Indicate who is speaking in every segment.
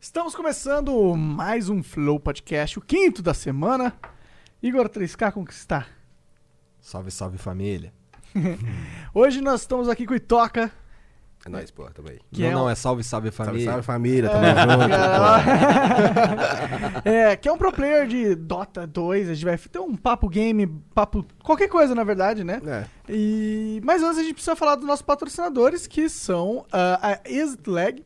Speaker 1: Estamos começando mais um Flow Podcast, o quinto da semana. Igor 3K, como que está?
Speaker 2: Salve, salve família.
Speaker 1: Hoje nós estamos aqui com o Itoca.
Speaker 3: É nóis, pô, tamo aí.
Speaker 1: Que
Speaker 2: não,
Speaker 1: é um-
Speaker 2: não, é salve, salve
Speaker 3: Salve,
Speaker 2: família.
Speaker 3: salve família, tamo junto.
Speaker 1: É, que é um pro player de Dota 2, a gente vai ter um papo game, papo qualquer coisa, na verdade, né?
Speaker 3: É,
Speaker 1: E... Mas antes a gente precisa falar dos nossos patrocinadores, que são ah, a Exitlag.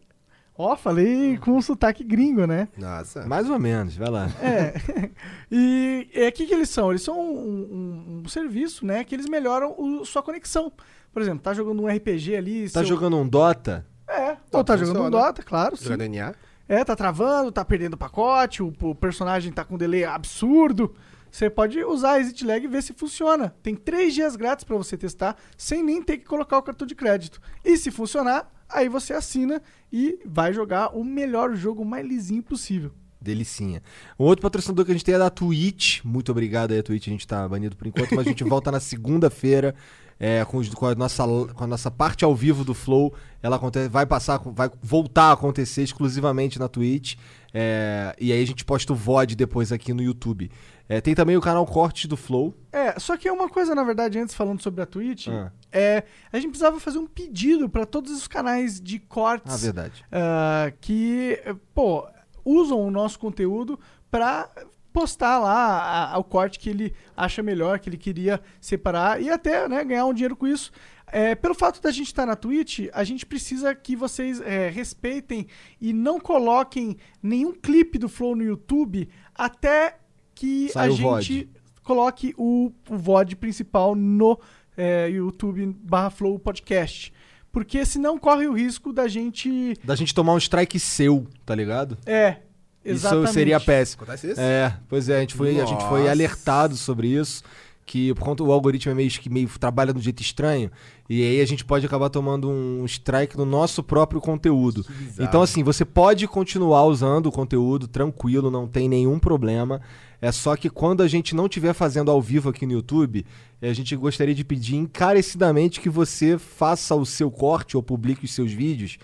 Speaker 1: Ó, falei com um sotaque gringo, né?
Speaker 3: nossa.
Speaker 2: Mais ou menos, vai lá.
Speaker 1: É. E é o que, que eles são? Eles são um, um- um serviço, né? Que eles melhoram o- sua conexão. Por exemplo, tá jogando um RPG ali.
Speaker 2: Tá
Speaker 1: seu-
Speaker 2: jogando um Dota?
Speaker 1: É, ou tá jogando um
Speaker 3: funciona.
Speaker 1: Dota, claro. Sim.
Speaker 3: Jogando NA?
Speaker 1: É, tá travando, tá perdendo pacote, o, o personagem tá com um delay absurdo. Você pode usar a Exit Lag e ver se funciona. Tem três dias grátis pra você testar, sem nem ter que colocar o cartão de crédito. E se funcionar, aí você assina e vai jogar o melhor jogo, o mais lisinho possível.
Speaker 2: Delicinha. Um outro patrocinador que a gente tem é da Twitch. Muito obrigado aí, a Twitch. A gente tá banido por enquanto, mas a gente volta na segunda-feira é, com, os- com a nossa, com a nossa parte ao vivo do Flow. Ela acontece, vai passar, vai voltar a acontecer exclusivamente na Twitch. É, e aí a gente posta o VOD depois aqui no YouTube. É, tem também o canal Cortes do Flow.
Speaker 1: É, só que uma coisa, na verdade, antes falando sobre a Twitch,
Speaker 2: Ah.
Speaker 1: é, a gente precisava fazer um pedido pra todos os canais de cortes
Speaker 2: Ah, verdade.
Speaker 1: ah, que, pô, usam o nosso conteúdo pra postar lá a- a- o corte que ele acha melhor, que ele queria separar e até né, ganhar um dinheiro com isso. É, pelo fato da gente estar na Twitch, a gente precisa que vocês é, respeitem e não coloquem nenhum clipe do Flow no YouTube até que
Speaker 2: Sai
Speaker 1: a
Speaker 2: o
Speaker 1: gente
Speaker 2: VOD.
Speaker 1: coloque o, o VOD principal no é, YouTube barra Flow Podcast. Porque senão corre o risco da gente
Speaker 2: Da gente tomar um strike seu, tá ligado?
Speaker 1: é, exatamente.
Speaker 2: Isso seria péssimo.
Speaker 3: Acontece isso?
Speaker 2: É, pois é, a gente foi, a gente foi
Speaker 3: Nossa.
Speaker 2: alertado sobre isso. Que por conta o algoritmo é meio que meio trabalha de um jeito estranho. E aí a gente pode acabar tomando um strike no nosso próprio conteúdo.
Speaker 3: bizarro.
Speaker 2: Então, assim, você pode continuar usando o conteúdo tranquilo, não tem nenhum problema. É só que quando a gente não estiver fazendo ao vivo aqui no YouTube, eh, a gente gostaria de pedir encarecidamente que você faça o seu corte ou publique os seus vídeos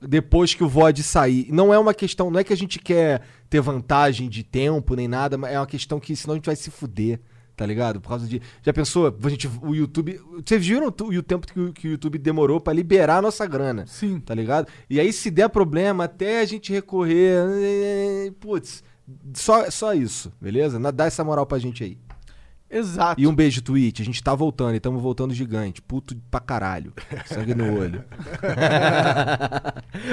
Speaker 2: depois que o VOD sair. Não é uma questão, não é que a gente quer ter vantagem de tempo nem nada, mas é uma questão que senão a gente vai se fuder. Tá ligado? Por causa de. Já pensou? A gente, o YouTube. Vocês viram o, o tempo que o, que o YouTube demorou pra liberar a nossa grana?
Speaker 1: Sim.
Speaker 2: tá ligado? E aí, se der problema, até a gente recorrer. eh, Putz, só, só isso, beleza? Na- Dá essa moral pra gente aí.
Speaker 1: Exato.
Speaker 2: E um beijo, Twitch. A gente tá voltando e tamo voltando gigante. Puto pra caralho. Sangue no olho.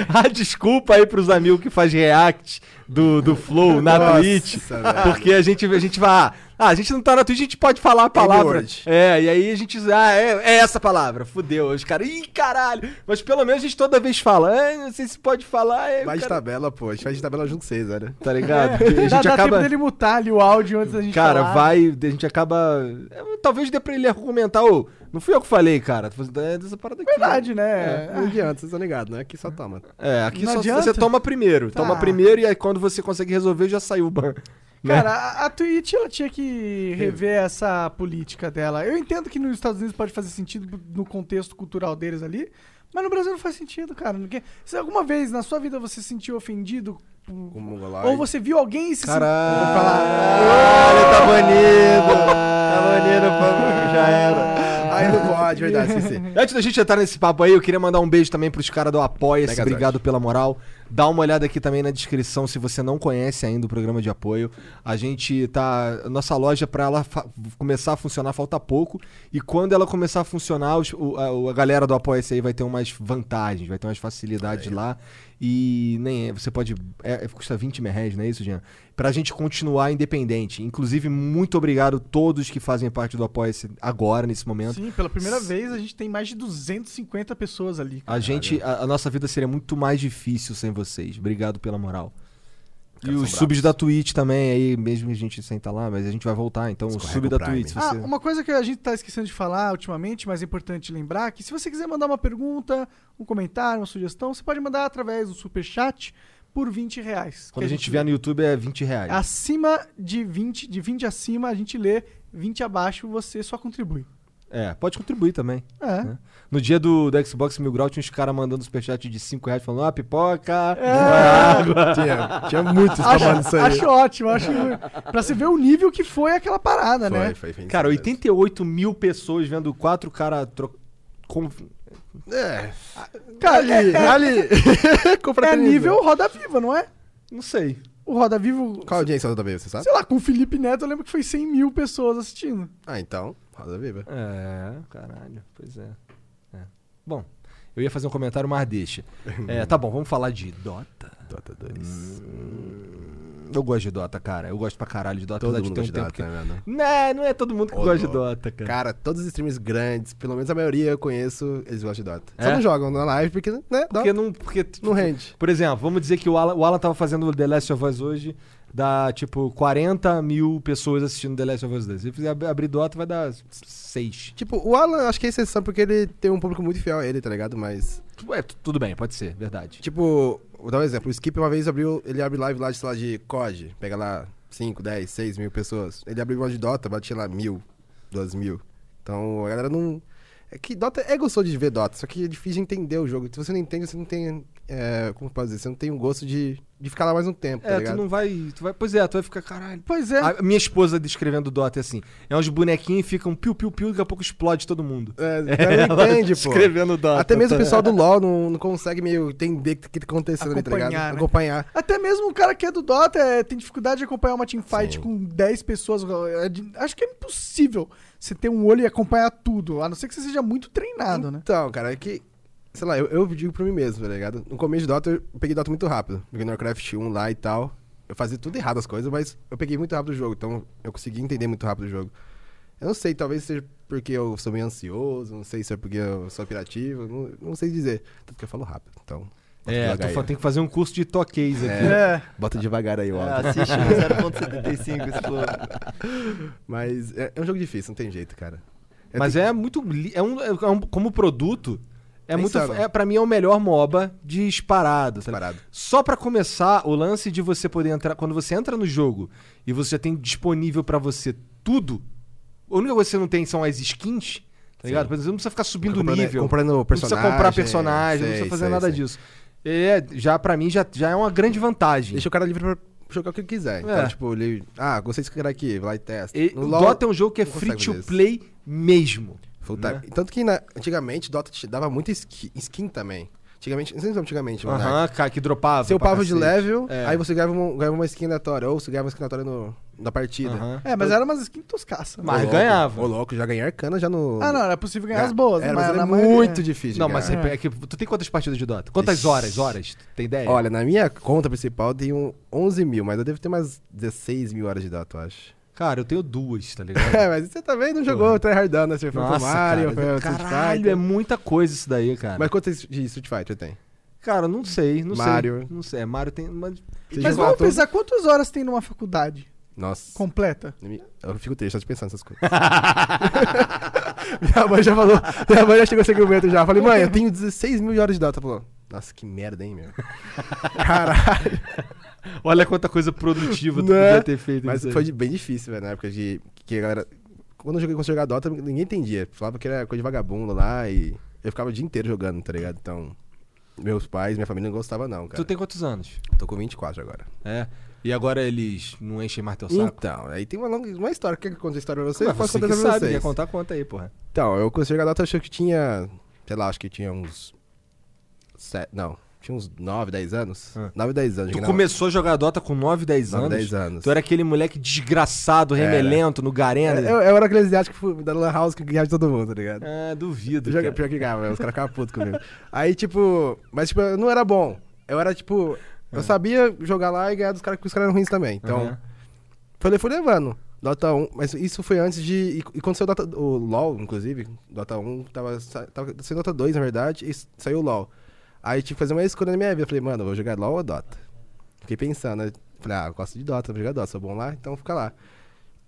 Speaker 2: ah, desculpa aí pros amigos que faz react do, do Flow na
Speaker 3: Nossa,
Speaker 2: Twitch.
Speaker 3: velho.
Speaker 2: Porque a gente, a gente vai. ah, Ah, a gente não tá na Twitch, a gente pode falar a palavra.
Speaker 3: N-word.
Speaker 2: É, e aí a gente. Ah, é, é essa palavra. Fudeu. Os caras. Ih, caralho. Mas pelo menos a gente toda vez fala. É, não sei se pode falar. É, o
Speaker 3: Vai de
Speaker 2: cara-
Speaker 3: tabela, pô. A gente vai de tabela junto com vocês, olha.
Speaker 2: Tá ligado? Porque
Speaker 1: Dá,
Speaker 2: A gente
Speaker 1: dá tempo
Speaker 2: acaba.
Speaker 1: dele mutar ali o áudio antes da gente
Speaker 2: Cara,
Speaker 1: falar.
Speaker 2: vai, a gente acaba. é, Talvez dê pra ele argumentar, ô, não fui eu que falei, cara. Tô fazendo- É dessa parada aqui.
Speaker 1: Verdade, né?
Speaker 2: Ah.
Speaker 3: Não adianta, Um vocês estão ligados, né? Aqui só toma.
Speaker 2: É, aqui
Speaker 1: Não
Speaker 2: só
Speaker 1: adianta.
Speaker 2: você toma primeiro.
Speaker 1: Tá.
Speaker 2: Toma primeiro e aí quando você consegue resolver, já saiu o ban. né?
Speaker 1: Cara, a, a Twitch ela tinha que rever essa política dela. Eu entendo que nos Estados Unidos pode fazer sentido no contexto cultural deles ali, mas no Brasil não faz sentido, cara. Ninguém- Se alguma vez na sua vida você se sentiu ofendido,
Speaker 3: Com o Ah, mongoloide.
Speaker 1: ou você viu alguém e se sentiu.
Speaker 2: Caralho, tá banido.
Speaker 3: Tá maneiro, pô. Já
Speaker 2: Ah.
Speaker 3: era. Aí não pode, verdade, esqueci.
Speaker 2: Antes da gente entrar nesse papo aí, eu queria mandar um beijo também pros caras do Apoia-se.
Speaker 3: Megazord.
Speaker 2: Obrigado pela moral. Dá uma olhada aqui também na descrição se você não conhece ainda o programa de apoio. A gente tá. Nossa loja, pra ela fa- começar a funcionar, falta pouco. E quando ela começar a funcionar, os- o- a, o- a galera do Apoia-se aí vai ter umas vantagens, vai ter umas facilidades lá. E nem é- você pode. é- é- custa 20 mil reais, não é isso, Jean? Pra gente continuar independente. Inclusive, muito obrigado a todos que fazem parte do Apoia-se agora, nesse momento.
Speaker 1: Sim, pela primeira vez a gente tem mais de 250 pessoas ali.
Speaker 2: A gente, a, a nossa vida seria muito mais difícil sem vocês. Obrigado pela moral. E
Speaker 3: caras
Speaker 2: os
Speaker 3: são
Speaker 2: subs da Twitch também, aí mesmo a gente sem estar lá, mas a gente vai voltar, então o
Speaker 3: Escorrega
Speaker 2: sub
Speaker 3: o
Speaker 2: da
Speaker 3: Prime.
Speaker 2: Twitch. se
Speaker 1: Ah,
Speaker 2: você-
Speaker 1: uma coisa que a gente tá esquecendo de falar ultimamente, mas é importante lembrar, que se você quiser mandar uma pergunta, um comentário, uma sugestão, você pode mandar através do superchat por 20 reais.
Speaker 2: Quando
Speaker 1: Que
Speaker 2: a gente vier no YouTube é 20 reais.
Speaker 1: Ah. Acima de 20, de 20 acima, a gente lê, 20 abaixo, você só contribui.
Speaker 2: É, pode contribuir também.
Speaker 1: É.
Speaker 2: Né? No dia do, do Xbox Mil Grau, tinha uns caras mandando superchat de 5 reais falando, ah, pipoca!
Speaker 3: Ah, tinha, tinha muitos tomando isso
Speaker 1: É. Acho,
Speaker 3: aí.
Speaker 1: acho ótimo, acho. pra você ver o nível que foi aquela parada, né?
Speaker 3: Foi, foi, foi
Speaker 2: Cara,
Speaker 3: insano
Speaker 2: 88 mil pessoas vendo quatro caras tro... com-
Speaker 3: mesmo. É,
Speaker 1: Cara,
Speaker 3: ali,
Speaker 1: é, é-
Speaker 3: ali.
Speaker 1: é
Speaker 3: Confraterniza.
Speaker 1: nível Roda Viva, não é?
Speaker 2: Não sei.
Speaker 1: O Roda Vivo.
Speaker 3: Qual a audiência do Roda você sabe?
Speaker 1: Sei lá, com o Felipe Neto eu lembro que foi 100 mil pessoas assistindo.
Speaker 3: Ah, então, Roda Viva.
Speaker 2: É, caralho, pois é. É. Bom, eu ia fazer um comentário, mas deixa. É, tá bom, vamos falar de Dota.
Speaker 3: Dota
Speaker 2: Hum,
Speaker 3: 2.
Speaker 2: Eu gosto de Dota, cara. Eu gosto pra caralho de Dota.
Speaker 3: Tá Todo
Speaker 2: apesar de
Speaker 3: mundo
Speaker 2: ter um
Speaker 3: gosta de
Speaker 2: tempo
Speaker 3: Dota,
Speaker 2: que-
Speaker 3: né, mano?
Speaker 2: Não, não é todo mundo que
Speaker 3: Ô,
Speaker 2: gosta de
Speaker 3: louco.
Speaker 2: Dota, cara.
Speaker 3: Cara, todos os streams grandes, pelo menos a maioria eu conheço, eles gostam de Dota.
Speaker 2: É?
Speaker 3: Só não jogam na live porque, né,
Speaker 2: Porque
Speaker 3: Dota
Speaker 2: não. Porque, tipo,
Speaker 3: não rende.
Speaker 2: Por exemplo, vamos dizer que o Alan, o Alan tava fazendo The Last of Us hoje, dá tipo 40 mil pessoas assistindo The Last of Us 2. Se fizer ab- abrir Dota, vai dar 6.
Speaker 3: Tipo, o Alan, acho que é exceção porque ele tem um público muito fiel a ele, tá ligado? Mas,
Speaker 2: Ué, tu- tudo bem, pode ser, verdade.
Speaker 3: tipo, vou dar um exemplo. O Skip uma vez abriu, ele abre live lá de, sei lá, de COD, pega lá 5, 10, 6 mil pessoas. Ele abriu uma de Dota, batia lá mil, duas mil. Então, a galera não... É que Dota é gostoso de ver Dota, só que é difícil de entender o jogo. Se você não entende, você não tem, é, como eu posso dizer, você não tem um gosto de, de ficar lá mais um tempo, tá
Speaker 2: é, tu
Speaker 3: ligado?
Speaker 2: não vai, tu vai. Pois é, tu vai ficar, caralho.
Speaker 1: Pois é.
Speaker 2: A minha esposa descrevendo Dota é assim: é uns bonequinhos e ficam piu-piu-piu, daqui a pouco explode todo mundo.
Speaker 3: É, ela não entende, pô.
Speaker 2: Escrevendo Dota.
Speaker 3: Até mesmo o pessoal do LoL não, não consegue meio entender o que que tá acontecendo ali, tá ligado?
Speaker 1: Acompanhar, né?
Speaker 3: Acompanhar.
Speaker 1: Até mesmo o cara que é do Dota é, tem dificuldade de acompanhar uma teamfight
Speaker 3: Sim.
Speaker 1: com 10 pessoas. É de- Acho que é impossível você ter um olho e acompanhar tudo, a não ser que você seja muito treinado, né?
Speaker 3: Então, cara, é que... Sei lá, eu, eu digo pra mim mesmo, tá ligado? No começo de Dota, eu peguei Dota muito rápido. Peguei no Warcraft 1 lá e tal. Eu fazia tudo errado as coisas, mas eu peguei muito rápido o jogo. Então, eu consegui entender muito rápido o jogo. Eu não sei, talvez seja porque eu sou meio ansioso. Não sei se é porque eu sou apelativo. Não, não sei dizer. Tanto que eu falo rápido, então... bota
Speaker 2: É,
Speaker 3: devagar
Speaker 2: tu
Speaker 3: aí.
Speaker 2: fa- tem que fazer um curso de toqueis aqui.
Speaker 1: É.
Speaker 3: Bota devagar aí, ó.
Speaker 4: Ah, assiste
Speaker 3: um
Speaker 4: no 0.75, esse flow.
Speaker 3: Mas é, é um jogo difícil, não tem jeito, cara. Eu
Speaker 2: Mas é muito. li- É um, é um- como produto, é
Speaker 3: Nem
Speaker 2: muito.
Speaker 3: sabe.
Speaker 2: É, pra mim é o melhor MOBA disparado. tá ligado?
Speaker 3: Parado.
Speaker 2: Só pra começar, o lance de você poder entrar. Quando você entra no jogo e você já tem disponível pra você tudo, a única coisa que você não tem são as skins, tá ligado? Por exemplo, Você não precisa ficar subindo o
Speaker 3: comprando, é,
Speaker 2: nível.
Speaker 3: Comprando
Speaker 2: não precisa
Speaker 3: personagem. é,
Speaker 2: comprar personagem, não
Speaker 3: sei,
Speaker 2: precisa fazer
Speaker 3: sei,
Speaker 2: nada
Speaker 3: sei.
Speaker 2: disso. É, já pra mim já, já é uma grande vantagem.
Speaker 3: Deixa o cara livre pra jogar o que ele quiser.
Speaker 2: É.
Speaker 3: Então, tipo, ele. Ah, gostei desse cara aqui, vai lá e testa.
Speaker 2: E-
Speaker 3: No
Speaker 2: o
Speaker 3: LoL,
Speaker 2: Dota é um jogo que é
Speaker 3: não
Speaker 2: free
Speaker 3: consegue
Speaker 2: to
Speaker 3: fazer isso.
Speaker 2: play mesmo.
Speaker 3: full
Speaker 2: né?
Speaker 3: time. Tanto que na- antigamente Dota te dava muita skin, skin também. Antigamente, não sei se é antigamente, mas.
Speaker 2: Aham, cara, que dropava.
Speaker 3: Você
Speaker 2: pra
Speaker 3: upava de
Speaker 2: cacete.
Speaker 3: level,
Speaker 2: É.
Speaker 3: aí você ganhava uma, ganhava uma skin aleatória, ou você ganhava uma skin aleatória no, da partida.
Speaker 2: Aham.
Speaker 1: É, mas era umas skins toscaças.
Speaker 2: Mas
Speaker 3: Ô, louco,
Speaker 2: ganhava.
Speaker 3: Ô, louco, já ganhei arcana já no.
Speaker 1: Ah, não, era possível ganhar
Speaker 3: Ga-
Speaker 1: as boas,
Speaker 3: É, era,
Speaker 1: mas
Speaker 3: mas era
Speaker 1: na maioria-
Speaker 3: muito difícil. de
Speaker 2: Não, mas
Speaker 3: ganhar.
Speaker 2: você, é que, tu tem quantas partidas de Dota? Quantas horas? Horas? Tu Tem ideia?
Speaker 3: Olha, na minha conta principal tem um 11 mil, mas eu devo ter umas 16 mil horas de Dota, eu acho.
Speaker 2: Cara, eu tenho duas, tá ligado?
Speaker 3: É, mas você também não jogou tryhardão, né? Você foi pro
Speaker 2: Nossa,
Speaker 3: Mario, foi
Speaker 2: cara,
Speaker 3: pro Street
Speaker 2: caralho,
Speaker 3: Fighter.
Speaker 2: é muita coisa isso daí, cara.
Speaker 3: Mas quantos de Street Fighter tem?
Speaker 2: cara, não sei, não
Speaker 3: Mario.
Speaker 2: sei. Não sei, é, Mario tem... Mas,
Speaker 3: Você
Speaker 1: Mas
Speaker 3: jogou
Speaker 1: vamos
Speaker 3: tudo?
Speaker 1: pensar, quantas horas tem numa faculdade
Speaker 3: Nossa.
Speaker 1: completa?
Speaker 3: Eu fico triste só de pensar nessas coisas. minha mãe já falou, minha mãe já chegou a esse argumento já. Eu falei, mãe, eu tenho 16 mil de horas de Dota. Ela falou, nossa, que merda, hein, meu. Caralho.
Speaker 2: olha quanta coisa produtiva tu
Speaker 3: Né?
Speaker 2: podia ter feito.
Speaker 3: Mas
Speaker 2: nisso aí.
Speaker 3: foi de- bem difícil, velho, na época de que a galera... Quando eu joguei com jogar Dota, ninguém entendia. Falava que era coisa de vagabundo lá e... Eu ficava o dia inteiro jogando, tá ligado? Então, meus pais, minha família não gostava não, cara.
Speaker 2: Tu tem quantos anos?
Speaker 3: Tô com 24 agora.
Speaker 2: É. E agora eles não enchem mais teu saco?
Speaker 3: Então, aí tem uma longa uma história. Quer que eu conte a história pra é você?
Speaker 2: Mas
Speaker 3: Posso
Speaker 2: você
Speaker 3: contar
Speaker 2: que
Speaker 3: pra
Speaker 2: sabe,
Speaker 3: vocês.
Speaker 2: quer contar, conta aí, porra.
Speaker 3: Então, eu conheci a Dota, achei que tinha... Sei lá, acho que tinha uns... Sete, não, tinha uns 9, 10 anos.
Speaker 2: Ah.
Speaker 3: 9, 10 anos.
Speaker 2: Tu
Speaker 3: não,
Speaker 2: começou a jogar Dota com 9, 10
Speaker 3: 9,
Speaker 2: anos?
Speaker 3: 10 anos.
Speaker 2: Tu era aquele moleque desgraçado, remelento, no
Speaker 3: Eu,
Speaker 2: Garena?
Speaker 3: É, eu era aquele asiático que fui- da Lan House que ganhava de todo mundo, tá ligado?
Speaker 2: Ah, duvido,
Speaker 3: Eu joguei-
Speaker 2: cara.
Speaker 3: pior que ganhava, os caras ficavam putos comigo. Aí, tipo... Mas, tipo, eu não era bom. Eu era, tipo... Eu sabia jogar lá e ganhar dos caras, porque os caras eram ruins também. Então...
Speaker 2: É. Aham.
Speaker 3: Falei, fui levando. Dota 1, mas isso foi antes de. E aconteceu o Dota. O LOL, inclusive. Dota 1 tava, sa- tava sendo Dota 2, na verdade, e s- saiu o LOL. Aí tive que fazer uma escolha na minha vida. Falei, mano, eu vou jogar LOL ou Dota? Fiquei pensando, né? Falei, ah, eu gosto de Dota, vou jogar Dota, sou bom lá, então fica lá.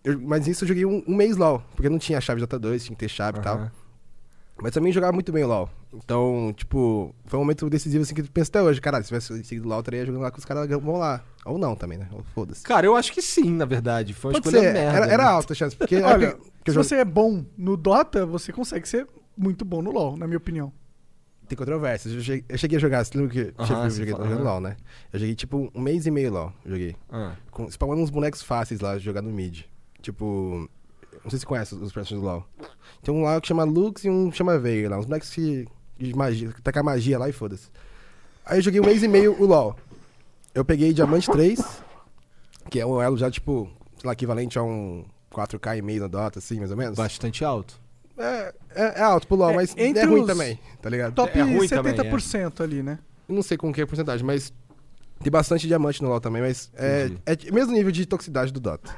Speaker 3: Eu- mas isso eu joguei um, um mês LOL, porque não tinha a chave de Dota 2, tinha que ter chave e tal.
Speaker 2: Aham.
Speaker 3: Mas também jogava muito bem o LoL. Então, tipo, foi um momento decisivo assim que tu pensa até hoje, caralho, se tivesse seguido lá, eu estaria jogando lá com os caras vão lá. Ou não também, né? Ou Foda-se.
Speaker 2: Cara, eu acho que sim, na verdade. Foi uma
Speaker 3: Pode
Speaker 2: escolha
Speaker 3: ser,
Speaker 2: merda.
Speaker 3: era, era
Speaker 2: né?
Speaker 3: alta a chance, porque
Speaker 1: Olha,
Speaker 3: porque
Speaker 1: Se
Speaker 3: eu jogo-
Speaker 1: você é bom no Dota, você consegue ser muito bom no LoL, na minha opinião.
Speaker 3: tem controvérsia. Eu cheguei, eu cheguei a jogar, Ah, você lembra que
Speaker 2: Aham,
Speaker 3: cheguei, eu
Speaker 2: você
Speaker 3: joguei,
Speaker 2: fala,
Speaker 3: jogando
Speaker 2: aham.
Speaker 3: LOL, né? Eu joguei tipo um mês e meio LOL, joguei.
Speaker 2: Ah,
Speaker 3: Com, spawnando uns bonecos fáceis lá, de jogar no mid. Tipo, não sei se você conhece os personagens do LoL. Tem um lá que chama Lux e um que chama Veiga lá. Uns bonecos que, de magia, que tacar magia lá e foda-se. Aí eu joguei um mês e meio o LoL. Eu peguei Diamante 3, que é um elo já, tipo, sei lá, equivalente a um 4K e meio na Dota, assim, mais ou menos.
Speaker 2: bastante alto.
Speaker 3: É, é, é alto pro LoL,
Speaker 1: É,
Speaker 3: mas
Speaker 1: entre
Speaker 3: é ruim
Speaker 1: os
Speaker 3: também, tá ligado?
Speaker 1: Top
Speaker 2: É ruim
Speaker 1: 70% ali, né?
Speaker 3: Eu não sei com que é a porcentagem, mas tem bastante diamante no LoL também, mas é,
Speaker 2: Entendi.
Speaker 3: é t- mesmo nível de toxicidade do Dota.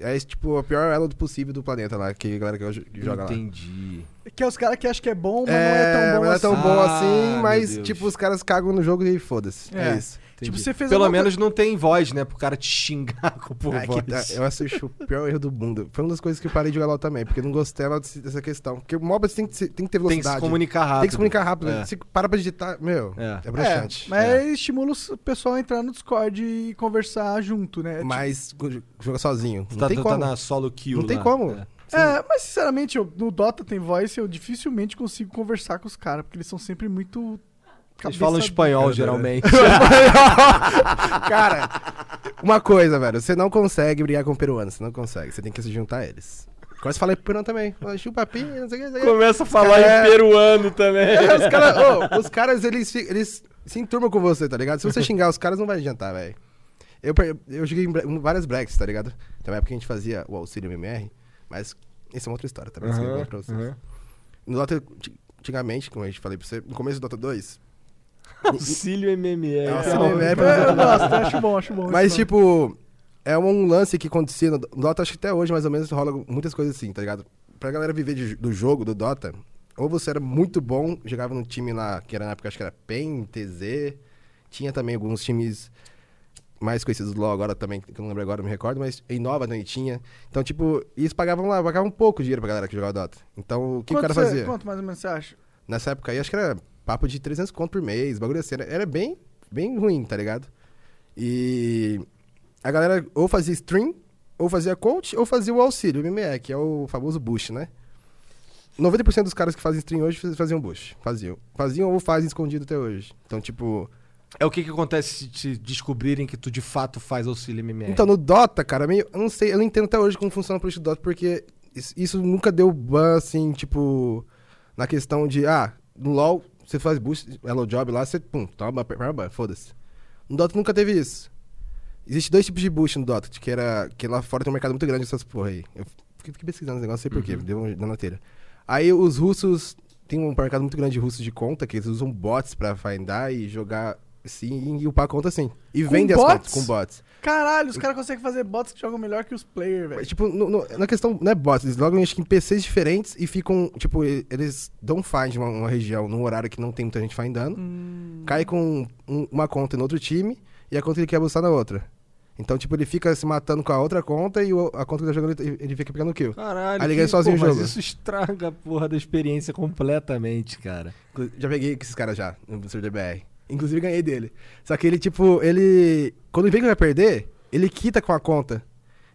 Speaker 3: É tipo a pior elo do possível do planeta lá, que a galera que jo- que joga lá.
Speaker 2: Entendi.
Speaker 1: Que é os caras que acham que é bom, mas
Speaker 3: É,
Speaker 1: não é tão bom assim.
Speaker 3: mas não é tão bom
Speaker 2: Ah,
Speaker 3: assim,
Speaker 2: meu
Speaker 3: mas
Speaker 2: Deus.
Speaker 3: tipo, os caras cagam no jogo e foda-se. É,
Speaker 1: É.
Speaker 3: isso.
Speaker 2: entendi.
Speaker 1: você fez
Speaker 2: Pelo
Speaker 1: alguma
Speaker 2: menos não tem voz, né? Pro cara te xingar com por
Speaker 3: É,
Speaker 2: voz.
Speaker 3: que tá- eu acho o pior erro do mundo. Foi uma das coisas que eu parei de jogar LoL também, porque eu não gostava desse- dessa questão. Porque o MOBA tem que, ser- tem que ter
Speaker 2: Tem que se
Speaker 3: velocidade.
Speaker 2: comunicar rápido.
Speaker 3: Tem que se comunicar rápido.
Speaker 2: É.
Speaker 3: Se para pra digitar, meu,
Speaker 2: É.
Speaker 3: é,
Speaker 1: É,
Speaker 3: broxante.
Speaker 1: mas estimula o pessoal a entrar no Discord e conversar junto,
Speaker 2: É
Speaker 1: né?
Speaker 2: tipo
Speaker 3: Mas joga sozinho.
Speaker 2: Tu
Speaker 3: não
Speaker 2: tá,
Speaker 3: tem
Speaker 2: tu tá
Speaker 3: como.
Speaker 2: na solo kill
Speaker 3: Não tem
Speaker 2: lá.
Speaker 3: como.
Speaker 2: É.
Speaker 1: Tipo, é, mas sinceramente, eu- no Dota tem voice, eu dificilmente consigo conversar com os caras, porque eles são sempre muito.
Speaker 2: Eles
Speaker 1: cabeça-
Speaker 2: falam espanhol,
Speaker 3: Cara,
Speaker 2: geralmente.
Speaker 3: Cara, uma coisa, velho. Você não consegue brigar com peruano. Você não consegue. Você tem que se juntar a eles. Quase falei pro peruano também. Fala, Chupa pi, não sei o que. não sei o que.
Speaker 2: Começa a falar
Speaker 3: Cara,
Speaker 2: em peruano também.
Speaker 3: É, os, cara, ô, os caras, eles, fi- eles se enturmam com você, tá ligado? Se você xingar os caras, não vai adiantar, velho. Eu, per- eu joguei em bre- em várias breaks, tá ligado? Tem uma época que a gente fazia o auxílio MMR, mas isso é uma outra história também. isso que eu
Speaker 2: Aham,
Speaker 3: conto pra vocês.
Speaker 2: aham.
Speaker 3: No Dota, anti- antigamente, como a gente falei pra você, no começo do Dota 2,
Speaker 2: Auxílio MMR.
Speaker 3: É,
Speaker 2: Calma.
Speaker 3: auxílio MMR.
Speaker 1: É, eu gosto, eu acho bom, acho bom.
Speaker 3: Mas,
Speaker 1: isso.
Speaker 3: tipo, é um lance que acontecia no Dota, acho que até hoje, mais ou menos, rola muitas coisas assim, tá ligado? Pra galera viver de- do jogo, do Dota, ou você era muito bom, jogava num time lá, que era na época, acho que era PEN, TZ, tinha também alguns times mais conhecidos do LoL agora também, que eu não lembro agora, não me recordo, mas em Nova também tinha. Então, tipo, eles pagavam lá, pagavam pouco dinheiro pra galera que jogava Dota. Então, o que
Speaker 1: Quanto
Speaker 3: o cara
Speaker 1: você-
Speaker 3: fazia?
Speaker 1: Quanto mais ou menos você acha?
Speaker 3: Nessa época aí, acho que era papo de 300 conto por mês, bagulho assim. Era, era bem, bem ruim, tá ligado? E a galera ou fazia stream, ou fazia coach, ou fazia o auxílio, o MME, que é o famoso boost, né? 90% dos caras que fazem stream hoje faz- faziam boost. Faziam. Faziam ou fazem escondido até hoje. Então, tipo...
Speaker 2: É o que, que acontece se te descobrirem que tu de fato faz auxílio MMR.
Speaker 3: Então, no Dota, cara, meio, eu não sei, eu não entendo até hoje como funciona o político do Dota, porque isso, isso nunca deu ban, assim, tipo, na questão de, ah, no LoL, você faz boost, hello job lá, você, pum, toma, ban, toma ban, foda-se. No Dota nunca teve isso. Existe dois tipos de boost no Dota, que era, que lá fora tem um mercado muito grande dessas porra aí. Eu fiquei, fiquei pesquisando esse negócio, não sei porquê,
Speaker 1: Uhum.
Speaker 3: deu uma na lateira. Aí os russos, tem um mercado muito grande de russos de conta, que eles usam bots pra findar e jogar, assim, e upar a conta assim. E
Speaker 1: Com
Speaker 3: vendem as
Speaker 1: bots?
Speaker 3: contas com bots.
Speaker 1: Caralho, os caras conseguem fazer bots que jogam melhor que os players,
Speaker 3: Mas,
Speaker 1: velho.
Speaker 3: tipo, no- no- na questão, não é bots, eles logam acho que em PCs diferentes e ficam, tipo, e- eles dão find numa uma região, num horário que não tem muita gente findando, cai com um- uma conta no outro time e a conta ele quer buscar na outra. Então, tipo, ele fica se matando com a outra conta e o- a conta que tá jogando ele, ele fica pegando kill.
Speaker 2: Caralho,
Speaker 3: Aí liguei sozinho é o
Speaker 2: mas
Speaker 3: jogo.
Speaker 2: isso estraga a porra da experiência completamente, cara.
Speaker 3: Inclu- Já peguei com esses caras já, no Sur DBR. Inclusive ganhei dele. Só que ele, tipo, ele. Quando ele vê que vai perder, ele quita com a conta.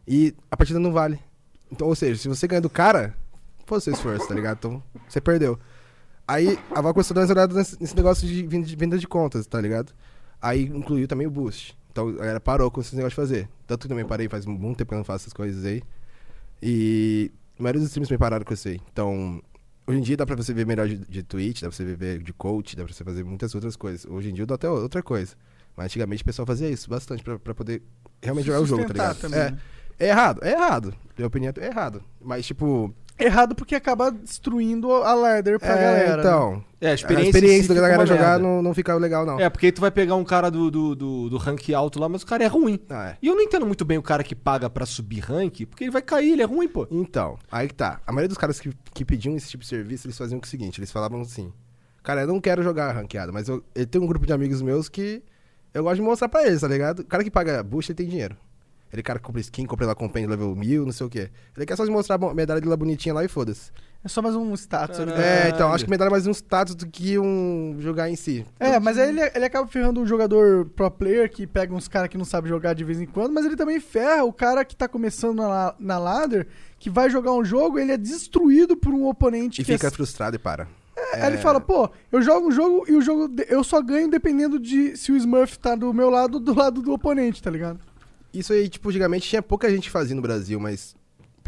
Speaker 3: E a partida não vale. Então, ou seja, se você ganha do cara, foi o seu esforço, tá ligado? Então, você perdeu. Aí a Valve começou a dar uma olhada nesse nesse negócio de venda de- venda de contas, tá ligado? Aí incluiu também o boost. Então a galera parou com esse negócio de fazer. Tanto que eu também parei faz muito tempo que eu não faço essas coisas aí. E a maioria dos times me pararam com isso aí. Então, hoje em dia dá pra você ver melhor de, de Twitch, dá pra você ver de coach, dá pra você fazer muitas outras coisas. Hoje em dia eu dou até outra coisa. Mas antigamente o pessoal fazia isso bastante pra, pra poder realmente jogar o jogo, tá
Speaker 1: Sustentar
Speaker 3: ligado?
Speaker 1: também,
Speaker 3: é,
Speaker 1: né?
Speaker 3: é errado, é errado. Minha opinião é errado. Mas, tipo.
Speaker 1: Errado porque acaba destruindo a ladder pra
Speaker 3: é,
Speaker 1: galera. né?
Speaker 3: Então.
Speaker 2: É, a
Speaker 3: A
Speaker 2: experiência,
Speaker 3: experiência da
Speaker 2: da
Speaker 3: galera jogar não, não ficava legal, não.
Speaker 2: É, porque aí tu vai pegar um cara do, do, do, do rank alto lá, mas o cara é ruim.
Speaker 3: Ah, é.
Speaker 2: E eu não entendo muito bem o cara que paga pra subir rank, porque ele vai cair, ele é ruim, pô.
Speaker 3: Então, aí que tá. A maioria dos caras que, que pediam esse tipo de serviço, eles faziam o seguinte, eles falavam assim, cara, eu não quero jogar ranqueada, mas eu, eu tenho um grupo de amigos meus que eu gosto de mostrar pra eles, tá ligado? O cara que paga boost, ele tem dinheiro. é Ele cara que compra skin, compra lá compêndio level 1000, não sei o quê. Ele quer só se mostrar a medalha dele lá bonitinha lá e foda-se.
Speaker 1: É só mais um status. ali.
Speaker 3: É, então, acho que medalha é mais um status do que um jogar em si.
Speaker 1: É, mas aí ele, ele acaba ferrando o jogador pro player que pega uns caras que não sabe jogar de vez em quando, mas ele também ferra o cara que tá começando na, la- na ladder, que vai jogar um jogo, ele é destruído por um oponente
Speaker 3: E
Speaker 1: que é-
Speaker 3: fica é. frustrado e para.
Speaker 1: Aí ele fala, pô, eu jogo um jogo e o jogo de- eu só ganho dependendo de se o Smurf tá do meu lado ou do lado do oponente, tá ligado?
Speaker 3: Isso aí, tipo, antigamente tinha pouca gente que fazia no Brasil, mas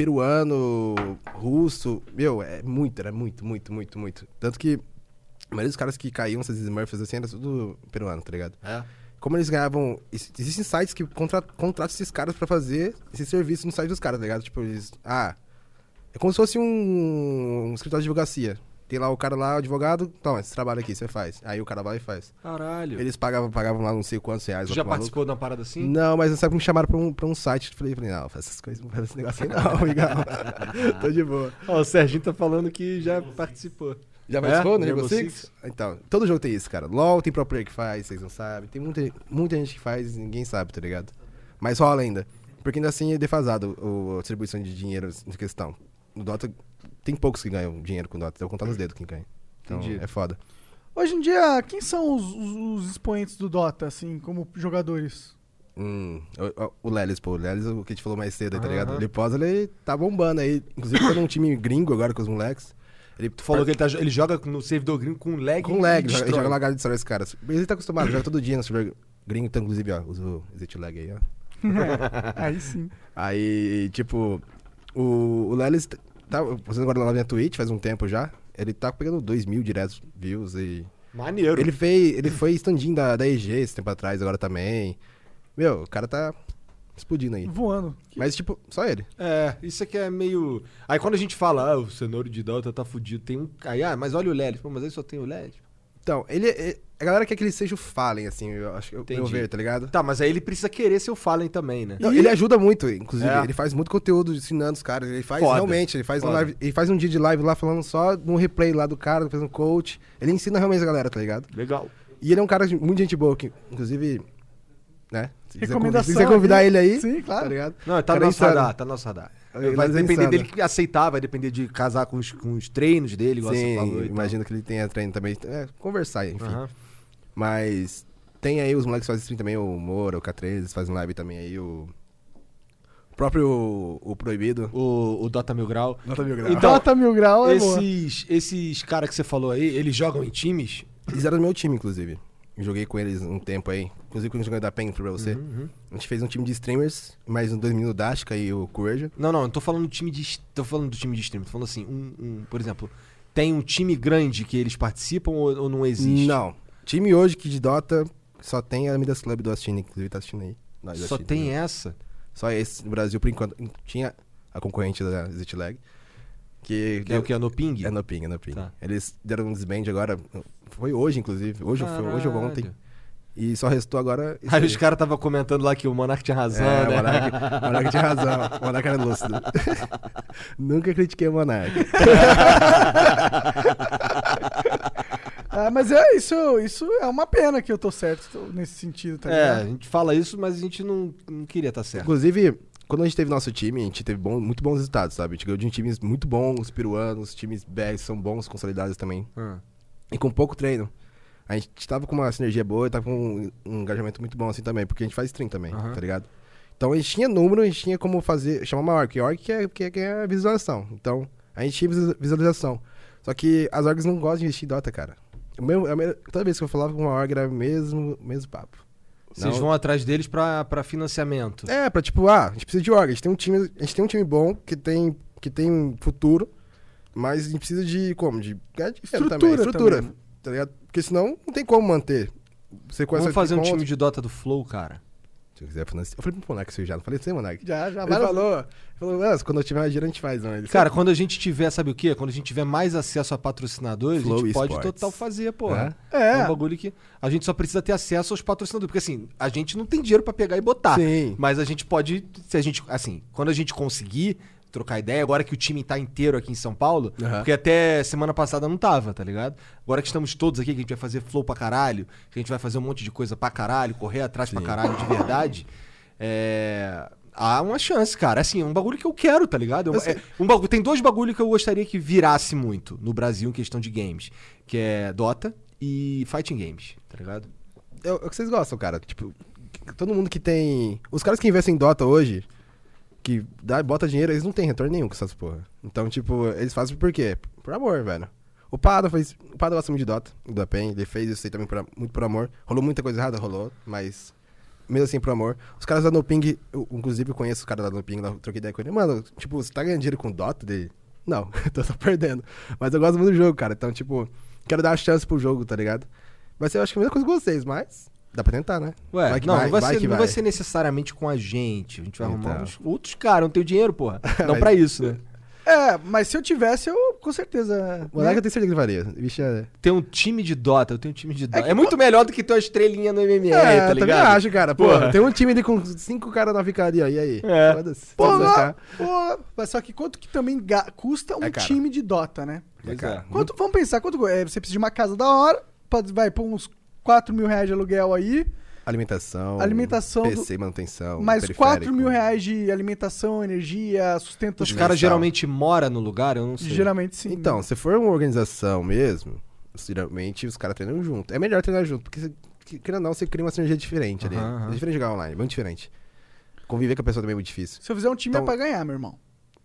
Speaker 3: peruano, russo, meu, é muito, era muito, muito, muito, muito. Tanto que a maioria dos caras que caíam, esses Smurfs assim, era tudo peruano, tá ligado?
Speaker 2: É.
Speaker 3: Como eles ganhavam. ex- Existem sites que contra, contratam esses caras pra fazer esse serviço no site dos caras, tá ligado? Tipo, eles. Ah. É como se fosse um, um escritório de advocacia. Tem lá o cara lá, o advogado, toma, esse trabalho aqui, você faz. Aí o cara vai e faz.
Speaker 2: Caralho.
Speaker 3: Eles pagavam, pagavam lá não sei quantos reais.
Speaker 2: Tu
Speaker 3: lá
Speaker 2: já
Speaker 3: pro maluco.
Speaker 2: participou de uma parada assim?
Speaker 3: Não, mas sabe que me chamaram pra um, pra um site. Eu Falei, falei, não, faz essas coisas, não faz esse negócio aí não, amigão. Tô de boa.
Speaker 2: Ó, o Serginho tá falando que já participou.
Speaker 3: Já
Speaker 2: É?
Speaker 3: participou no Rainbow
Speaker 2: Rainbow
Speaker 3: Six?
Speaker 2: Six?
Speaker 3: Então, todo jogo tem isso, cara. LOL tem pro player que faz, vocês não sabem. Tem muita, muita gente que faz e ninguém sabe, tá ligado? Mas rola ainda. Porque ainda assim é defasado o, a distribuição de dinheiro em questão. No Dota, tem poucos que ganham dinheiro com o Dota. Eu vou contar nos dedos quem ganha. Então,
Speaker 2: Entendi.
Speaker 3: é foda.
Speaker 1: Hoje em dia, quem são os, os- os expoentes do Dota, assim, como jogadores?
Speaker 3: Hum, o, o- o Lelis, pô, o Lelis, é o que a gente falou mais cedo, aí, tá
Speaker 2: Aham.
Speaker 3: ligado? O Liposa, ele tá bombando aí. Inclusive, tá num time gringo agora com os moleques. Ele
Speaker 2: Tu falou que ele, tá, ele joga no servidor gringo com lag.
Speaker 3: Com lag,
Speaker 2: e
Speaker 3: joga,
Speaker 2: destrói.
Speaker 3: joga lagado de esse cara. Mas ele tá acostumado, joga todo dia no servidor gringo, então, inclusive, ó, usa o Exit Lag aí, ó.
Speaker 1: Aí sim.
Speaker 3: Aí, tipo, o, o Lelis t- tá fazendo agora lá na minha Twitch faz um tempo já. Ele tá pegando 2 mil diretos views e.
Speaker 2: Maneiro.
Speaker 3: Ele fez. Ele foi standinho da, da EG esse tempo atrás, agora também. Meu, o cara tá explodindo aí.
Speaker 1: Voando.
Speaker 3: Mas, tipo, só ele.
Speaker 2: É, isso aqui é meio. Aí quando a gente fala, ah, o cenouro de Delta tá fudido, tem um. Aí, ah, mas olha o LED. Pô, mas aí só tem o LED.
Speaker 3: Então, ele. ele- a galera quer que ele seja o Fallen, assim, eu acho que eu,
Speaker 2: Entendi.
Speaker 3: eu ver, tá ligado?
Speaker 2: Tá, mas aí ele precisa querer ser o Fallen também, né?
Speaker 3: Não, Ele ajuda muito, inclusive.
Speaker 2: É.
Speaker 3: Ele faz muito conteúdo ensinando os caras. Ele faz
Speaker 2: Foda.
Speaker 3: realmente, ele faz, um
Speaker 2: Foda.
Speaker 3: live- ele faz um dia de live lá falando só no replay lá do cara, fazendo coach. Ele ensina realmente a galera, tá ligado?
Speaker 2: Legal.
Speaker 3: E ele é um cara de muita gente boa, que, inclusive, né? Se quiser convidar, se
Speaker 1: Recomendação
Speaker 3: quiser convidar
Speaker 1: aí.
Speaker 3: ele aí,
Speaker 1: Sim, claro.
Speaker 3: tá ligado?
Speaker 2: né? Não, tá
Speaker 3: Cara,
Speaker 2: no nosso
Speaker 3: insano.
Speaker 2: radar, tá no nosso radar.
Speaker 3: Ele
Speaker 2: Vai
Speaker 3: é
Speaker 2: depender
Speaker 3: insano.
Speaker 2: dele que aceitar, vai depender de casar com os, com os treinos dele, igual você falou.
Speaker 3: Sim,
Speaker 2: e tal.
Speaker 3: imagino que ele tenha treino também. É, conversar, enfim.
Speaker 2: Aham.
Speaker 3: Mas tem aí os moleques que fazem stream também, o Moro, o K3, eles fazem live também aí, o... o próprio o Proibido.
Speaker 2: O, o Dota Mil Grau.
Speaker 3: Nota mil graus.
Speaker 2: Então,
Speaker 1: Dota Mil Grau é boa.
Speaker 2: Esses, esses caras que você falou aí, eles jogam em times?
Speaker 3: Eles eram do meu time, inclusive. Eu joguei com eles um tempo aí. Inclusive, quando eu joguei da PEN pra você.
Speaker 2: Uhum.
Speaker 3: A gente fez um time de streamers, mais um dois meninos da Ashka e o Courage.
Speaker 2: Não, não, eu não tô falando do time de. est- Tô falando do time de stream. Tô falando assim, um, um- por exemplo, tem um time grande que eles participam ou, ou não existe?
Speaker 3: Não. Time hoje que de Dota só tem a Midas Club do Astine, inclusive tá assistindo aí. Nós,
Speaker 2: Só
Speaker 3: Astine,
Speaker 2: tem
Speaker 3: né?
Speaker 2: essa.
Speaker 3: Só esse no Brasil, por enquanto. Tinha a concorrente da Zitlag. Que,
Speaker 2: Que é o que? É no ping?
Speaker 3: É no ping, é no ping.
Speaker 2: Tá.
Speaker 3: Eles deram um desband agora. Foi hoje, inclusive. Hoje, ou foi, hoje ou ontem. E só restou agora. isso
Speaker 2: Aí os caras estavam comentando lá que o Monark tinha razão,
Speaker 3: É, o
Speaker 2: né?
Speaker 3: Monark, o Monark tinha razão. O Monark era lúcido. Nunca critiquei o Monark.
Speaker 1: Ah, mas é isso, isso é uma pena que eu tô certo tô- nesse sentido, tá
Speaker 2: É, a
Speaker 1: ligado?
Speaker 2: gente fala isso, mas a gente não, não queria estar certo.
Speaker 3: Inclusive, quando a gente teve nosso time, a gente teve bom- muito bons resultados, sabe? A gente ganhou de um times muito bons, os peruanos, os times BR são bons, consolidados também.
Speaker 2: Ah.
Speaker 3: E com pouco treino. A gente tava com uma sinergia boa e tava com um, um engajamento muito bom assim também, porque a gente faz stream também,
Speaker 2: Aham.
Speaker 3: tá ligado? Então a gente tinha número, a gente tinha como fazer, chamar uma org, e org que é, que é, que é visualização. Então, a gente tinha visa- visualização. Só que as orgs não gostam de investir em Dota, cara. O mesmo- a me- toda vez que eu falava com uma org era o mesmo, mesmo papo.
Speaker 2: Vocês
Speaker 3: Não-
Speaker 2: vão atrás deles pra, pra financiamento.
Speaker 3: é, pra tipo, ah, a gente precisa de org. A gente tem um time, a gente tem um time bom que tem, que tem um futuro, mas a gente precisa de como? De ganhar dinheiro
Speaker 1: Estrutura
Speaker 3: também. Estrutura.
Speaker 2: né?
Speaker 1: também.
Speaker 3: Tá ligado? Porque senão não tem como manter. Você com
Speaker 2: Vamos
Speaker 3: essa-
Speaker 2: fazer um
Speaker 3: com
Speaker 2: time
Speaker 3: outra-
Speaker 2: de Dota do Flow, cara.
Speaker 3: Se eu quiser financiar. Eu falei pro Monark isso já, não falei pra você, Monark.
Speaker 1: Já, já,
Speaker 3: Ele
Speaker 1: várias-
Speaker 3: falou, ele falou, "Ah, quando eu tiver mais dinheiro a gente faz, não. Ele,
Speaker 2: Cara, quando a gente tiver, sabe o quê? Quando a gente tiver mais acesso a patrocinadores, a
Speaker 3: Flow
Speaker 2: gente pode
Speaker 3: Esports.
Speaker 2: total fazer, porra.
Speaker 1: É.
Speaker 2: um bagulho que a gente só precisa ter acesso aos patrocinadores, porque assim, a gente não tem dinheiro pra pegar e botar.
Speaker 3: Sim.
Speaker 2: Mas a gente pode, se a gente, assim, quando a gente conseguir trocar ideia, agora que o time tá inteiro aqui em São Paulo,
Speaker 3: Aham.
Speaker 2: porque até semana passada não tava, tá ligado? Agora que estamos todos aqui, que a gente vai fazer flow pra caralho, que a gente vai fazer um monte de coisa pra caralho, correr atrás pra caralho de verdade, é, há uma chance, cara. Assim, é um bagulho que eu quero, tá ligado? É um-
Speaker 3: Eu sei.
Speaker 2: é um bagulho, tem dois bagulhos que eu gostaria que virasse muito no Brasil em questão de games, que é Dota e Fighting Games, tá ligado?
Speaker 3: É o é o que vocês gostam, cara. Tipo, todo mundo que tem. Os caras que investem em Dota hoje, que dá, bota dinheiro, eles não têm retorno nenhum com essas porra. Então, tipo, eles fazem por quê? Por amor, velho. O Pada fez. O Pada gosta muito de Dota, do Apen. Ele fez isso aí também por a- muito por amor. Rolou muita coisa errada, rolou, mas. Mesmo assim, por amor. Os caras da Noping, eu, inclusive, eu conheço os caras da Noping, lá, eu troquei ideia com ele. Mano, tipo, você tá ganhando dinheiro com Dota dele? Não, tô só perdendo. Mas eu gosto muito do jogo, cara. Então, tipo, quero dar uma chance pro jogo, tá ligado? Vai ser, eu acho que a mesma coisa com vocês, mas dá pra tentar, né?
Speaker 2: Ué,
Speaker 3: Vai que
Speaker 2: não,
Speaker 3: vai,
Speaker 2: não, vai
Speaker 3: vai
Speaker 2: ser,
Speaker 3: que
Speaker 2: não
Speaker 3: vai.
Speaker 2: vai ser necessariamente com a gente. A gente vai arrumar
Speaker 3: Então.
Speaker 2: uns outros caras, não tem dinheiro, porra. Não pra isso, né?
Speaker 1: É, mas se eu tivesse, eu com certeza.
Speaker 3: Moleque,
Speaker 1: né?
Speaker 3: eu tenho certeza que varia. Bicho, é...
Speaker 2: Ter um time de Dota, eu tenho um time de Dota. É, muito melhor do que ter uma estrelinha no MMA,
Speaker 3: É,
Speaker 2: tá
Speaker 3: eu também
Speaker 2: ligado?
Speaker 3: acho, cara. Pô,
Speaker 2: Porra.
Speaker 3: tem um time ali com cinco caras na vicaria, e aí?
Speaker 2: É.
Speaker 3: Foda-se.
Speaker 1: Pô,
Speaker 3: Foda-se,
Speaker 1: lá-
Speaker 3: tá?
Speaker 1: pô, mas só que quanto que também ga- custa um
Speaker 3: É caro. Uhum.
Speaker 1: time de Dota, né?
Speaker 2: Pois
Speaker 3: cara.
Speaker 2: é.
Speaker 1: Quanto, vamos pensar, quanto é, você precisa de uma casa da hora, pode, vai pôr uns 4 mil reais de aluguel aí,
Speaker 3: Alimentação.
Speaker 1: Alimentação do-
Speaker 3: PC, manutenção.
Speaker 1: mais 4
Speaker 3: Então, periférico.
Speaker 1: mil reais de alimentação, energia,
Speaker 2: Os
Speaker 1: sustentação.
Speaker 2: caras
Speaker 3: Mensal.
Speaker 2: geralmente moram no lugar, eu não sei.
Speaker 1: Geralmente sim.
Speaker 3: Então, se for uma organização mesmo, geralmente os caras treinam junto. É melhor treinar junto, porque, você- que- querendo ou não, você cria uma sinergia diferente ali.
Speaker 2: Aham, aham.
Speaker 3: É diferente de jogar online, muito diferente. Conviver com a pessoa também é muito difícil.
Speaker 1: se eu fizer um time
Speaker 3: Então-
Speaker 1: é pra ganhar, meu irmão.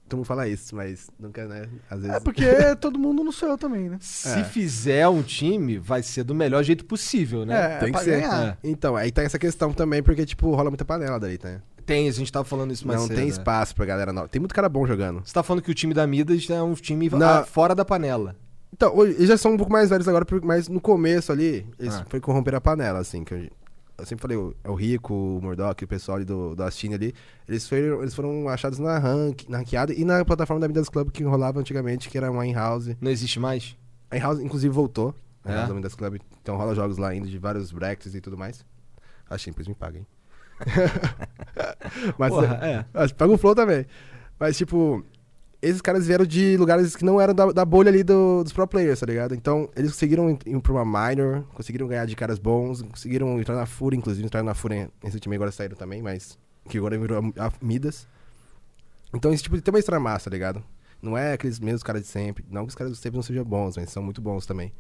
Speaker 3: Todo mundo fala isso, mas nunca, né? Às vezes.
Speaker 1: É porque todo mundo não sou eu também, né?
Speaker 2: Se fizer um time, vai ser do melhor jeito possível, né?
Speaker 1: É,
Speaker 3: Tem
Speaker 1: pra
Speaker 3: que ser.
Speaker 1: ganhar.
Speaker 2: É.
Speaker 3: Então, aí tá essa questão também, porque, tipo, rola muita panela daí, né?
Speaker 2: Tem, a gente tava falando isso mais
Speaker 3: não
Speaker 2: cedo,
Speaker 3: tem
Speaker 2: né?
Speaker 3: espaço pra galera nova. Tem muito cara bom jogando.
Speaker 2: Você tá falando que o time da Midas é um time
Speaker 3: Na-
Speaker 2: ah, fora da panela.
Speaker 3: Então, hoje, eles já são um pouco mais velhos agora, por- mas no começo ali, eles
Speaker 2: Ah.
Speaker 3: foi corromper a panela, assim. Que eu, eu sempre falei, o, é o Rico, o Murdoch, o pessoal ali do, da China ali, eles foram, eles foram achados na, rank, na ranqueada e na plataforma da Midas Club que rolava antigamente, que era uma in-house.
Speaker 2: Não existe mais?
Speaker 3: A in-house, inclusive, voltou. A
Speaker 2: É?
Speaker 3: in-house da Midas Club. Então rola jogos lá ainda de vários brackets e tudo mais. A Champions me paga, hein? mas,
Speaker 2: Porra, é.
Speaker 3: ah, Paga o flow também. Mas, tipo, esses caras vieram de lugares que não eram da, da bolha ali do- dos pro players, tá ligado? Então, eles conseguiram ir- ir pra uma minor, conseguiram ganhar de caras bons, conseguiram entrar na FURIA, inclusive entraram na FURIA nesse time agora saíram também, mas que agora virou a, a Midas. Então, esse tipo de tem uma história massa, tá ligado? Não é aqueles mesmos caras de sempre. Não que os caras de sempre não sejam bons, mas são muito bons também.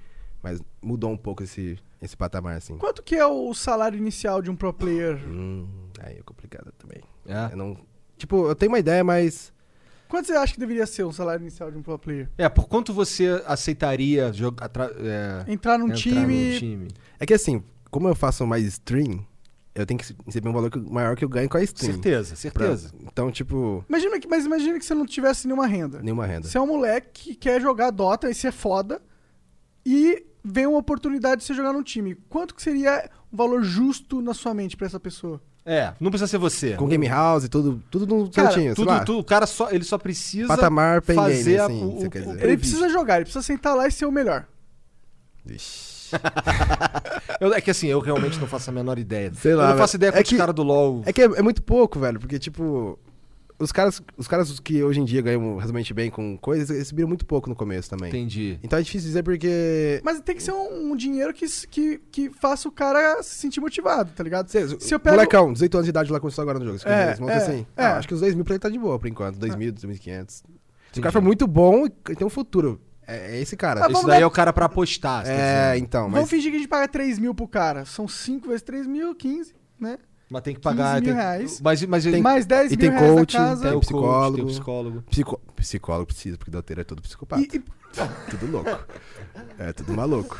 Speaker 3: Mas mudou um pouco esse, esse patamar, assim.
Speaker 1: Quanto que é o salário inicial de um pro player?
Speaker 3: Hum, aí é complicado também.
Speaker 2: É.
Speaker 3: Eu não- Tipo, eu tenho uma ideia, mas.
Speaker 1: Quanto você acha que deveria ser o salário inicial de um pro player?
Speaker 2: É, por quanto você aceitaria jogar, atra- é,
Speaker 1: Entrar num
Speaker 2: entrar
Speaker 1: time.
Speaker 2: num time?
Speaker 3: É que assim, como eu faço mais stream, eu tenho que receber um valor que- maior que eu ganho com a stream.
Speaker 2: Certeza,
Speaker 3: Pra-
Speaker 2: certeza.
Speaker 3: Então, tipo,
Speaker 1: Imagina que, mas imagina que você não tivesse nenhuma renda.
Speaker 3: nenhuma renda.
Speaker 1: Você é um moleque que quer jogar Dota e ser foda. E vem uma oportunidade de você jogar num time. Quanto que seria um valor justo na sua mente pra essa pessoa?
Speaker 2: É, não precisa ser você.
Speaker 3: Com game house, tudo, tudo num
Speaker 1: Cara,
Speaker 3: cantinho, sei
Speaker 2: Tudo,
Speaker 3: lá.
Speaker 2: tudo- o cara só, ele só precisa
Speaker 3: Patamar pen game,
Speaker 2: fazer a-
Speaker 3: assim,
Speaker 2: o-
Speaker 3: você
Speaker 2: o-
Speaker 3: quer
Speaker 2: o-
Speaker 3: dizer.
Speaker 1: Ele
Speaker 2: Previsto.
Speaker 1: precisa jogar, ele precisa sentar lá e ser o melhor.
Speaker 3: Ixi.
Speaker 2: Eu- é que assim, eu realmente não faço a menor ideia.
Speaker 3: Sei lá,
Speaker 2: eu não
Speaker 3: velho.
Speaker 2: faço ideia
Speaker 3: É
Speaker 2: com
Speaker 3: que-
Speaker 2: os caras do LoL.
Speaker 3: É que é, é muito pouco, velho, porque, tipo, os caras, os caras que hoje em dia ganham razoavelmente bem com coisas, eles subiram muito pouco no começo também.
Speaker 2: Entendi.
Speaker 3: Então é difícil dizer porque.
Speaker 1: Mas tem que ser um, um dinheiro que, s- que, que faça o cara se sentir motivado, tá ligado?
Speaker 3: Cê,
Speaker 1: Se eu pego-
Speaker 3: Molecão, 18 anos de idade lá começou agora no jogo. Você
Speaker 1: É,
Speaker 3: é, monta
Speaker 1: é,
Speaker 3: assim.
Speaker 1: é.
Speaker 3: Ah, acho que os 2 mil pra ele tá de boa por enquanto. 2 mil, 2.500. Se o
Speaker 2: Entendi.
Speaker 3: cara for muito bom, ele tem um futuro. É, é esse cara.
Speaker 1: Ah,
Speaker 2: Isso
Speaker 1: vamos
Speaker 2: daí
Speaker 1: dar-
Speaker 2: é o cara pra apostar. você tá quer
Speaker 3: É,
Speaker 2: dizer.
Speaker 3: então,
Speaker 1: Vamos
Speaker 3: mas.
Speaker 1: fingir que a gente paga 3 mil pro cara. São 5 vezes 3 mil, 15, né?
Speaker 2: Mas tem que pagar.
Speaker 1: 15 mil
Speaker 2: tem-
Speaker 1: reais.
Speaker 2: Mas, mas ele-
Speaker 1: Mais 10
Speaker 3: e
Speaker 1: mil
Speaker 3: tem
Speaker 1: reais
Speaker 3: coach,
Speaker 1: na
Speaker 2: tem
Speaker 1: casa.
Speaker 2: o
Speaker 3: tem
Speaker 2: psicólogo. Tem
Speaker 3: psicólogo.
Speaker 2: o psicólogo.
Speaker 3: psico- Psicólogo precisa, porque doteiro é todo psicopata.
Speaker 1: E, e-
Speaker 3: Tudo louco. É tudo maluco.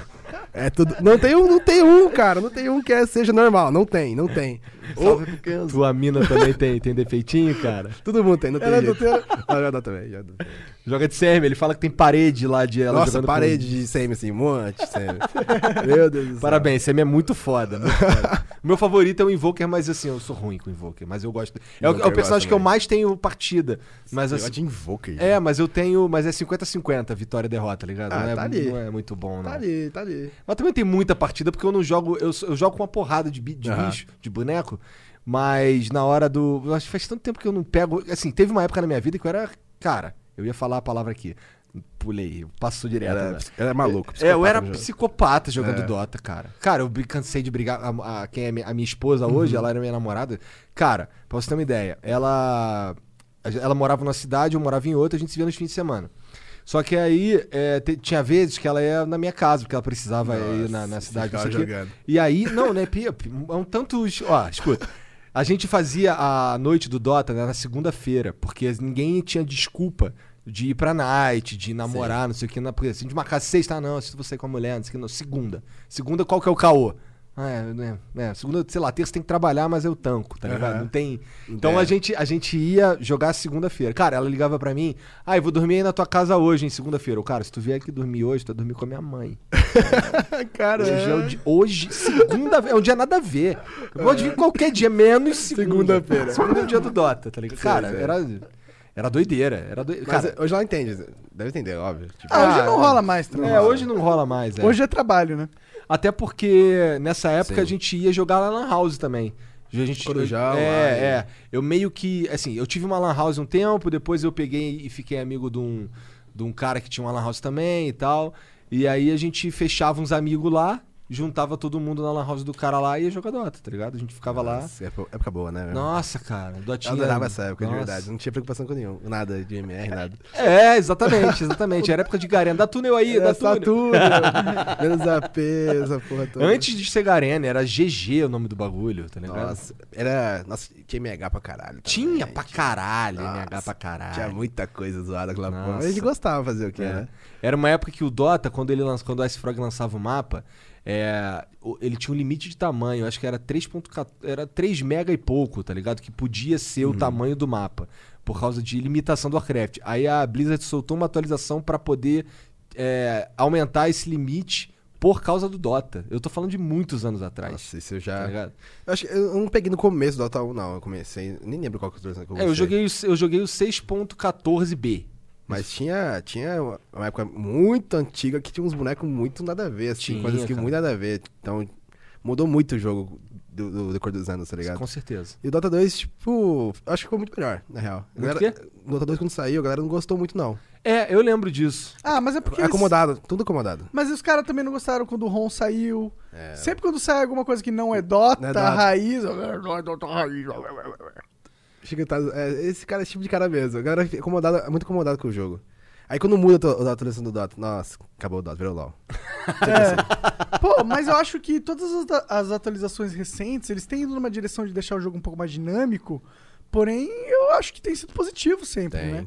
Speaker 3: É tudo. Não tem um, não tem um, cara. Não tem um que é- seja normal. Não tem, não tem.
Speaker 4: Salve pro Kenzo.
Speaker 2: Tua mina também tem, tem defeitinho, cara?
Speaker 3: Todo mundo tem, não tem.
Speaker 1: Ela é
Speaker 3: jeito.
Speaker 1: doteira?
Speaker 2: um.
Speaker 3: Ah, já dá também, já dá.
Speaker 2: Joga de SEMI, ele fala que tem parede lá de ela
Speaker 3: Nossa,
Speaker 2: jogando
Speaker 3: parede de semi assim, um monte de semi. Meu Deus do
Speaker 2: com-
Speaker 3: céu.
Speaker 2: Parabéns, SEMI é muito foda. Muito foda. Meu favorito é o Invoker, mas assim, eu sou ruim com o Invoker, mas eu gosto. É o, é o
Speaker 3: Invoker eu
Speaker 2: personagem
Speaker 3: gosto
Speaker 2: que eu
Speaker 3: também.
Speaker 2: mais tenho partida. Mas
Speaker 3: Eu
Speaker 2: assim.
Speaker 3: gosto de Invoker.
Speaker 2: É, mas eu tenho. Mas é 50-50, vitória e derrota, ligado?
Speaker 3: Ah,
Speaker 2: não, é,
Speaker 3: tá ali.
Speaker 2: não é muito bom, não.
Speaker 3: Tá ali, tá ali.
Speaker 2: Mas também tem muita partida, porque eu não jogo. Eu, sou- eu jogo com uma porrada de, bi- de
Speaker 3: Aham.
Speaker 2: bicho, de boneco. Mas na hora do. eu Acho que faz tanto tempo que eu não pego. Assim, teve uma época na minha vida que eu era. Cara, eu ia falar a palavra aqui. Pulei, passou direto.
Speaker 3: Era,
Speaker 2: né?
Speaker 3: era maluco.
Speaker 2: É, eu era
Speaker 3: psicopata no jogo.
Speaker 2: psicopata jogando
Speaker 3: É.
Speaker 2: Dota, cara. Cara, eu brin- cansei de brigar. A, a- quem é mi- a minha esposa
Speaker 3: Uhum.
Speaker 2: hoje, ela era minha namorada. Cara, pra você ter uma ideia, ela. a gen- Ela morava numa cidade, eu morava em outra, a gente se via nos fins de semana. Só que aí é, te- tinha vezes que ela ia na minha casa, porque ela precisava ir na, na
Speaker 3: Nossa,
Speaker 2: cidade.
Speaker 3: ficava
Speaker 2: não sei o quê.
Speaker 3: jogando.
Speaker 2: E aí, não, né, Pia? P- É um tanto. Ó, escuta. A gente fazia a noite do Dota né, na segunda-feira, porque ninguém tinha desculpa de ir pra night, de namorar, não sei o que. na- Porque se a gente marcar sexta, ah, não, se você com a mulher, não sei o que, não. Segunda. Segunda, qual que é o caô? Ah, é, né, né, segunda, sei lá, terça tem que trabalhar, mas eu tanco, tá ligado?
Speaker 3: Aham.
Speaker 2: Não tem. Então
Speaker 3: É.
Speaker 2: a gente, a gente ia jogar segunda-feira. Cara, ela ligava pra mim, ah, eu vou dormir aí na tua casa hoje, em segunda-feira. Eu, cara, se tu vier aqui dormir hoje, tu vai dormir com a minha mãe.
Speaker 3: Cara,
Speaker 2: Hoje, é o di- hoje segunda, é um dia nada a ver. Eu gosto de vir qualquer dia, menos segunda.
Speaker 3: Segunda-feira.
Speaker 2: Segunda é o dia do Dota, tá ligado?
Speaker 3: Sei,
Speaker 2: Cara,
Speaker 3: sei.
Speaker 2: era, era doideira. Era doi-
Speaker 3: Mas
Speaker 2: Cara,
Speaker 3: hoje ela entende. Deve entender, óbvio. Tipo,
Speaker 1: Ah, hoje
Speaker 2: Ah,
Speaker 1: não
Speaker 2: é.
Speaker 1: rola mais também.
Speaker 2: é, hoje não rola mais. É.
Speaker 1: Hoje é trabalho, né?
Speaker 2: Até porque nessa época
Speaker 3: Sim.
Speaker 2: a gente ia jogar lá na Lan House também. A gente,
Speaker 3: Corujão,
Speaker 2: eu,
Speaker 3: lá, né? e-
Speaker 2: é, é. Eu meio que. Assim, eu tive uma Lan House um tempo, depois eu peguei e fiquei amigo de um, de um cara que tinha uma Lan House também e tal. E aí a gente fechava uns amigos lá, juntava todo mundo na Lan House do cara lá e ia jogar Dota, tá ligado? A gente ficava lá.
Speaker 3: nossa, época- Época boa, né? meu?
Speaker 2: Nossa, cara, Dotinha.
Speaker 3: Eu adorava essa época, de
Speaker 2: Nossa.
Speaker 3: verdade. Não tinha preocupação com nenhum. Nada de MR, nada.
Speaker 2: É, exatamente, exatamente. Era época de Garena. Dá túnel aí, dá
Speaker 3: Era só
Speaker 2: túnel.
Speaker 3: tudo. menos AP, essa porra toda.
Speaker 2: Antes de ser Garena, era GG o nome do bagulho, tá ligado?
Speaker 3: Nossa, era. Nossa, tinha MH pra caralho. também.
Speaker 2: Tinha pra caralho,
Speaker 3: Nossa,
Speaker 2: MH pra caralho.
Speaker 3: Tinha muita coisa zoada aquela porra. Mas a
Speaker 2: Nossa.
Speaker 3: gente gostava de fazer o né? que
Speaker 2: É.
Speaker 3: era.
Speaker 2: Era uma época que o Dota, quando ele lanç- quando o Ice Frog lançava o mapa, é, o- ele tinha um limite de tamanho, acho que era 3.4, era 3 mega e pouco, tá ligado? Que podia ser o tamanho do mapa, por causa de limitação do Warcraft. Aí a Blizzard soltou uma atualização pra poder é, aumentar esse limite por causa do Dota. Eu tô falando de muitos anos atrás,
Speaker 3: Nossa, isso eu
Speaker 2: tá
Speaker 3: já.
Speaker 2: ligado?
Speaker 3: eu acho que eu não peguei no começo do Dota 1, não. Eu comecei. Nem lembro qual que eu trouxe né, que
Speaker 2: É, eu
Speaker 3: comecei.
Speaker 2: joguei, o se- eu joguei o 6.14b.
Speaker 3: Mas tinha, tinha uma época muito antiga que tinha uns bonecos muito nada a ver, assim,
Speaker 2: Tinha,
Speaker 3: coisas que
Speaker 2: cara.
Speaker 3: muito nada a ver. Então, mudou muito o jogo do, do decorrer dos anos, tá ligado?
Speaker 2: Com certeza.
Speaker 3: E o Dota 2, tipo, acho que ficou muito melhor, na real. A
Speaker 2: Muito
Speaker 3: galera- o Dota 2 quando saiu, a galera não gostou muito, não.
Speaker 2: É, eu lembro disso.
Speaker 1: Ah, mas é porque. eles-
Speaker 3: acomodado, tudo acomodado.
Speaker 1: Mas os caras também não gostaram quando o Ron saiu.
Speaker 3: É.
Speaker 1: Sempre quando sai alguma coisa que não é Dota,
Speaker 3: Não é Dota.
Speaker 1: raiz. Não é Dota raiz.
Speaker 3: Chega, tá, é, esse cara é esse tipo de cara mesmo. A galera fica acomodada, muito acomodada com o jogo. Aí quando muda a to- a atualização do Dota, nossa, acabou o Dota, virou LOL.
Speaker 1: Pô,
Speaker 3: assim.
Speaker 1: mas eu acho que todas as, da- as atualizações recentes, eles têm ido numa direção de deixar o jogo um pouco mais dinâmico. Porém, eu acho que tem sido positivo sempre,
Speaker 3: Tem.
Speaker 1: né?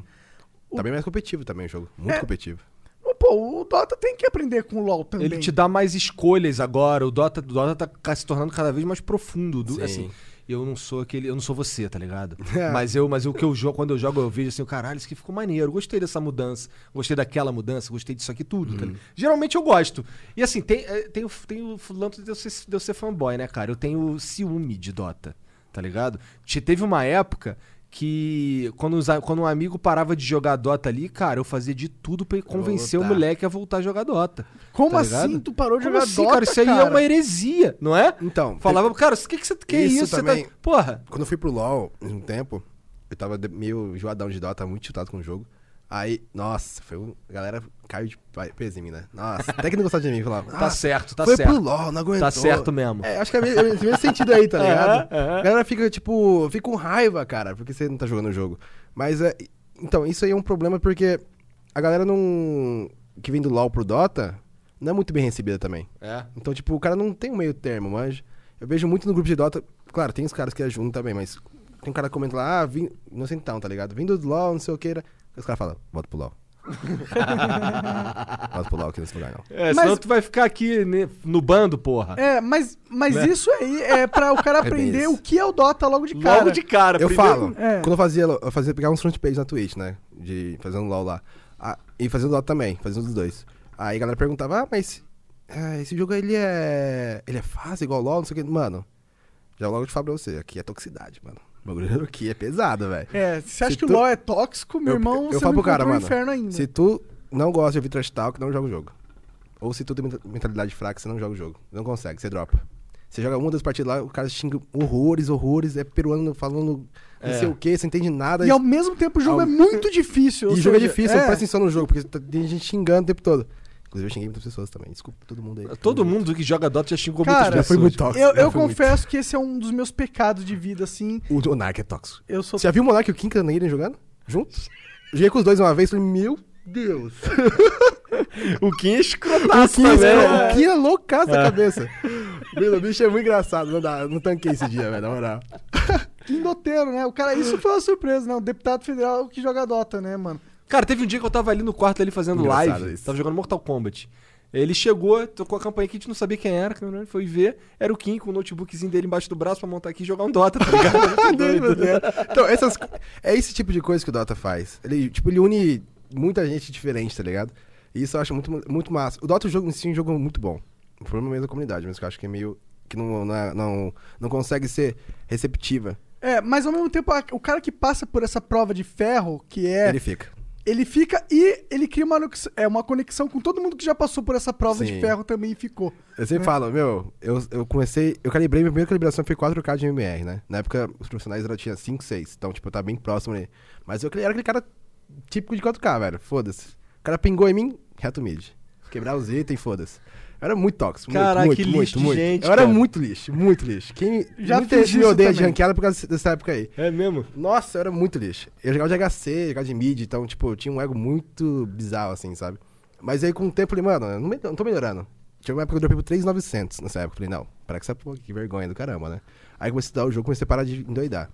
Speaker 3: Tá bem mais competitivo também o jogo. Muito
Speaker 1: É.
Speaker 3: competitivo.
Speaker 1: Pô, o Dota tem que aprender com o LoL também.
Speaker 2: Ele te dá mais escolhas agora. O Dota, o Dota tá ca- se tornando cada vez mais profundo. Do,
Speaker 3: Sim.
Speaker 2: assim, eu não sou aquele, eu não sou você, tá ligado? mas eu, mas o que eu jogo, quando eu jogo, eu vejo assim, caralho, isso aqui ficou maneiro. Gostei dessa mudança, gostei daquela mudança, gostei disso aqui tudo,
Speaker 3: Uhum.
Speaker 2: tá ligado? Geralmente eu gosto. E assim, tem, eh, tem, o- tem o fulano de eu, ser, de eu ser fanboy, né, cara? Eu tenho ciúme de Dota, tá ligado? Te- Teve uma época que quando, os a- quando um amigo parava de jogar Dota ali, cara, eu fazia de tudo pra convencer
Speaker 3: Voltar.
Speaker 2: o moleque a voltar a jogar Dota.
Speaker 1: Como
Speaker 2: tá ligado?
Speaker 1: assim tu parou de
Speaker 2: Como
Speaker 1: jogar
Speaker 2: assim,
Speaker 1: Dota,
Speaker 2: cara? Isso aí é uma heresia, não é?
Speaker 3: Então,
Speaker 2: Falava, cara, o que, que você que é
Speaker 3: Isso
Speaker 2: isso? Você
Speaker 3: também.
Speaker 2: tá... Porra.
Speaker 3: Quando eu fui pro LoL, um tempo, eu tava de- meio joadão de Dota, muito chutado com o jogo. Aí, nossa, foi um... A galera caiu de pa- peso em mim, né? Nossa, até que não gostava de mim, falava... "Ah,
Speaker 2: Tá certo, tá
Speaker 3: foi
Speaker 2: certo.
Speaker 3: pro LoL, não aguentou.
Speaker 2: Tá certo mesmo.
Speaker 3: É, acho que é me- é esse mesmo sentido aí, tá ligado?
Speaker 2: Aham, aham.
Speaker 3: A galera fica, tipo, fica com raiva, cara, porque você não tá jogando o jogo. Mas, é, então, isso aí é um problema porque a galera não... Que vem do LoL pro Dota, não é muito bem recebida também.
Speaker 2: É.
Speaker 3: Então, tipo, o cara não tem um meio termo, mas eu vejo muito no grupo de Dota. Claro, tem os caras que ajudam também, mas tem um cara que comenta lá, ah, vim. Não sei então, tá ligado? Vindo do LOL, não sei o que. né? Aí Os caras falam, bota pro LOL. bota pro LOL aqui nesse lugar, não.
Speaker 2: É,
Speaker 1: Mas-
Speaker 2: senão tu vai ficar aqui né, no bando, porra.
Speaker 1: É, mas, mas isso aí é pra o cara
Speaker 3: Né? bem
Speaker 1: aprender
Speaker 3: isso.
Speaker 1: o que é o Dota logo de
Speaker 2: Logo
Speaker 1: cara.
Speaker 2: de cara.
Speaker 3: Eu
Speaker 2: primeiro-
Speaker 3: falo,
Speaker 1: É.
Speaker 3: quando eu fazia, eu fazia pegar uns front page na Twitch, né? De fazendo LOL lá. Ah, e fazendo LOL também, fazendo os dois. Aí a galera perguntava, ah, mas é, esse jogo ele é. Ele é fácil, igual LOL, não sei o que. Mano, já logo te falo pra você, aqui é toxicidade, mano. O bagulho aqui é pesado, velho.
Speaker 1: É, você acha
Speaker 3: Se
Speaker 1: que
Speaker 3: tu-
Speaker 1: o LoL é tóxico, meu
Speaker 3: Eu-
Speaker 1: irmão?
Speaker 3: eu
Speaker 1: você
Speaker 3: falo
Speaker 1: não
Speaker 3: pro cara,
Speaker 1: encontrou o
Speaker 3: mano,
Speaker 1: inferno ainda.
Speaker 3: Se tu não gosta de ouvir trash talk, não joga o jogo. Ou se tu tem menta- mentalidade fraca, você não joga o jogo. Não consegue, você dropa. Você joga uma das partidas lá, o cara xinga horrores, horrores, é peruano falando não
Speaker 2: É.
Speaker 3: sei o que, você não entende nada.
Speaker 1: E ao mesmo tempo o jogo é
Speaker 3: Ao-
Speaker 1: muito difícil.
Speaker 3: E
Speaker 1: ou
Speaker 3: jogo é
Speaker 1: seja,
Speaker 3: difícil, não presta atenção no jogo, porque tá- tem gente xingando o tempo todo. Inclusive eu xinguei muitas pessoas também, desculpa todo mundo aí.
Speaker 2: Todo mundo que joga Dota já xingou
Speaker 1: Cara,
Speaker 2: muitas
Speaker 3: Já
Speaker 2: pessoas.
Speaker 3: foi muito tóxico. né,
Speaker 1: Eu,
Speaker 3: já
Speaker 1: eu
Speaker 3: fui muito.
Speaker 1: confesso que esse é um dos meus pecados de vida, assim.
Speaker 3: O Monark é tóxico.
Speaker 1: Eu sou.
Speaker 3: Você já viu o Monark e o Kim Kanaíra jogando? Juntos? Joguei com os dois uma vez, falei, meu Deus.
Speaker 2: O Kim é
Speaker 3: O
Speaker 2: escrotaço
Speaker 3: Kim,
Speaker 2: também.
Speaker 3: o Kim é loucaço da cabeça. Meu, o bicho é muito engraçado, não, dá, não tanquei esse dia, velho, na moral.
Speaker 1: Quindoteiro, né? O cara, isso foi uma surpresa, né? O deputado federal que joga Dota, né, mano?
Speaker 2: Cara, teve um dia que eu tava ali no quarto ali fazendo
Speaker 3: Engraçado
Speaker 2: live.
Speaker 3: isso.
Speaker 2: Tava jogando Mortal Kombat. Ele chegou, tocou a campainha que a gente não sabia quem era, que ele foi ver. Era o Kim com o notebookzinho dele embaixo do braço pra montar aqui e jogar um Dota, tá ligado?
Speaker 3: Doido, né? Então, essas, é esse tipo de coisa que o Dota faz. Ele, tipo, ele une muita gente diferente, tá ligado? E isso eu acho muito, muito massa. O Dota é um jogo, em si, é um jogo muito bom. O problema mesmo é a comunidade, mas que eu acho que é meio... Que não, não, é- não, não consegue ser receptiva.
Speaker 1: É, mas ao mesmo tempo, a- o cara que passa por essa prova de ferro, que é. Ele,
Speaker 3: Ele fica.
Speaker 1: fica e ele cria uma, anex- é, uma conexão com todo mundo que já passou por essa prova de
Speaker 3: Sim.
Speaker 1: ferro também e ficou.
Speaker 3: Eu sempre falo, meu, eu, eu comecei... Eu calibrei, minha primeira calibração foi 4K de MMR, né? Na época, os profissionais já tinha 5, 6. Então, tipo, eu tava bem próximo ali. Mas eu era aquele cara típico de 4K, velho. Foda-se. O cara pingou em mim, reto mid. Quebrar os itens, foda-se. Eu era muito tóxico. muito,
Speaker 2: Caraca,
Speaker 3: muito,
Speaker 2: que
Speaker 3: muito,
Speaker 2: lixo de
Speaker 3: muito.
Speaker 2: gente,
Speaker 3: Eu era
Speaker 2: cara.
Speaker 3: muito lixo, muito lixo. Quem
Speaker 1: Já
Speaker 3: muita
Speaker 1: fiz
Speaker 3: gente me
Speaker 1: isso
Speaker 3: odeia de
Speaker 1: também.
Speaker 3: ranqueada por causa dessa época aí.
Speaker 2: É mesmo?
Speaker 3: Nossa, eu era muito lixo. Eu jogava de HC, jogava de mid, então, tipo, eu tinha um ego muito bizarro, assim, sabe? Mas aí, com o tempo, eu falei, mano, eu não, me- não tô melhorando. Tinha uma época que eu dropei pro 3,900 nessa época. Eu falei, não, para que essa porra, que vergonha do caramba, né? Aí comecei a estudar o jogo, comecei a parar de endoidar.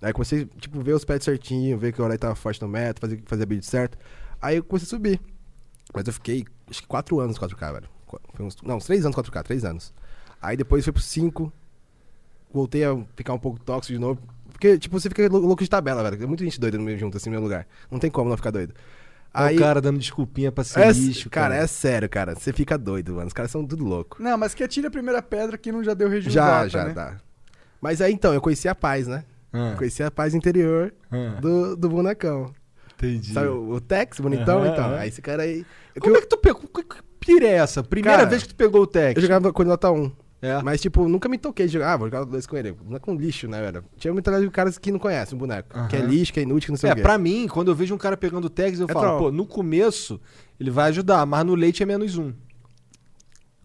Speaker 3: Aí comecei, tipo, ver os pets certinho, ver que o horário tava forte no meta, fazer, fazer a build certo. Aí eu comecei a subir. Mas eu fiquei, acho que 4 anos 4K, velho. Qu- Foi uns, não, uns 3 anos 4K, 3 anos. Aí depois fui pro 5, voltei a ficar um pouco tóxico de novo. Porque, tipo, você fica lou- louco de tabela, velho. Tem muita gente doida no meio junto, assim, no meu lugar. Não tem como não ficar doido.
Speaker 2: Aí... É O cara dando desculpinha pra ser
Speaker 3: é,
Speaker 2: lixo,
Speaker 3: cara,
Speaker 2: cara.
Speaker 3: é sério, cara. Você fica doido, mano. Os caras são tudo louco.
Speaker 1: Não, mas que atire a primeira pedra que não já deu regime
Speaker 3: já,
Speaker 1: Dota,
Speaker 3: já,
Speaker 1: né?
Speaker 3: tá. Mas aí, então, eu conheci a paz, né?
Speaker 2: Ah,
Speaker 3: Conheci a paz interior
Speaker 2: ah,
Speaker 3: do, do bonecão.
Speaker 2: entendi.
Speaker 3: Sabe, o, o Tex, bonitão,
Speaker 2: Aham,
Speaker 3: então.
Speaker 2: aham.
Speaker 3: Aí esse cara aí... Eu,
Speaker 2: Como é que tu pegou? Que que pira é essa? Primeira
Speaker 3: Cara,
Speaker 2: vez que tu pegou o
Speaker 3: eu
Speaker 2: Tech.
Speaker 3: jogava com ele nota 1.
Speaker 2: É.
Speaker 3: Mas, tipo, nunca me toquei de jogar. Ah, vou jogar dois com ele. Não é com lixo, né, velho? Tinha muita de caras que não conhecem o boneco.
Speaker 2: Aham.
Speaker 3: Que é lixo, que é inútil, que não sei
Speaker 2: É,
Speaker 3: o quê.
Speaker 2: pra mim, quando eu vejo um cara pegando tags, eu
Speaker 3: É
Speaker 2: falo,
Speaker 3: troll.
Speaker 2: pô, no começo ele vai ajudar, mas no leite é menos um.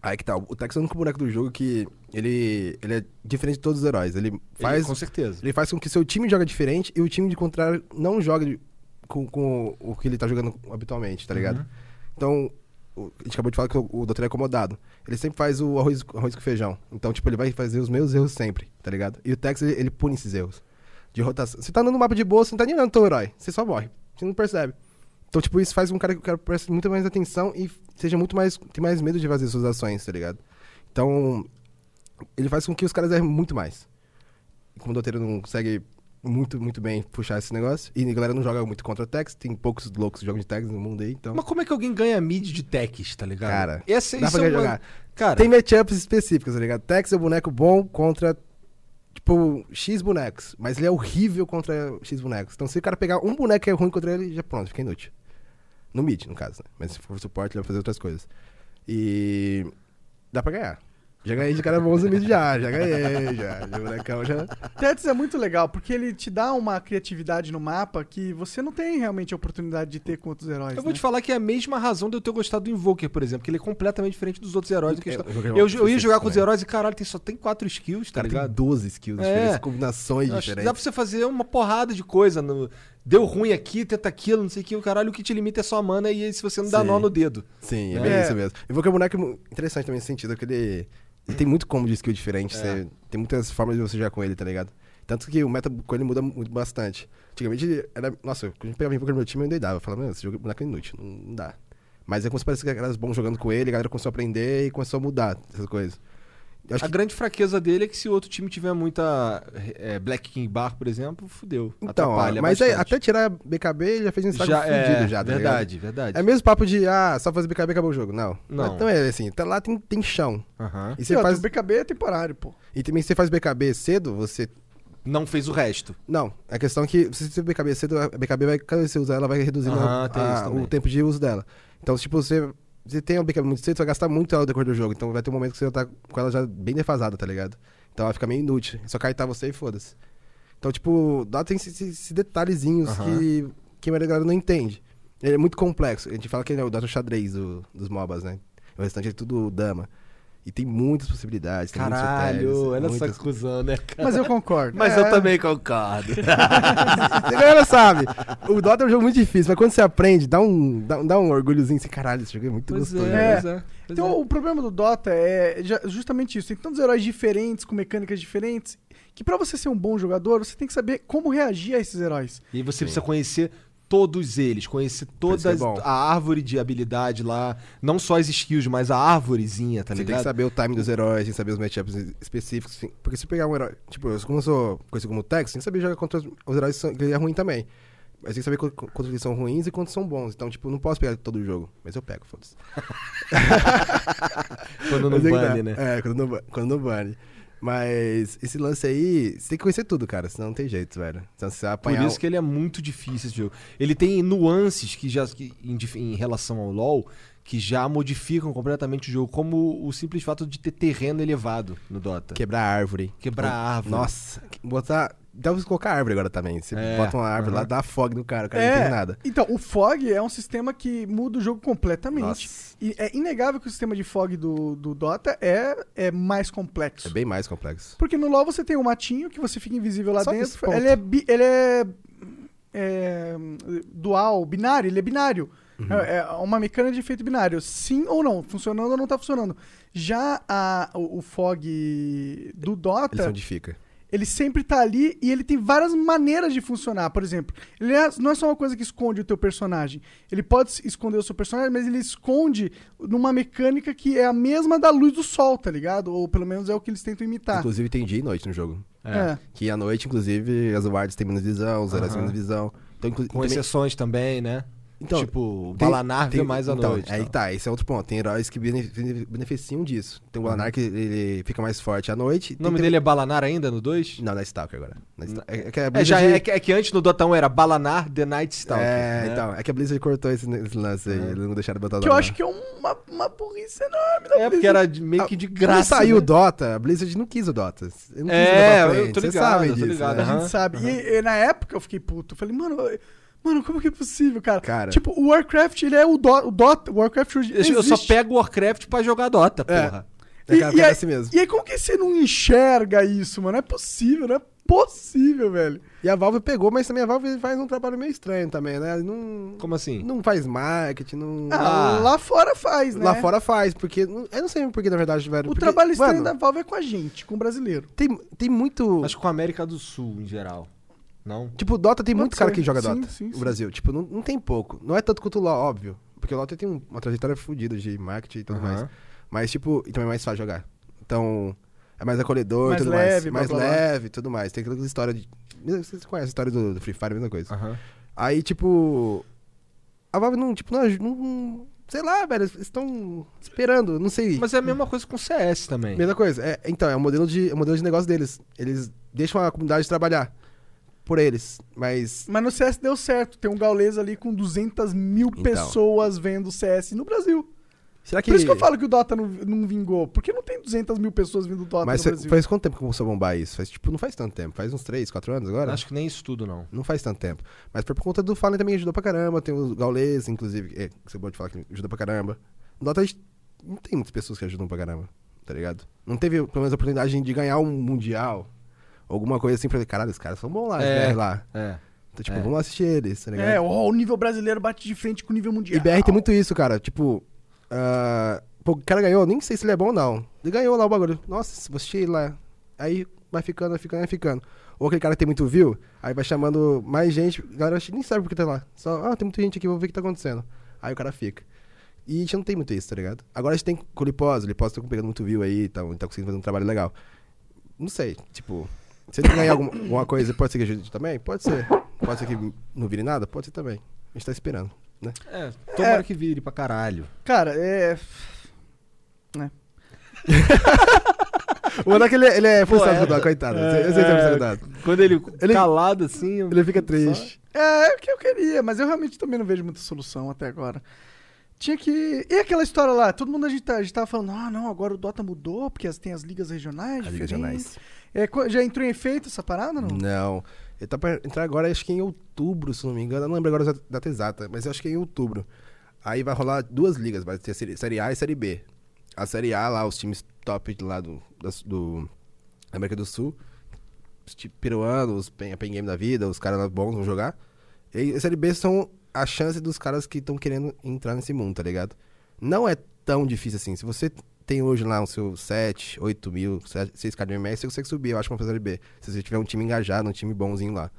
Speaker 3: Aí que tá. O Tex é o único boneco do jogo que ele, ele é diferente de todos os heróis. Ele faz,
Speaker 2: Ele,
Speaker 3: ele,
Speaker 2: com certeza.
Speaker 3: faz com que seu time joga diferente e o time de contrário não joga de- com, com o que ele tá jogando habitualmente, tá ligado? Então, o- a gente acabou de falar que o, o Doutor é acomodado. Ele sempre faz o arroz, arroz com feijão. Então, tipo, ele vai fazer os meus erros sempre, tá ligado? E o Tex, ele, ele pune esses erros. De rotação. Você tá andando no mapa de boa, você não tá nem olhando teu herói. Você só morre. Você não percebe. Então, tipo, isso faz com que o cara, o cara preste muito mais atenção e seja muito mais. tem mais medo de fazer suas ações, tá ligado? Então, ele faz com que os caras errem muito mais. Como o Doteiro não consegue muito, muito bem puxar esse negócio. E a galera não joga muito contra Tex, tem poucos loucos que jogam de Tex no mundo aí, então.
Speaker 2: Mas como é que alguém ganha mid de tags, tá ligado?
Speaker 3: Cara,
Speaker 2: Essa,
Speaker 3: dá
Speaker 2: isso
Speaker 3: pra
Speaker 2: é uma-
Speaker 3: jogar.
Speaker 2: Cara,
Speaker 3: Tem matchups específicos, tá ligado? Tex é o boneco bom contra, tipo, X bonecos. Mas ele é horrível contra X bonecos. Então, se o cara pegar um boneco que é ruim contra ele, já pronto, fica inútil. No mid, no caso, né? Mas se for suporte, ele vai fazer outras coisas. E. Dá pra ganhar. Já ganhei de cara bons no mid já, já ganhei, já. De bonecão já.
Speaker 1: Tetris é muito legal, porque ele te dá uma criatividade no mapa que você não tem realmente a oportunidade de ter com outros heróis.
Speaker 2: eu vou
Speaker 1: né?
Speaker 2: te falar que é a mesma razão de eu ter gostado do Invoker, por exemplo, que ele é completamente diferente dos outros heróis. do que a gente tá-
Speaker 3: joguei
Speaker 2: eu,
Speaker 3: um
Speaker 2: eu, ia jogar
Speaker 3: específico
Speaker 2: com os
Speaker 3: também.
Speaker 2: heróis e caralho, tem, só tem quatro skills, tá
Speaker 3: Cara, tem
Speaker 2: ligado?
Speaker 3: 12 skills
Speaker 2: É.
Speaker 3: diferentes, combinações
Speaker 2: Eu acho que
Speaker 3: diferentes.
Speaker 2: Dá pra você fazer uma porrada de coisa. No... Deu ruim aqui, tenta aquilo, não sei o que. O caralho, o que te limita é só a mana e aí se você não dá
Speaker 3: Sim.
Speaker 2: nó no dedo.
Speaker 3: Sim, é
Speaker 2: né?
Speaker 3: bem
Speaker 1: É.
Speaker 3: isso mesmo. E Invoker é um boneco mu- interessante também nesse sentido, porque ele, ele tem muito combo de skill diferente.
Speaker 2: É.
Speaker 3: você- tem muitas formas de você jogar com ele, tá ligado? Tanto que o meta com ele muda muito bastante. Antigamente ele era. Nossa, quando a gente pegava Invoker no meu time, eu endoidava. Eu falava, mano, esse jogo é boneco inútil, não, não dá. Mas é como se parece que elas bons jogando com ele, a galera começou a aprender e começou a mudar essas coisas. Eu acho
Speaker 2: a
Speaker 3: que-
Speaker 2: grande fraqueza dele é que se outro time tiver muita é, Black King Bar, por exemplo, fudeu.
Speaker 3: então, ó,
Speaker 2: atrapalha
Speaker 3: mas aí,
Speaker 2: bastante.
Speaker 3: até tirar BKB, ele já fez um estrago
Speaker 2: já,
Speaker 3: fudido
Speaker 2: é,
Speaker 3: já, tá ligado?
Speaker 2: Verdade, verdade.
Speaker 3: É mesmo papo de, ah, só fazer BKB acabou o jogo. Não.
Speaker 2: Não.
Speaker 3: Então é assim, tá lá tem, tem chão.
Speaker 2: Aham.
Speaker 3: E
Speaker 1: E
Speaker 3: você
Speaker 1: outra,
Speaker 3: faz
Speaker 1: O BKB é temporário, pô.
Speaker 3: E também se você faz BKB cedo, você.
Speaker 2: Não fez o resto.
Speaker 3: Não, a questão é que se você BKB cedo, a BKB vai, cada vez que você usar, ela vai reduzindo
Speaker 2: Ah,
Speaker 3: a-
Speaker 2: tem isso
Speaker 3: a-
Speaker 2: também.
Speaker 3: o tempo de uso dela. Então, tipo, você você tem a backup muito cedo, você vai gastar muito ela no decorrer do jogo. Então vai ter um momento que você já tá com ela já bem defasada, tá ligado? Então ela fica meio inútil. É só cartar você e foda-se. Então, tipo, Dota tem esses, esses detalhezinhos
Speaker 2: Aham.
Speaker 3: que, que a maioria da galera não entende. Ele é muito complexo. A gente fala que ele é o Dota xadrez do- dos MOBAs, né? O restante é tudo dama. E tem muitas possibilidades. Tem muitos hotéis,
Speaker 2: Caralho, olha só
Speaker 3: muitas
Speaker 2: que cuzão, né, cara?
Speaker 1: Mas eu concordo.
Speaker 4: Mas
Speaker 3: É.
Speaker 4: eu também concordo.
Speaker 3: A galera sabe. O Dota é um jogo muito difícil, mas quando você aprende, dá um, dá, um- dá um orgulhozinho. Assim, Caralho, esse jogo é muito gostoso.
Speaker 1: é.
Speaker 3: né?
Speaker 1: então, o problema do Dota é ja- justamente isso. Tem tantos heróis diferentes, com mecânicas diferentes, que pra você ser um bom jogador, você tem que saber como reagir a esses heróis.
Speaker 2: E aí você precisa conhecer todos eles, conhecer
Speaker 3: isso
Speaker 2: toda
Speaker 3: que é bom.
Speaker 2: a árvore de habilidade lá, não só as skills, mas a árvorezinha, tá
Speaker 3: você tem
Speaker 2: ligado?
Speaker 3: que saber o time dos heróis, tem que saber os matchups específicos. assim. Porque se pegar um herói. Tipo, eu, como eu sou conhecido como Tex, tem que saber jogar contra os, os heróis que são- que ele é ruim também. Mas tem que saber qu- qu- quantos eles são ruins e quantos são bons. Então, tipo, não posso pegar todo o jogo. Mas eu pego, foda-se.
Speaker 2: Quando não
Speaker 3: Mas é que
Speaker 2: bane,
Speaker 3: dá.
Speaker 2: né?
Speaker 3: É, quando não, ba- quando não bane. Mas esse lance aí, você tem que conhecer tudo, cara. Senão não tem jeito, velho. Senão você vai
Speaker 2: Por
Speaker 3: apanhar.
Speaker 2: isso que ele é muito difícil esse jogo. Ele tem nuances que já que, em, dif- em relação ao LoL que já modificam completamente o jogo, como o simples fato de ter terreno elevado no Dota.
Speaker 3: Quebrar a árvore.
Speaker 2: Quebrar a árvore.
Speaker 3: é Nossa, botar. Dá pra você colocar árvore agora também. Você
Speaker 2: É,
Speaker 3: bota uma árvore lá,
Speaker 2: aham.
Speaker 3: dá fog no cara, o cara não
Speaker 1: É,
Speaker 3: tem nada.
Speaker 1: Então, o Fog é um sistema que muda o jogo completamente.
Speaker 3: Nossa.
Speaker 1: E é inegável que o sistema de Fog do, do Dota é, é mais complexo.
Speaker 3: É bem mais complexo.
Speaker 1: Porque no LoL você tem um matinho que você fica invisível lá
Speaker 3: Só isso,
Speaker 1: dentro.
Speaker 3: ponto.
Speaker 1: Ele é, bi- ele é, é, dual, binário, ele é binário.
Speaker 3: Uhum.
Speaker 1: É é uma mecânica de efeito binário. Sim ou não, funcionando ou não tá funcionando. Já a- o, o Fog do
Speaker 2: Tá.
Speaker 3: Eles
Speaker 1: Dota,
Speaker 3: onde fica.
Speaker 1: ele sempre tá ali e ele tem várias maneiras de funcionar. Por exemplo, ele é- não é só uma coisa que esconde o teu personagem. Ele pode se- esconder o seu personagem, mas ele esconde numa mecânica que é a mesma da luz do sol, tá ligado? Ou pelo menos é o que eles tentam
Speaker 2: Tá.
Speaker 1: imitar.
Speaker 3: Inclusive tem dia e noite no jogo.
Speaker 1: É.
Speaker 3: Que à noite, inclusive, as wards têm menos visão, os heróis têm
Speaker 2: Aham.
Speaker 3: menos visão. Então, inclu-
Speaker 2: Com
Speaker 3: também-
Speaker 2: exceções também, né?
Speaker 3: Então,
Speaker 2: tipo, o
Speaker 3: tem-
Speaker 2: Balanar vê
Speaker 3: tem-
Speaker 2: mais à
Speaker 3: então,
Speaker 2: noite.
Speaker 3: Aí
Speaker 2: tá?
Speaker 3: tá, esse é outro ponto. Tem heróis que bene- bene- beneficiam disso. Tem o Balanar que ele fica mais forte à noite. um
Speaker 2: O nome dele é Balanar ainda no 2?
Speaker 3: Não, não é Stalker agora. Não é, Stalker. é, é que a
Speaker 2: É, já
Speaker 3: Blizzard-
Speaker 2: é, que, é que antes no Dota 1 era Balanar The Night Stalker.
Speaker 3: É,
Speaker 2: né?
Speaker 3: então. É que a Blizzard cortou esse, esse lance aí. Eles não deixaram botar o
Speaker 1: Que eu
Speaker 3: Dota
Speaker 1: acho
Speaker 3: lá.
Speaker 1: que é uma, uma burrice enorme da
Speaker 2: É, porque era de- meio
Speaker 3: Ah,
Speaker 2: que de
Speaker 3: Quando
Speaker 2: graça.
Speaker 3: saiu o
Speaker 2: né?
Speaker 3: Dota, a Blizzard não quis o Dota. Eu não quis
Speaker 2: É,
Speaker 3: o Dota pra
Speaker 2: eu
Speaker 3: frente,
Speaker 2: tô
Speaker 3: vocês
Speaker 2: ligado,
Speaker 3: sabem
Speaker 2: eu tô
Speaker 3: disso,
Speaker 2: ligado,
Speaker 3: né?
Speaker 1: A gente
Speaker 2: Aham,
Speaker 1: sabe. E, e na época eu fiquei puto. Eu falei, mano, eu- mano, como que é possível, cara?
Speaker 3: Cara.
Speaker 1: Tipo, o Warcraft, ele é o, Do- o Dota. O Warcraft hoje
Speaker 2: Eu, eu só
Speaker 1: existe.
Speaker 2: pego Warcraft pra jogar Dota, porra.
Speaker 3: É
Speaker 1: E-
Speaker 3: cara,
Speaker 1: e,
Speaker 3: é
Speaker 1: aí,
Speaker 3: assim mesmo.
Speaker 1: e aí, como que você não enxerga isso, mano? Não é possível, não é possível, velho.
Speaker 3: E a Valve pegou, mas também a Valve faz um trabalho meio estranho também, né? Não,
Speaker 2: Como assim?
Speaker 3: não faz marketing, não.
Speaker 1: Ah,
Speaker 2: Ah.
Speaker 1: lá fora faz, né?
Speaker 3: Lá fora faz, porque. Eu não sei porque, na verdade, velho.
Speaker 1: O
Speaker 3: porque,
Speaker 1: trabalho estranho
Speaker 3: mano,
Speaker 1: da Valve é com a gente, com o brasileiro.
Speaker 3: Tem, tem muito.
Speaker 2: Acho que com a América do Sul, em geral. Não?
Speaker 3: Tipo, Dota tem
Speaker 1: Pode
Speaker 3: muito cara
Speaker 1: ser.
Speaker 3: que joga
Speaker 1: Sim,
Speaker 3: Dota
Speaker 1: sim,
Speaker 3: no
Speaker 1: sim.
Speaker 3: Brasil. Tipo, não, não tem pouco. Não é tanto quanto o LoL, óbvio. Porque o LoL tem um- uma trajetória fodida de marketing e tudo
Speaker 2: Aham.
Speaker 3: mais. Mas, tipo, e também é mais fácil jogar. Então, é mais acolhedor e
Speaker 1: Mais
Speaker 3: tudo
Speaker 1: leve, blá,
Speaker 3: mais.
Speaker 1: blá,
Speaker 3: Mais
Speaker 1: blá.
Speaker 3: leve e tudo mais. Tem aquela história de. Vocês conhecem a história do, do Free Fire, a mesma
Speaker 1: Ah.
Speaker 3: coisa.
Speaker 2: Aham.
Speaker 3: Aí, tipo. A Valve não, tipo, não, aj- não- Sei lá, velho, eles estão esperando, não sei.
Speaker 2: Mas é a mesma coisa com o CS também.
Speaker 3: Mesma coisa. É, então, é um modelo de, é um modelo de negócio deles. Eles deixam a comunidade trabalhar por eles. Mas
Speaker 1: Mas no CS deu certo. Tem um gaulês ali com 200 mil
Speaker 3: Então.
Speaker 1: pessoas vendo CS no Brasil.
Speaker 3: será que.
Speaker 1: Por isso que eu falo que o Dota não, não vingou. Porque não tem 200 mil pessoas vindo do Dota
Speaker 3: Mas
Speaker 1: no
Speaker 3: cê-
Speaker 1: Brasil.
Speaker 3: faz quanto tempo que começou a bombar isso? Faz, tipo, não faz tanto tempo. Faz uns 3, 4 anos agora?
Speaker 2: Acho que nem isso tudo, não.
Speaker 3: Não faz tanto tempo. Mas por conta do Fallen também ajudou pra caramba. Tem o Gaules, inclusive, é, que você pode falar que ajudou pra caramba. No Dota, a gente não tem muitas pessoas que ajudam pra caramba, tá ligado? Não teve, pelo menos, a oportunidade de ganhar um Mundial. Alguma coisa assim pra caralho, os caras são bons lá,
Speaker 2: É.
Speaker 3: é. lá.
Speaker 2: É.
Speaker 3: Então, tipo,
Speaker 2: É.
Speaker 3: vamos lá assistir eles, tá ligado?
Speaker 1: É, ó, o nível brasileiro bate de frente com o nível mundial.
Speaker 3: E BR tem muito isso, cara. Tipo, ah, pô, o cara ganhou, nem sei se ele é bom ou não. Ele ganhou lá o bagulho. Nossa, você lá. Aí vai ficando, vai ficando, vai ficando. Ou aquele cara que tem muito view, aí vai chamando mais gente. A galera nem sabe por que tá lá. Só, ah, tem muita gente aqui, vou ver o que tá acontecendo. Aí o cara fica. E a gente não tem muito isso, tá ligado? Agora a gente tem com o Lipós, o Lipós tá pegando muito view aí e tal, tá conseguindo fazer um trabalho legal. Não sei, tipo, se ele ganhar alguma, alguma coisa, pode ser que ajude também? Pode ser. Pode ser que não vire nada? Pode ser também. A gente tá esperando, né?
Speaker 2: É, tomara que vire pra caralho.
Speaker 1: Cara, é.
Speaker 3: O Anaka, ele, ele é frustrado
Speaker 2: Pô, é.
Speaker 3: com o Dota, coitado. Eu sei- eu sei que é frustrado.
Speaker 2: Quando ele,
Speaker 3: Ele-
Speaker 2: calado assim.
Speaker 3: Ele fica triste.
Speaker 1: É, é o que eu queria, mas eu realmente também não vejo muita solução até agora. Tinha que. E aquela história lá? Todo mundo a gente, tá, a gente tava falando, ah, não, agora o Dota mudou, porque as- tem as ligas regionais.
Speaker 3: As ligas
Speaker 1: diferentes." É, co- já entrou em efeito essa parada, não?
Speaker 3: Não. Ele tá pra entrar agora, acho que em outubro, se não me engano. Eu não lembro agora da data exata, mas acho que é em outubro. Aí vai rolar duas ligas, vai ter Série Série A e Série B. A Série A lá, os times top de lá do, da, do da América do Sul, os ti- peruanos, os pen, pen game da vida, os caras lá bons vão jogar. E a Série B são a chance dos caras que estão querendo entrar nesse mundo, tá ligado? Não é tão difícil assim. Se você tem hoje lá o seu 7, 8 mil, 6k de MS, você consegue subir, eu acho, pra Série B. Se você tiver um time engajado, um time bonzinho lá.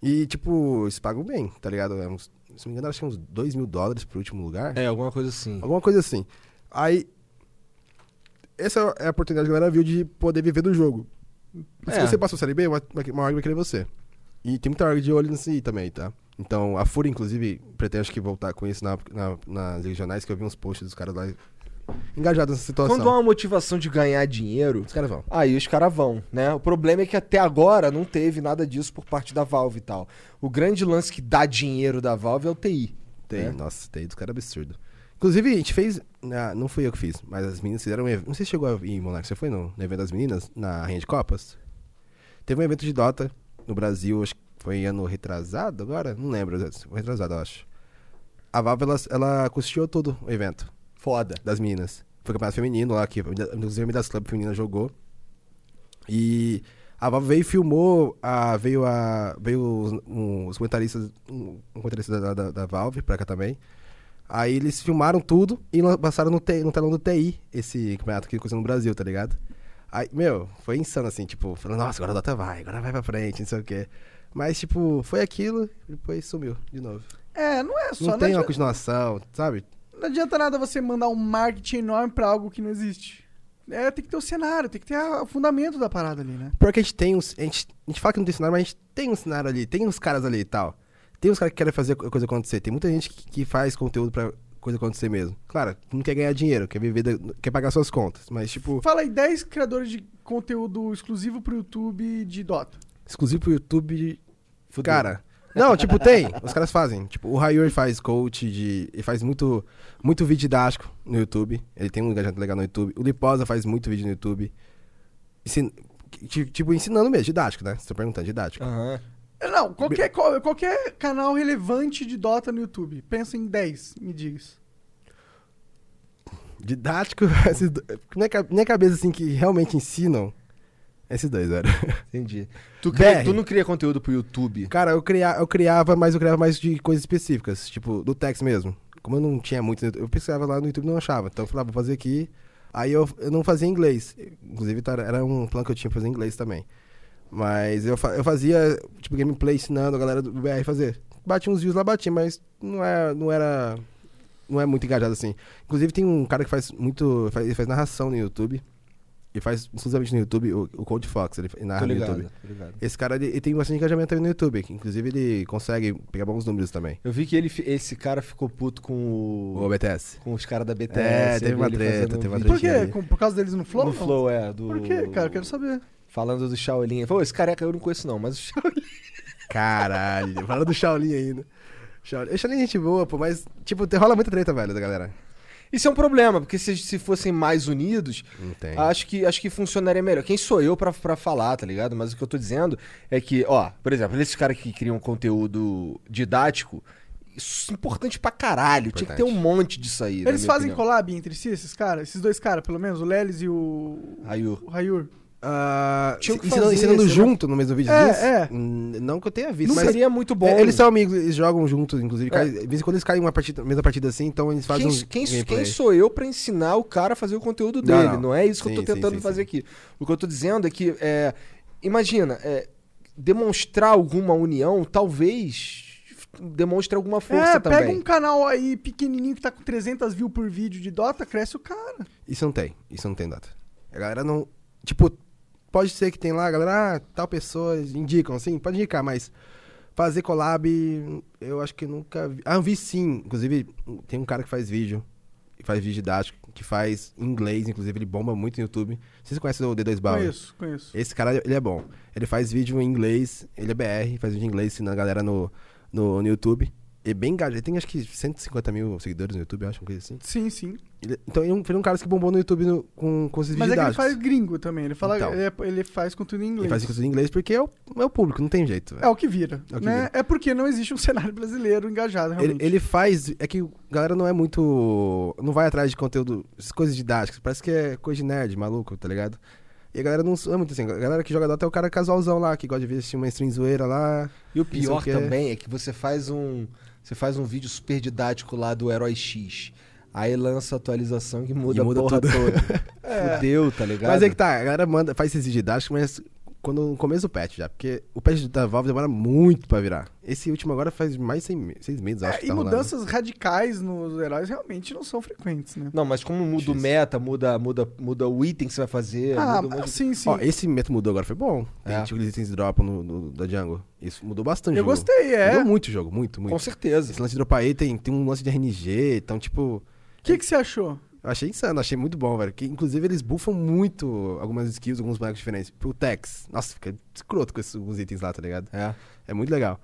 Speaker 3: E, tipo, eles pagam bem, tá ligado? É uns- se não me engano, acho que é uns 2 mil dólares pro último lugar.
Speaker 2: É, alguma coisa assim.
Speaker 3: Alguma coisa assim. Aí. Essa é a oportunidade que a galera viu de poder viver do jogo. Se
Speaker 2: É.
Speaker 3: você passou a série B, uma, uma org vai querer você. E tem muita org de olho nesse aí também, tá? Então, a FURIA, inclusive, pretende acho que voltar com isso na, na, nas regionais, que eu vi uns posts dos caras lá engajados nessa situação.
Speaker 2: Quando há uma motivação de ganhar dinheiro,
Speaker 3: Os caras vão.
Speaker 2: Aí os caras vão, né? O problema é que até agora não teve nada disso por parte da Valve e tal. O grande lance que dá dinheiro da Valve é o TI.
Speaker 3: Tem,
Speaker 2: né?
Speaker 3: nossa, tem dos caras absurdo. Inclusive, a gente fez. ah, não fui eu que fiz, mas as meninas fizeram um evento. Não sei se chegou a ir, Monark. Você foi no, no evento das meninas, na Rainha de Copas? Teve um evento de Dota no Brasil, acho que foi ano retrasado agora? Não lembro, foi retrasado, eu acho. A Valve, ela, ela custeou todo o evento
Speaker 2: Foda.
Speaker 3: das meninas. Foi campeonato feminino lá, que inclusive a Midas Club feminina jogou. E a Valve veio e filmou, a, veio, a, veio os, um- os comentaristas, um, um comentarista da, da, da Valve pra cá também. Aí eles filmaram tudo e lan- passaram no, TI no telão do TI esse campeonato que aconteceu no Brasil, tá ligado? Aí, meu, foi insano assim, tipo, falando, nossa, agora a Dota vai, agora vai pra frente, não sei o quê. Mas, tipo, foi aquilo e depois sumiu de novo.
Speaker 1: É, não é só.
Speaker 3: não
Speaker 1: Não,
Speaker 3: tem uma
Speaker 1: adianta,
Speaker 3: continuação, sabe?
Speaker 1: não adianta nada você mandar um marketing enorme pra algo que não existe. É, tem que ter o cenário, tem que ter a- o fundamento da parada ali, né?
Speaker 3: Pior que a gente tem uns. A gente, a gente fala que não tem cenário, mas a gente tem um cenário ali, tem uns caras ali e tal. Tem uns caras que querem fazer a coisa acontecer. Tem muita gente que, que faz conteúdo pra coisa acontecer mesmo. Claro, não quer ganhar dinheiro, quer viver, da- quer pagar suas contas. Mas, tipo,
Speaker 1: Fala aí, 10 criadores de conteúdo exclusivo pro YouTube de Dota.
Speaker 3: exclusivo pro YouTube. Cara. Não, tipo, tem. Os caras fazem. Tipo, o Rayor faz coach de. Ele faz muito, muito vídeo didático no YouTube. Ele tem um engajamento legal no YouTube. O Liposa faz muito vídeo no YouTube. Ensin- ti- tipo, ensinando mesmo, didático, né? Você tá perguntando, didático.
Speaker 2: Aham.
Speaker 1: É, Não, qualquer, qual- qualquer canal relevante de Dota no YouTube. Pensa em 10, me diz.
Speaker 3: Didático, esses do... minha, ca- minha cabeça, assim, que realmente ensinam, É esses dois, velho.
Speaker 2: Entendi. Tu, cria-
Speaker 3: BR.
Speaker 2: tu não cria conteúdo pro YouTube?
Speaker 3: Cara, eu, cria... eu criava, mas eu criava mais de coisas específicas, tipo, do Tex mesmo. Como eu não tinha muito, no YouTube, eu pesquisava lá no YouTube e não achava. Então eu falava, vou fazer aqui. Aí eu, eu não fazia inglês. Inclusive, tá- era um plano que eu tinha pra fazer inglês também. Mas eu, fa- eu fazia, tipo, gameplay ensinando a galera do BR fazer. Batia uns views lá, batia, mas não, é, não era. Não é muito engajado assim. Inclusive, tem um cara que faz muito. Faz, ele faz narração no YouTube. Ele faz exclusivamente no YouTube, o, o Cold Fox. Ele narra
Speaker 2: tô
Speaker 3: no
Speaker 2: ligado,
Speaker 3: YouTube.
Speaker 2: tô ligado.
Speaker 3: Esse cara ele, ele tem bastante engajamento também no YouTube. que Inclusive, ele consegue pegar bons números também.
Speaker 2: Eu vi que ele, fi- esse cara ficou puto com
Speaker 3: O
Speaker 2: o.
Speaker 3: BTS.
Speaker 2: Com os caras da BTS.
Speaker 3: É,
Speaker 2: eu
Speaker 3: teve
Speaker 2: vi
Speaker 3: uma
Speaker 2: ele
Speaker 3: treta,
Speaker 2: fazendo um
Speaker 3: teve uma
Speaker 2: vídeo
Speaker 1: Por
Speaker 3: treta.
Speaker 1: quê?
Speaker 3: ali.
Speaker 1: Com- por causa deles no Flow?
Speaker 2: No
Speaker 1: não?
Speaker 2: Flow, é. Do...
Speaker 1: Por quê, cara? Quero saber.
Speaker 2: Falando do Shaolin. Pô, esse careca eu não conheço, não, mas o Shaolin.
Speaker 3: Caralho. Fala do Shaolin ainda. Shaolin, o Shaolin é gente boa, pô, mas, tipo, te- rola muita treta, velho, da galera.
Speaker 2: Isso é um problema, porque se, se fossem mais unidos,
Speaker 3: Não tem.
Speaker 2: Acho que, acho que funcionaria melhor. Quem sou eu pra, pra falar, tá ligado? Mas o que eu tô dizendo é que, ó, por exemplo, esses caras que criam conteúdo didático, isso é importante pra caralho. Tinha que ter um
Speaker 3: Importante.
Speaker 2: monte disso aí. na
Speaker 1: Eles
Speaker 2: minha
Speaker 1: fazem
Speaker 2: opinião.
Speaker 1: collab entre si, esses caras? Esses dois caras, pelo menos? O Lelis e o...
Speaker 2: Aí o.
Speaker 1: O Rayur.
Speaker 3: Ah,
Speaker 2: Tinha que
Speaker 3: ensinando,
Speaker 2: fazer,
Speaker 3: ensinando
Speaker 2: será?
Speaker 3: junto no mesmo vídeo
Speaker 1: É,
Speaker 3: disso?
Speaker 1: é.
Speaker 3: Hum, Não que eu tenha visto,
Speaker 2: Não
Speaker 3: mas...
Speaker 2: seria muito bom.
Speaker 3: É, Eles são amigos, eles jogam juntos, inclusive.
Speaker 2: É.
Speaker 3: cai- De vez em quando eles caem uma partida, mesma partida assim, então eles fazem uns
Speaker 2: Quem, quem- quem
Speaker 3: gameplay.
Speaker 2: sou eu pra ensinar o cara a fazer o conteúdo
Speaker 3: Não,
Speaker 2: dele? Não,
Speaker 3: não.
Speaker 2: é isso que eu
Speaker 3: Sim,
Speaker 2: tô
Speaker 3: sim,
Speaker 2: tentando
Speaker 3: sim,
Speaker 2: fazer
Speaker 3: sim.
Speaker 2: aqui. O que eu tô dizendo é que, é, imagina, é, demonstrar alguma união talvez demonstre alguma força
Speaker 1: é,
Speaker 2: também.
Speaker 1: pega um canal aí pequenininho que tá com 300 views por vídeo de Dota, cresce o cara.
Speaker 3: Isso não tem, isso não tem data. A galera não. Tipo, pode ser que tem lá, a galera, ah, tal pessoa, indicam assim, pode indicar, mas fazer collab, eu acho que nunca vi. Ah, eu vi sim. Inclusive, tem um cara que faz vídeo, que faz vídeo didático, que faz em inglês, inclusive, ele bomba muito no YouTube. Vocês conhecem o D2 Bauer?
Speaker 1: Conheço, conheço.
Speaker 3: Esse cara, ele é bom. Ele faz vídeo em inglês, ele é BR, faz vídeo em inglês, ensinando a galera no, no, no YouTube. é bem engajado. Ele tem acho que 150 mil seguidores no YouTube, eu acho, uma coisa assim.
Speaker 1: Sim, sim.
Speaker 3: Ele- então ele é um- foi um cara que bombou no YouTube no- com, com esses
Speaker 1: Mas é
Speaker 3: vídeos
Speaker 1: que ele
Speaker 3: didáticos.
Speaker 1: faz gringo também. Ele, fala,
Speaker 3: Então.
Speaker 1: ele, é- ele faz conteúdo em
Speaker 3: Ele
Speaker 1: inglês.
Speaker 3: faz isso em inglês porque é o, é o público, não tem jeito. velho.
Speaker 1: É o que vira.
Speaker 3: É o que
Speaker 1: né?
Speaker 3: vira.
Speaker 1: É porque não existe um cenário brasileiro engajado,
Speaker 3: Ele,
Speaker 1: É, realmente.
Speaker 3: ele faz. É que a galera não é muito. Não vai atrás de conteúdo. Essas coisas didáticas. Parece que é coisa de nerd, maluco, tá ligado? E a galera não é muito assim. A galera que joga Dota é o cara casualzão lá, que gosta de ver assistir uma stream zoeira lá.
Speaker 2: E o
Speaker 3: Isso
Speaker 2: pior
Speaker 3: aqui é-
Speaker 2: também é que você faz um. Você faz um vídeo super didático lá do Herói X. Aí lança a atualização que muda,
Speaker 3: E muda
Speaker 2: a porra
Speaker 3: tudo.
Speaker 2: toda. Fudeu, tá ligado?
Speaker 3: Mas é que tá, a galera manda, faz esses didáticos, mas quando no começo do patch já. Porque o patch da Valve demora muito pra virar. Esse último agora faz mais de seis me- seis meses, acho
Speaker 1: É,
Speaker 3: que
Speaker 1: e
Speaker 3: tá rolando.
Speaker 1: mudanças radicais nos heróis realmente não são frequentes, né?
Speaker 2: Não, mas como muda o meta, muda, muda, muda o item que você vai fazer,
Speaker 1: ah,
Speaker 2: muda um monte
Speaker 3: assim,
Speaker 2: de-
Speaker 1: sim, sim.
Speaker 3: Ó, esse método mudou agora, foi bom. Tem
Speaker 2: É.
Speaker 3: tipo que eles itens dropam no, no- da jungle. Isso mudou bastante
Speaker 1: Eu
Speaker 3: o jogo.
Speaker 1: gostei, é.
Speaker 3: Mudou
Speaker 1: O
Speaker 3: muito o jogo, muito, muito.
Speaker 2: Com certeza.
Speaker 3: Esse lance de dropar item, tem um lance de RNG, então, tipo...
Speaker 1: que, que você achou?
Speaker 3: Eu achei insano, achei muito bom, velho. Que, inclusive, eles bufam muito algumas skills, alguns bonecos diferentes. Pro Tex. Nossa, fica escroto com esses, alguns itens lá, tá ligado?
Speaker 2: É.
Speaker 3: É muito legal.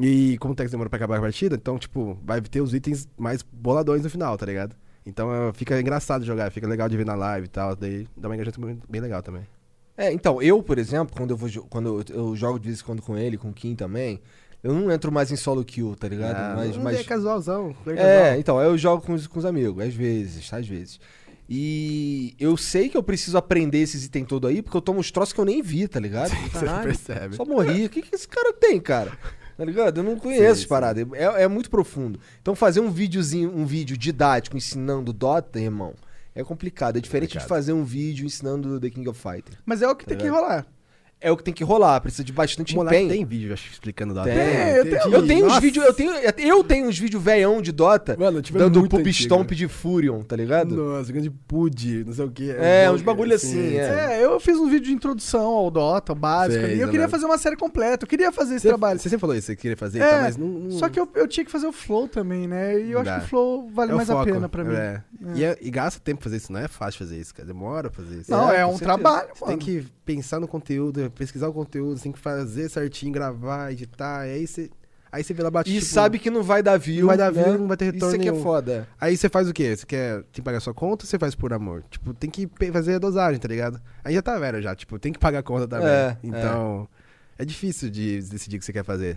Speaker 3: E como o Tex demora pra acabar a partida, então, tipo, vai ter os itens mais boladões no final, tá ligado? Então é, fica engraçado jogar, fica legal de ver na live e tal. Daí dá uma engajamento bem- bem legal também.
Speaker 2: É, então, eu, por exemplo, quando eu vou jo- quando eu, eu jogo de vez em quando com ele, com o Kim também, eu não entro mais em solo kill, tá ligado?
Speaker 3: Ah,
Speaker 2: mas,
Speaker 3: não
Speaker 2: mas...
Speaker 3: É casualzão. player
Speaker 2: É,
Speaker 3: casual.
Speaker 2: então, eu jogo com os, com os amigos, às vezes, tá? às vezes. E eu sei que eu preciso aprender esses itens todo aí, porque eu tomo uns troços que eu nem vi, tá ligado?
Speaker 3: Você um não
Speaker 2: Caralho,
Speaker 3: percebe.
Speaker 2: Só morri. O que, que esse cara tem, cara? Tá ligado? Eu não conheço
Speaker 3: Sim,
Speaker 2: essas
Speaker 3: sim.
Speaker 2: paradas. É, é muito profundo. Então, fazer um videozinho, um vídeo didático ensinando Dota, irmão, é complicado. É diferente de
Speaker 3: Complicado.
Speaker 2: fazer um vídeo ensinando The King of Fighter.
Speaker 1: Mas é o que tem que rolar.
Speaker 2: É o que tem que rolar, precisa de bastante
Speaker 3: O moleque
Speaker 2: empenho.
Speaker 3: tem vídeo, acho, explicando o dado.
Speaker 2: Tem,
Speaker 1: eu tenho-
Speaker 2: É, Eu tenho uns
Speaker 3: Nossa.
Speaker 2: vídeos, eu tenho, eu tenho uns vídeos veião de Dota,
Speaker 3: Mano, tipo, é
Speaker 2: dando
Speaker 3: muito
Speaker 2: pub
Speaker 3: antigo,
Speaker 2: stomp de Furion, tá ligado?
Speaker 3: Nossa, grande pude, não sei o que.
Speaker 2: É, uns bagulho assim, é.
Speaker 1: É. eu fiz um vídeo de introdução ao Dota, o básico,
Speaker 3: Fez,
Speaker 1: ali. eu
Speaker 3: né,
Speaker 1: queria
Speaker 3: né?
Speaker 1: fazer uma série completa, eu queria fazer esse
Speaker 3: Você,
Speaker 1: trabalho.
Speaker 3: você sempre falou isso, você queria fazer,
Speaker 1: É,
Speaker 3: então, mas não, não-
Speaker 1: Só que eu, eu tinha que fazer o flow também, né? E eu
Speaker 3: Não
Speaker 1: acho
Speaker 3: dá.
Speaker 1: que o flow
Speaker 3: é
Speaker 1: vale
Speaker 3: o
Speaker 1: mais a
Speaker 3: foco,
Speaker 1: pena pra mim.
Speaker 3: é. E, é- e gasta tempo fazer isso, não é fácil fazer isso, cara. Demora fazer isso.
Speaker 1: Não, é,
Speaker 2: com
Speaker 1: um
Speaker 2: certeza.
Speaker 1: trabalho,
Speaker 3: Você
Speaker 1: mano.
Speaker 3: tem que pensar no conteúdo, pesquisar o conteúdo, você tem que fazer certinho, gravar, editar, e aí você. Aí você vê lá tipo
Speaker 2: E
Speaker 3: batido.
Speaker 2: sabe que não vai dar view.
Speaker 3: não vai dar
Speaker 2: né?
Speaker 3: view, não vai ter retorno
Speaker 2: Isso aqui é
Speaker 3: nenhum.
Speaker 2: foda.
Speaker 3: Aí você faz o quê? Você quer tem que pagar sua conta ou você faz por amor? Tipo, tem que pe- fazer a dosagem, tá ligado? Aí já tá velho já, tipo, tem que pagar a conta também.
Speaker 2: É,
Speaker 3: então, é. difícil de decidir o que você quer fazer.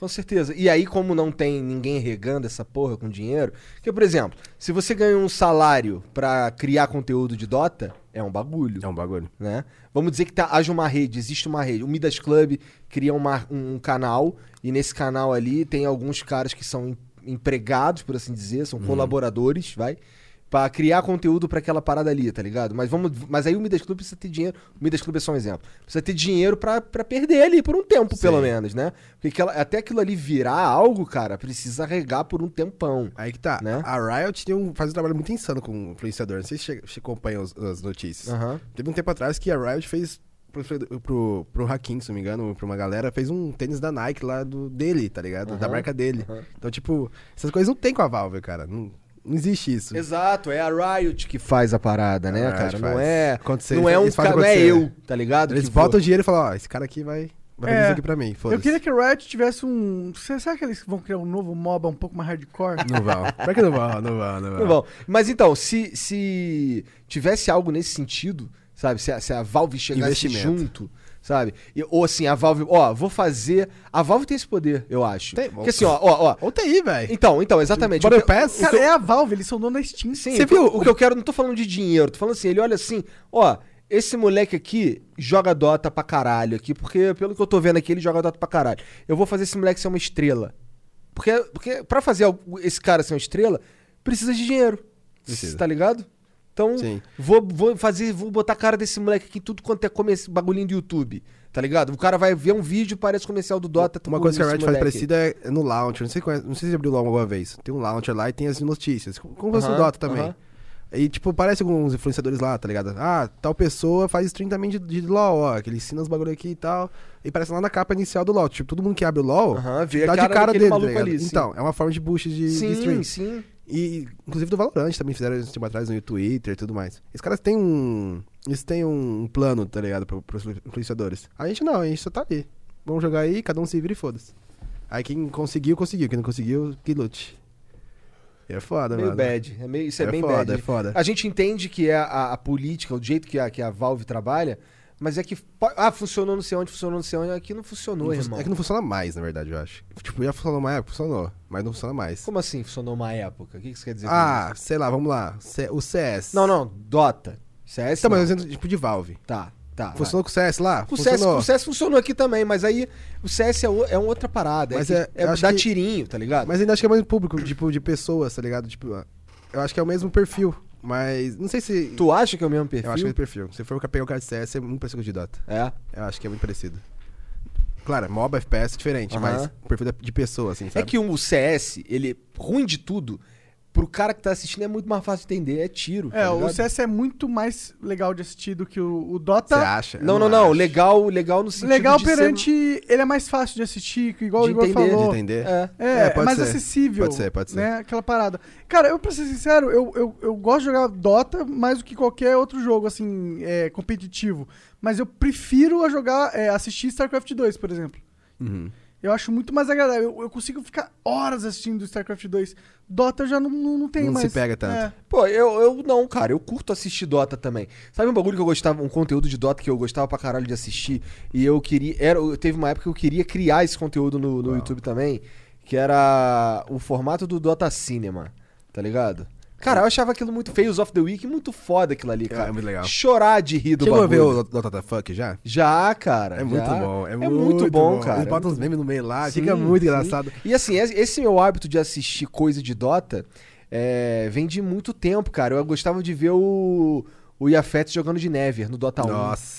Speaker 2: Com certeza. E aí, como não tem ninguém regando essa porra com dinheiro, porque, por exemplo, se você ganha um salário pra criar conteúdo de Dota, é um bagulho.
Speaker 3: É um bagulho.
Speaker 2: né? Vamos dizer que tá, haja uma rede, existe uma rede. O Midas Club cria uma- um canal, e nesse canal ali tem alguns caras que são em- empregados, por assim dizer, são colaboradores, vai, Pra criar conteúdo pra aquela parada ali, tá ligado? Mas vamos, mas aí o Midas Club precisa ter dinheiro. O Midas Club é só um exemplo. Precisa ter dinheiro pra pra perder ali por um tempo, pelo menos, né? Porque aquela- até aquilo ali virar algo, cara, precisa regar por um tempão.
Speaker 3: Aí que tá.
Speaker 2: Né?
Speaker 3: A Riot tem um- faz um trabalho muito insano com o influenciador. Não sei se você acompanha os- as notícias.
Speaker 2: Aham.
Speaker 3: Teve um tempo atrás que a Riot fez pro, pro, pro Hakim, se não me engano, pra uma galera, fez um tênis da Nike lá do, dele, tá ligado? Da
Speaker 2: Aham,
Speaker 3: marca dele.
Speaker 2: aham.
Speaker 3: Então, tipo, essas coisas não tem com a Valve, cara. Não, não existe isso.
Speaker 2: Exato, é a Riot que faz a parada, né,
Speaker 3: A Riot
Speaker 2: cara? Não
Speaker 3: faz.
Speaker 2: é,
Speaker 3: Acontecer,
Speaker 2: não é um
Speaker 3: eles fazem
Speaker 2: cara, não é
Speaker 3: acontecer.
Speaker 2: eu, tá ligado?
Speaker 3: Eles
Speaker 2: que vou.
Speaker 3: botam o dinheiro e falam, ó, esse cara aqui vai, vai fazer
Speaker 1: É.
Speaker 3: isso aqui pra mim.
Speaker 1: Eu
Speaker 3: foda-se.
Speaker 1: queria que o Riot tivesse um. Será será que eles vão criar um novo MOBA um pouco mais hardcore?
Speaker 3: Não vão. Pra que não vão? Não vão, não vão.
Speaker 2: Não vão. Mas então, se, se tivesse algo nesse sentido, sabe? Se a, se a Valve chegasse
Speaker 3: Investimento.
Speaker 2: junto, sabe? E- ou assim, a Valve, ó, vou fazer. A Valve tem esse poder, eu acho.
Speaker 3: Tem,
Speaker 2: Porque assim, ó, ó, ó.
Speaker 3: Ou TI, velho.
Speaker 2: Então, então, exatamente.
Speaker 3: Bora
Speaker 2: O que-
Speaker 3: Pass?
Speaker 1: Cara, é a Valve, eles são dono da Steam.
Speaker 2: Sim,
Speaker 1: Você
Speaker 2: o que- o que eu quero, não tô falando de dinheiro, tô falando assim, ele olha assim, ó, esse moleque aqui joga Dota pra caralho aqui, porque pelo que eu tô vendo aqui, ele joga Dota pra caralho. Eu vou fazer esse moleque ser uma estrela. Porque, porque pra fazer algo- esse cara ser uma estrela, precisa de dinheiro.
Speaker 3: Precisa.
Speaker 2: Tá ligado? Então,
Speaker 3: Sim.
Speaker 2: vou, vou fazer, vou botar a cara desse moleque aqui em tudo quanto é comerci- bagulhinho do YouTube. Tá ligado? O cara vai ver um vídeo, parece comercial do Dota. tá
Speaker 3: Uma
Speaker 2: com
Speaker 3: coisa que a
Speaker 2: esse
Speaker 3: Riot faz
Speaker 2: moleque.
Speaker 3: parecida é no launcher. Não sei, qual é- não sei se abriu lá alguma vez. Tem um launcher lá e tem as notícias. Como se fosse o
Speaker 2: Aham,
Speaker 3: Dota também.
Speaker 2: aham.
Speaker 3: E, tipo, parece alguns influenciadores lá, tá ligado? Ah, tal pessoa faz stream também de, de LOL, ó, que ele ensina os bagulho aqui e tal. E parece lá na capa inicial do LOL. Tipo, todo mundo que abre o LOL,
Speaker 2: Aham, vê a
Speaker 3: dá
Speaker 2: cara
Speaker 3: de cara
Speaker 2: daquele
Speaker 3: dele, tá
Speaker 2: maluco
Speaker 3: ligado?
Speaker 2: ali, sim.
Speaker 3: Então, é uma forma de boost de, de stream.
Speaker 2: Sim, sim.
Speaker 3: E, inclusive, do Valorant também fizeram esse tempo atrás no Twitter e tudo mais. Esses caras têm um. Eles têm um plano, tá ligado? Para os influenciadores. A gente não, a gente só tá ali. Vamos jogar aí, cada um se vira e foda-se. Aí quem conseguiu, conseguiu. Quem não conseguiu, que lute. E é foda,
Speaker 2: meio
Speaker 3: mano.
Speaker 2: bad. É meio, isso é,
Speaker 3: é
Speaker 2: bem
Speaker 3: foda,
Speaker 2: bad.
Speaker 3: é foda.
Speaker 2: A gente entende que é a, a política, o jeito que a, que a Valve trabalha, mas é que. po- Ah, funcionou não sei onde, funcionou não sei onde, aqui não funcionou,
Speaker 3: Não
Speaker 2: irmão.
Speaker 3: fun- É que não funciona mais, na verdade, eu acho. Tipo, já funcionou uma época, funcionou. Mas não funciona mais.
Speaker 2: Como assim funcionou uma época? O que que você quer dizer com
Speaker 3: Ah, sei lá, vamos lá. C- O CS.
Speaker 2: isso? Não, não, Dota. CS.
Speaker 3: Tá,
Speaker 2: não.
Speaker 3: mas eu entendo, tipo de Valve.
Speaker 2: Tá, tá. vai.
Speaker 3: Funcionou com o CS lá?
Speaker 2: O CS,
Speaker 3: Funcionou.
Speaker 2: o CS funcionou aqui também, mas aí o CS é, o- é uma outra parada.
Speaker 3: Mas
Speaker 2: é,
Speaker 3: é-
Speaker 2: que- é
Speaker 3: eu acho
Speaker 2: dar
Speaker 3: que-
Speaker 2: tirinho, tá ligado?
Speaker 3: Mas ainda acho que é mais público, tipo, de pessoas, tá ligado? Tipo, eu acho que é o mesmo perfil. Mas não sei se.
Speaker 2: Tu acha que é o mesmo perfil?
Speaker 3: Eu acho que é o mesmo perfil. Se for pegar o cara de CS, é muito parecido com o de Dota.
Speaker 2: É.
Speaker 3: Eu acho que é muito parecido. Claro, MOBA, FPS é diferente,
Speaker 2: Aham.
Speaker 3: mas o perfil da- de pessoa, assim,
Speaker 2: É
Speaker 3: sabe?
Speaker 2: que o CS, ele, é ruim de tudo, pro cara que tá assistindo é muito mais fácil de entender, é tiro.
Speaker 1: É,
Speaker 2: tá
Speaker 1: o
Speaker 2: ligado?
Speaker 1: CS é muito mais legal de assistir do que o, o
Speaker 3: Você
Speaker 1: Dota.
Speaker 3: acha? Eu
Speaker 2: Não, não, não.
Speaker 3: É, acho.
Speaker 2: Legal, legal no sentido
Speaker 1: legal
Speaker 2: de
Speaker 1: perante. Ele é mais fácil de assistir, que igual o
Speaker 2: De
Speaker 1: Igor
Speaker 2: entender, de
Speaker 1: falou.
Speaker 3: De entender.
Speaker 2: Ser... É.
Speaker 1: É,
Speaker 3: É,
Speaker 1: é
Speaker 3: pode
Speaker 1: mais
Speaker 3: ser.
Speaker 1: acessível.
Speaker 3: Pode ser, pode ser.
Speaker 1: Né? Aquela parada. Cara, eu pra ser sincero, eu, eu, eu gosto de jogar Dota mais do que qualquer outro jogo, assim, é, competitivo. Mas eu prefiro a jogar, é, assistir StarCraft 2, por exemplo.
Speaker 3: Uhum.
Speaker 1: Eu acho muito mais agradável. Eu, eu consigo ficar horas assistindo StarCraft 2. Dota eu já não, não, não tem
Speaker 3: Não se
Speaker 1: mais.
Speaker 3: pega tanto.
Speaker 1: É.
Speaker 2: Pô, eu, eu não, cara. Eu curto assistir Dota também. Sabe um bagulho que eu gostava, um conteúdo de Dota que eu gostava pra caralho de assistir? E eu queria. Era, eu- teve uma época que eu queria criar esse conteúdo no, no YouTube também, que era o formato do Dota Cinema, tá ligado? Cara, eu achava aquilo muito feio, os of the Week, muito foda aquilo ali, cara.
Speaker 3: É, é muito legal.
Speaker 2: Chorar de rir do
Speaker 3: Chegou a ver
Speaker 2: bagulho.
Speaker 3: o Dota da Fuck já?
Speaker 2: Já, cara.
Speaker 3: É muito
Speaker 2: já.
Speaker 3: bom. É,
Speaker 2: muito, bom, cara.
Speaker 3: Eles
Speaker 2: É
Speaker 3: botam uns memes no meio lá, fica
Speaker 2: Sim,
Speaker 3: muito
Speaker 2: sim.
Speaker 3: engraçado.
Speaker 2: E assim, es- esse meu hábito de assistir coisa de Dota é, vem de muito tempo, cara. Eu gostava de ver o, o Yafet jogando de Never no Dota 1,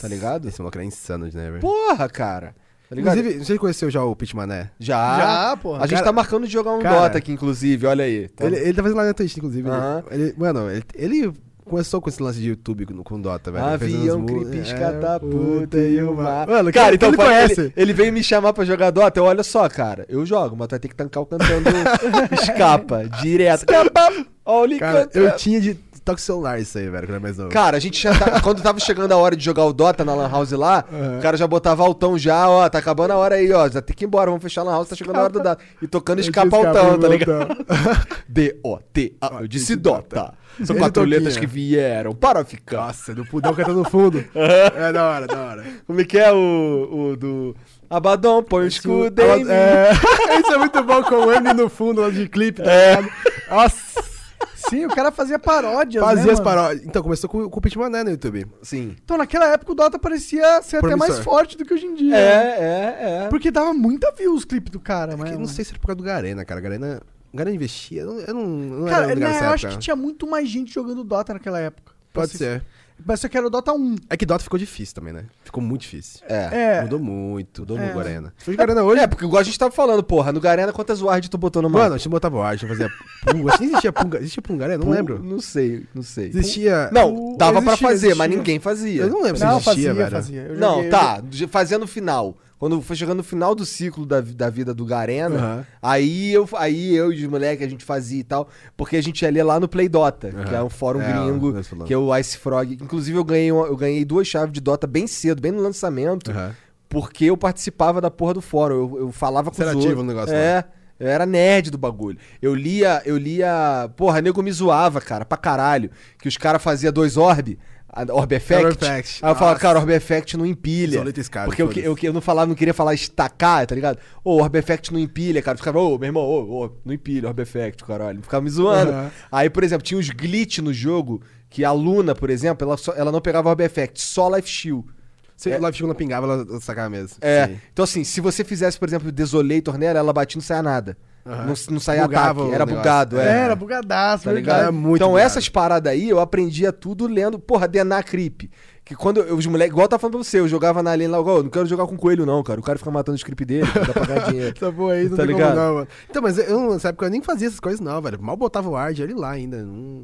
Speaker 2: tá ligado?
Speaker 3: Esse maluco era insano de Never.
Speaker 2: Porra, cara. Tá ligado?
Speaker 3: Inclusive, você conheceu já o Pit Mané?
Speaker 2: já.
Speaker 1: Já, porra.
Speaker 2: A gente
Speaker 3: Cara-
Speaker 2: tá marcando de jogar um
Speaker 3: Cara-
Speaker 2: Dota aqui, inclusive, olha aí. Tá?
Speaker 3: Ele, ele tá fazendo lá na Twitch, inclusive. Ele-
Speaker 2: Aham.
Speaker 3: Ele, mano, ele, ele começou com esse lance de YouTube com, com Dota, velho.
Speaker 2: Avião,
Speaker 3: creepy,
Speaker 2: cripis, catapulta e uma...
Speaker 3: Mano,
Speaker 2: cara, então
Speaker 3: ele
Speaker 2: pô,
Speaker 3: conhece.
Speaker 2: Ele, ele veio me chamar pra jogar Dota, eu, olha só, cara, eu jogo, mas tu vai ter que tancar o cantando escapa, direto. Escapa! Olha o
Speaker 3: Cara,
Speaker 2: Licantro.
Speaker 3: eu tinha de toque celular isso aí, velho, quando era mais novo.
Speaker 2: Cara, a gente já tá, quando tava chegando a hora de jogar o Dota na Lan House lá, o cara já botava altão já, ó, tá acabando a hora aí, ó, já tem que ir embora, vamos fechar a Lan House, tá chegando a hora do Dota. E tocando escapa altão, tá ligado? D-O-T-A, eu disse Dota. São
Speaker 3: Ele
Speaker 2: quatro
Speaker 3: toquinha.
Speaker 2: letras que vieram para ficar.
Speaker 3: Nossa, do pudão cantando no fundo. é da hora, da hora.
Speaker 2: Como é que é o, o do... Abaddon, põe o escudo em mim.
Speaker 3: É, isso é muito bom com o M no fundo lá de clipe, tá
Speaker 2: É.
Speaker 3: ligado? Nossa,
Speaker 1: Sim, o cara fazia paródias. né,
Speaker 3: fazia as
Speaker 1: mano?
Speaker 3: paródias. Então, começou com, com o Pit Mané no YouTube.
Speaker 2: Sim.
Speaker 1: Então naquela época o Dota parecia ser até
Speaker 3: Promissor.
Speaker 1: mais forte do que hoje em dia.
Speaker 2: É,
Speaker 1: né?
Speaker 2: é, é.
Speaker 1: Porque dava muita view os clipes do cara,
Speaker 3: É Que
Speaker 1: mas.
Speaker 3: eu não sei se era por causa do Garena, cara. Garena, Garena investia. Eu não, eu não, não
Speaker 1: Cara,
Speaker 3: era um lugar
Speaker 1: né, eu acho
Speaker 3: certo,
Speaker 1: que
Speaker 2: tipo,
Speaker 3: né?
Speaker 1: tinha muito mais gente jogando Dota naquela época.
Speaker 3: Pode
Speaker 1: Assim,
Speaker 3: ser.
Speaker 1: Mas só que era o Dota 1.
Speaker 3: É que Dota ficou difícil também, né? Ficou muito difícil.
Speaker 2: É.
Speaker 1: É.
Speaker 3: Mudou muito, mudou
Speaker 1: É.
Speaker 3: muito Garena. Se fosse Garena hoje.
Speaker 2: É, porque igual a gente tava falando, porra, no Garena quantas wards tu botou no mapa?
Speaker 3: Mano, a gente botava board, a gente fazia punga. Acho que nem existia punga. Existia pungaré? Não
Speaker 2: Pum-
Speaker 3: lembro.
Speaker 2: Não sei, não sei.
Speaker 3: Existia.
Speaker 2: Não,
Speaker 1: O-
Speaker 2: dava pra
Speaker 1: existia,
Speaker 2: fazer, mas
Speaker 1: existia.
Speaker 2: ninguém fazia.
Speaker 3: Eu não lembro se
Speaker 1: Não,
Speaker 3: existia,
Speaker 1: fazia,
Speaker 3: velho.
Speaker 1: fazia. Eu
Speaker 2: Não,
Speaker 1: joguei-
Speaker 2: tá, de- fazia no final. Quando foi chegando no final do ciclo da, vi- da vida do Garena,
Speaker 3: Aham.
Speaker 2: aí, eu, aí eu e os moleques a gente fazia e tal, porque a gente ia ler lá no Play Dota, que é um fórum
Speaker 3: É,
Speaker 2: gringo,
Speaker 3: nós falamos.
Speaker 2: que é o Ice Frog. Inclusive eu ganhei, uma- eu ganhei duas chaves de Dota bem cedo, bem no lançamento,
Speaker 3: Aham.
Speaker 2: porque eu participava da porra do fórum, eu, eu falava com
Speaker 3: Você
Speaker 2: os
Speaker 3: era
Speaker 2: outros.
Speaker 3: ativo no negócio né? lá.
Speaker 2: É, eu era nerd do bagulho. Eu lia, eu lia. Porra, nego me zoava, cara, pra caralho. Que os caras faziam dois orb. a- Orb Effect.
Speaker 3: Orb Effect,
Speaker 2: Aí eu falava,
Speaker 3: nossa.
Speaker 2: cara, Orb Effect não empilha.
Speaker 3: Isoleta esse cara,
Speaker 2: porque eu, que-
Speaker 3: foda-se.
Speaker 2: eu, que- eu não falava, não queria falar estacar, tá ligado? Ô, Orb Effect não empilha, cara. Eu ficava, ô, meu irmão, ô, ô, não empilha, Orb Effect, caralho. Ficava me zoando.
Speaker 3: Aham.
Speaker 2: Aí, por exemplo, tinha uns glitch no jogo que a Luna, por exemplo, ela, só- ela não pegava Orb Effect, só Life Shield.
Speaker 3: Se
Speaker 2: É.
Speaker 3: o Live Chegou na pingava, ela sacava mesmo.
Speaker 2: É.
Speaker 3: Sim.
Speaker 2: Então, assim, se você fizesse, por exemplo, Desolator nela, ela batia e não saia nada.
Speaker 3: Aham.
Speaker 2: Não, não saía
Speaker 3: Bugava
Speaker 2: ataque.
Speaker 3: o
Speaker 2: Era
Speaker 3: negócio.
Speaker 2: bugado, é.
Speaker 1: Era bugadaço,
Speaker 2: Tá
Speaker 1: verdade.
Speaker 2: ligado?
Speaker 3: É muito
Speaker 2: então,
Speaker 3: bugado.
Speaker 2: essas paradas aí, eu aprendia tudo lendo, porra, DNA Creep. Que quando eu- os moleques, igual tá falando pra você, eu jogava na lane lá, igual, eu não quero jogar com coelho, não, cara. O cara fica matando os creep dele, dá pra ganhar dinheiro.
Speaker 3: Essa porra aí não
Speaker 2: Tá
Speaker 3: tem
Speaker 2: ligado?
Speaker 3: como não, mano. Então, mas eu nessa época eu nem fazia essas coisas não, velho. Mal botava o Ard ali lá ainda. Não...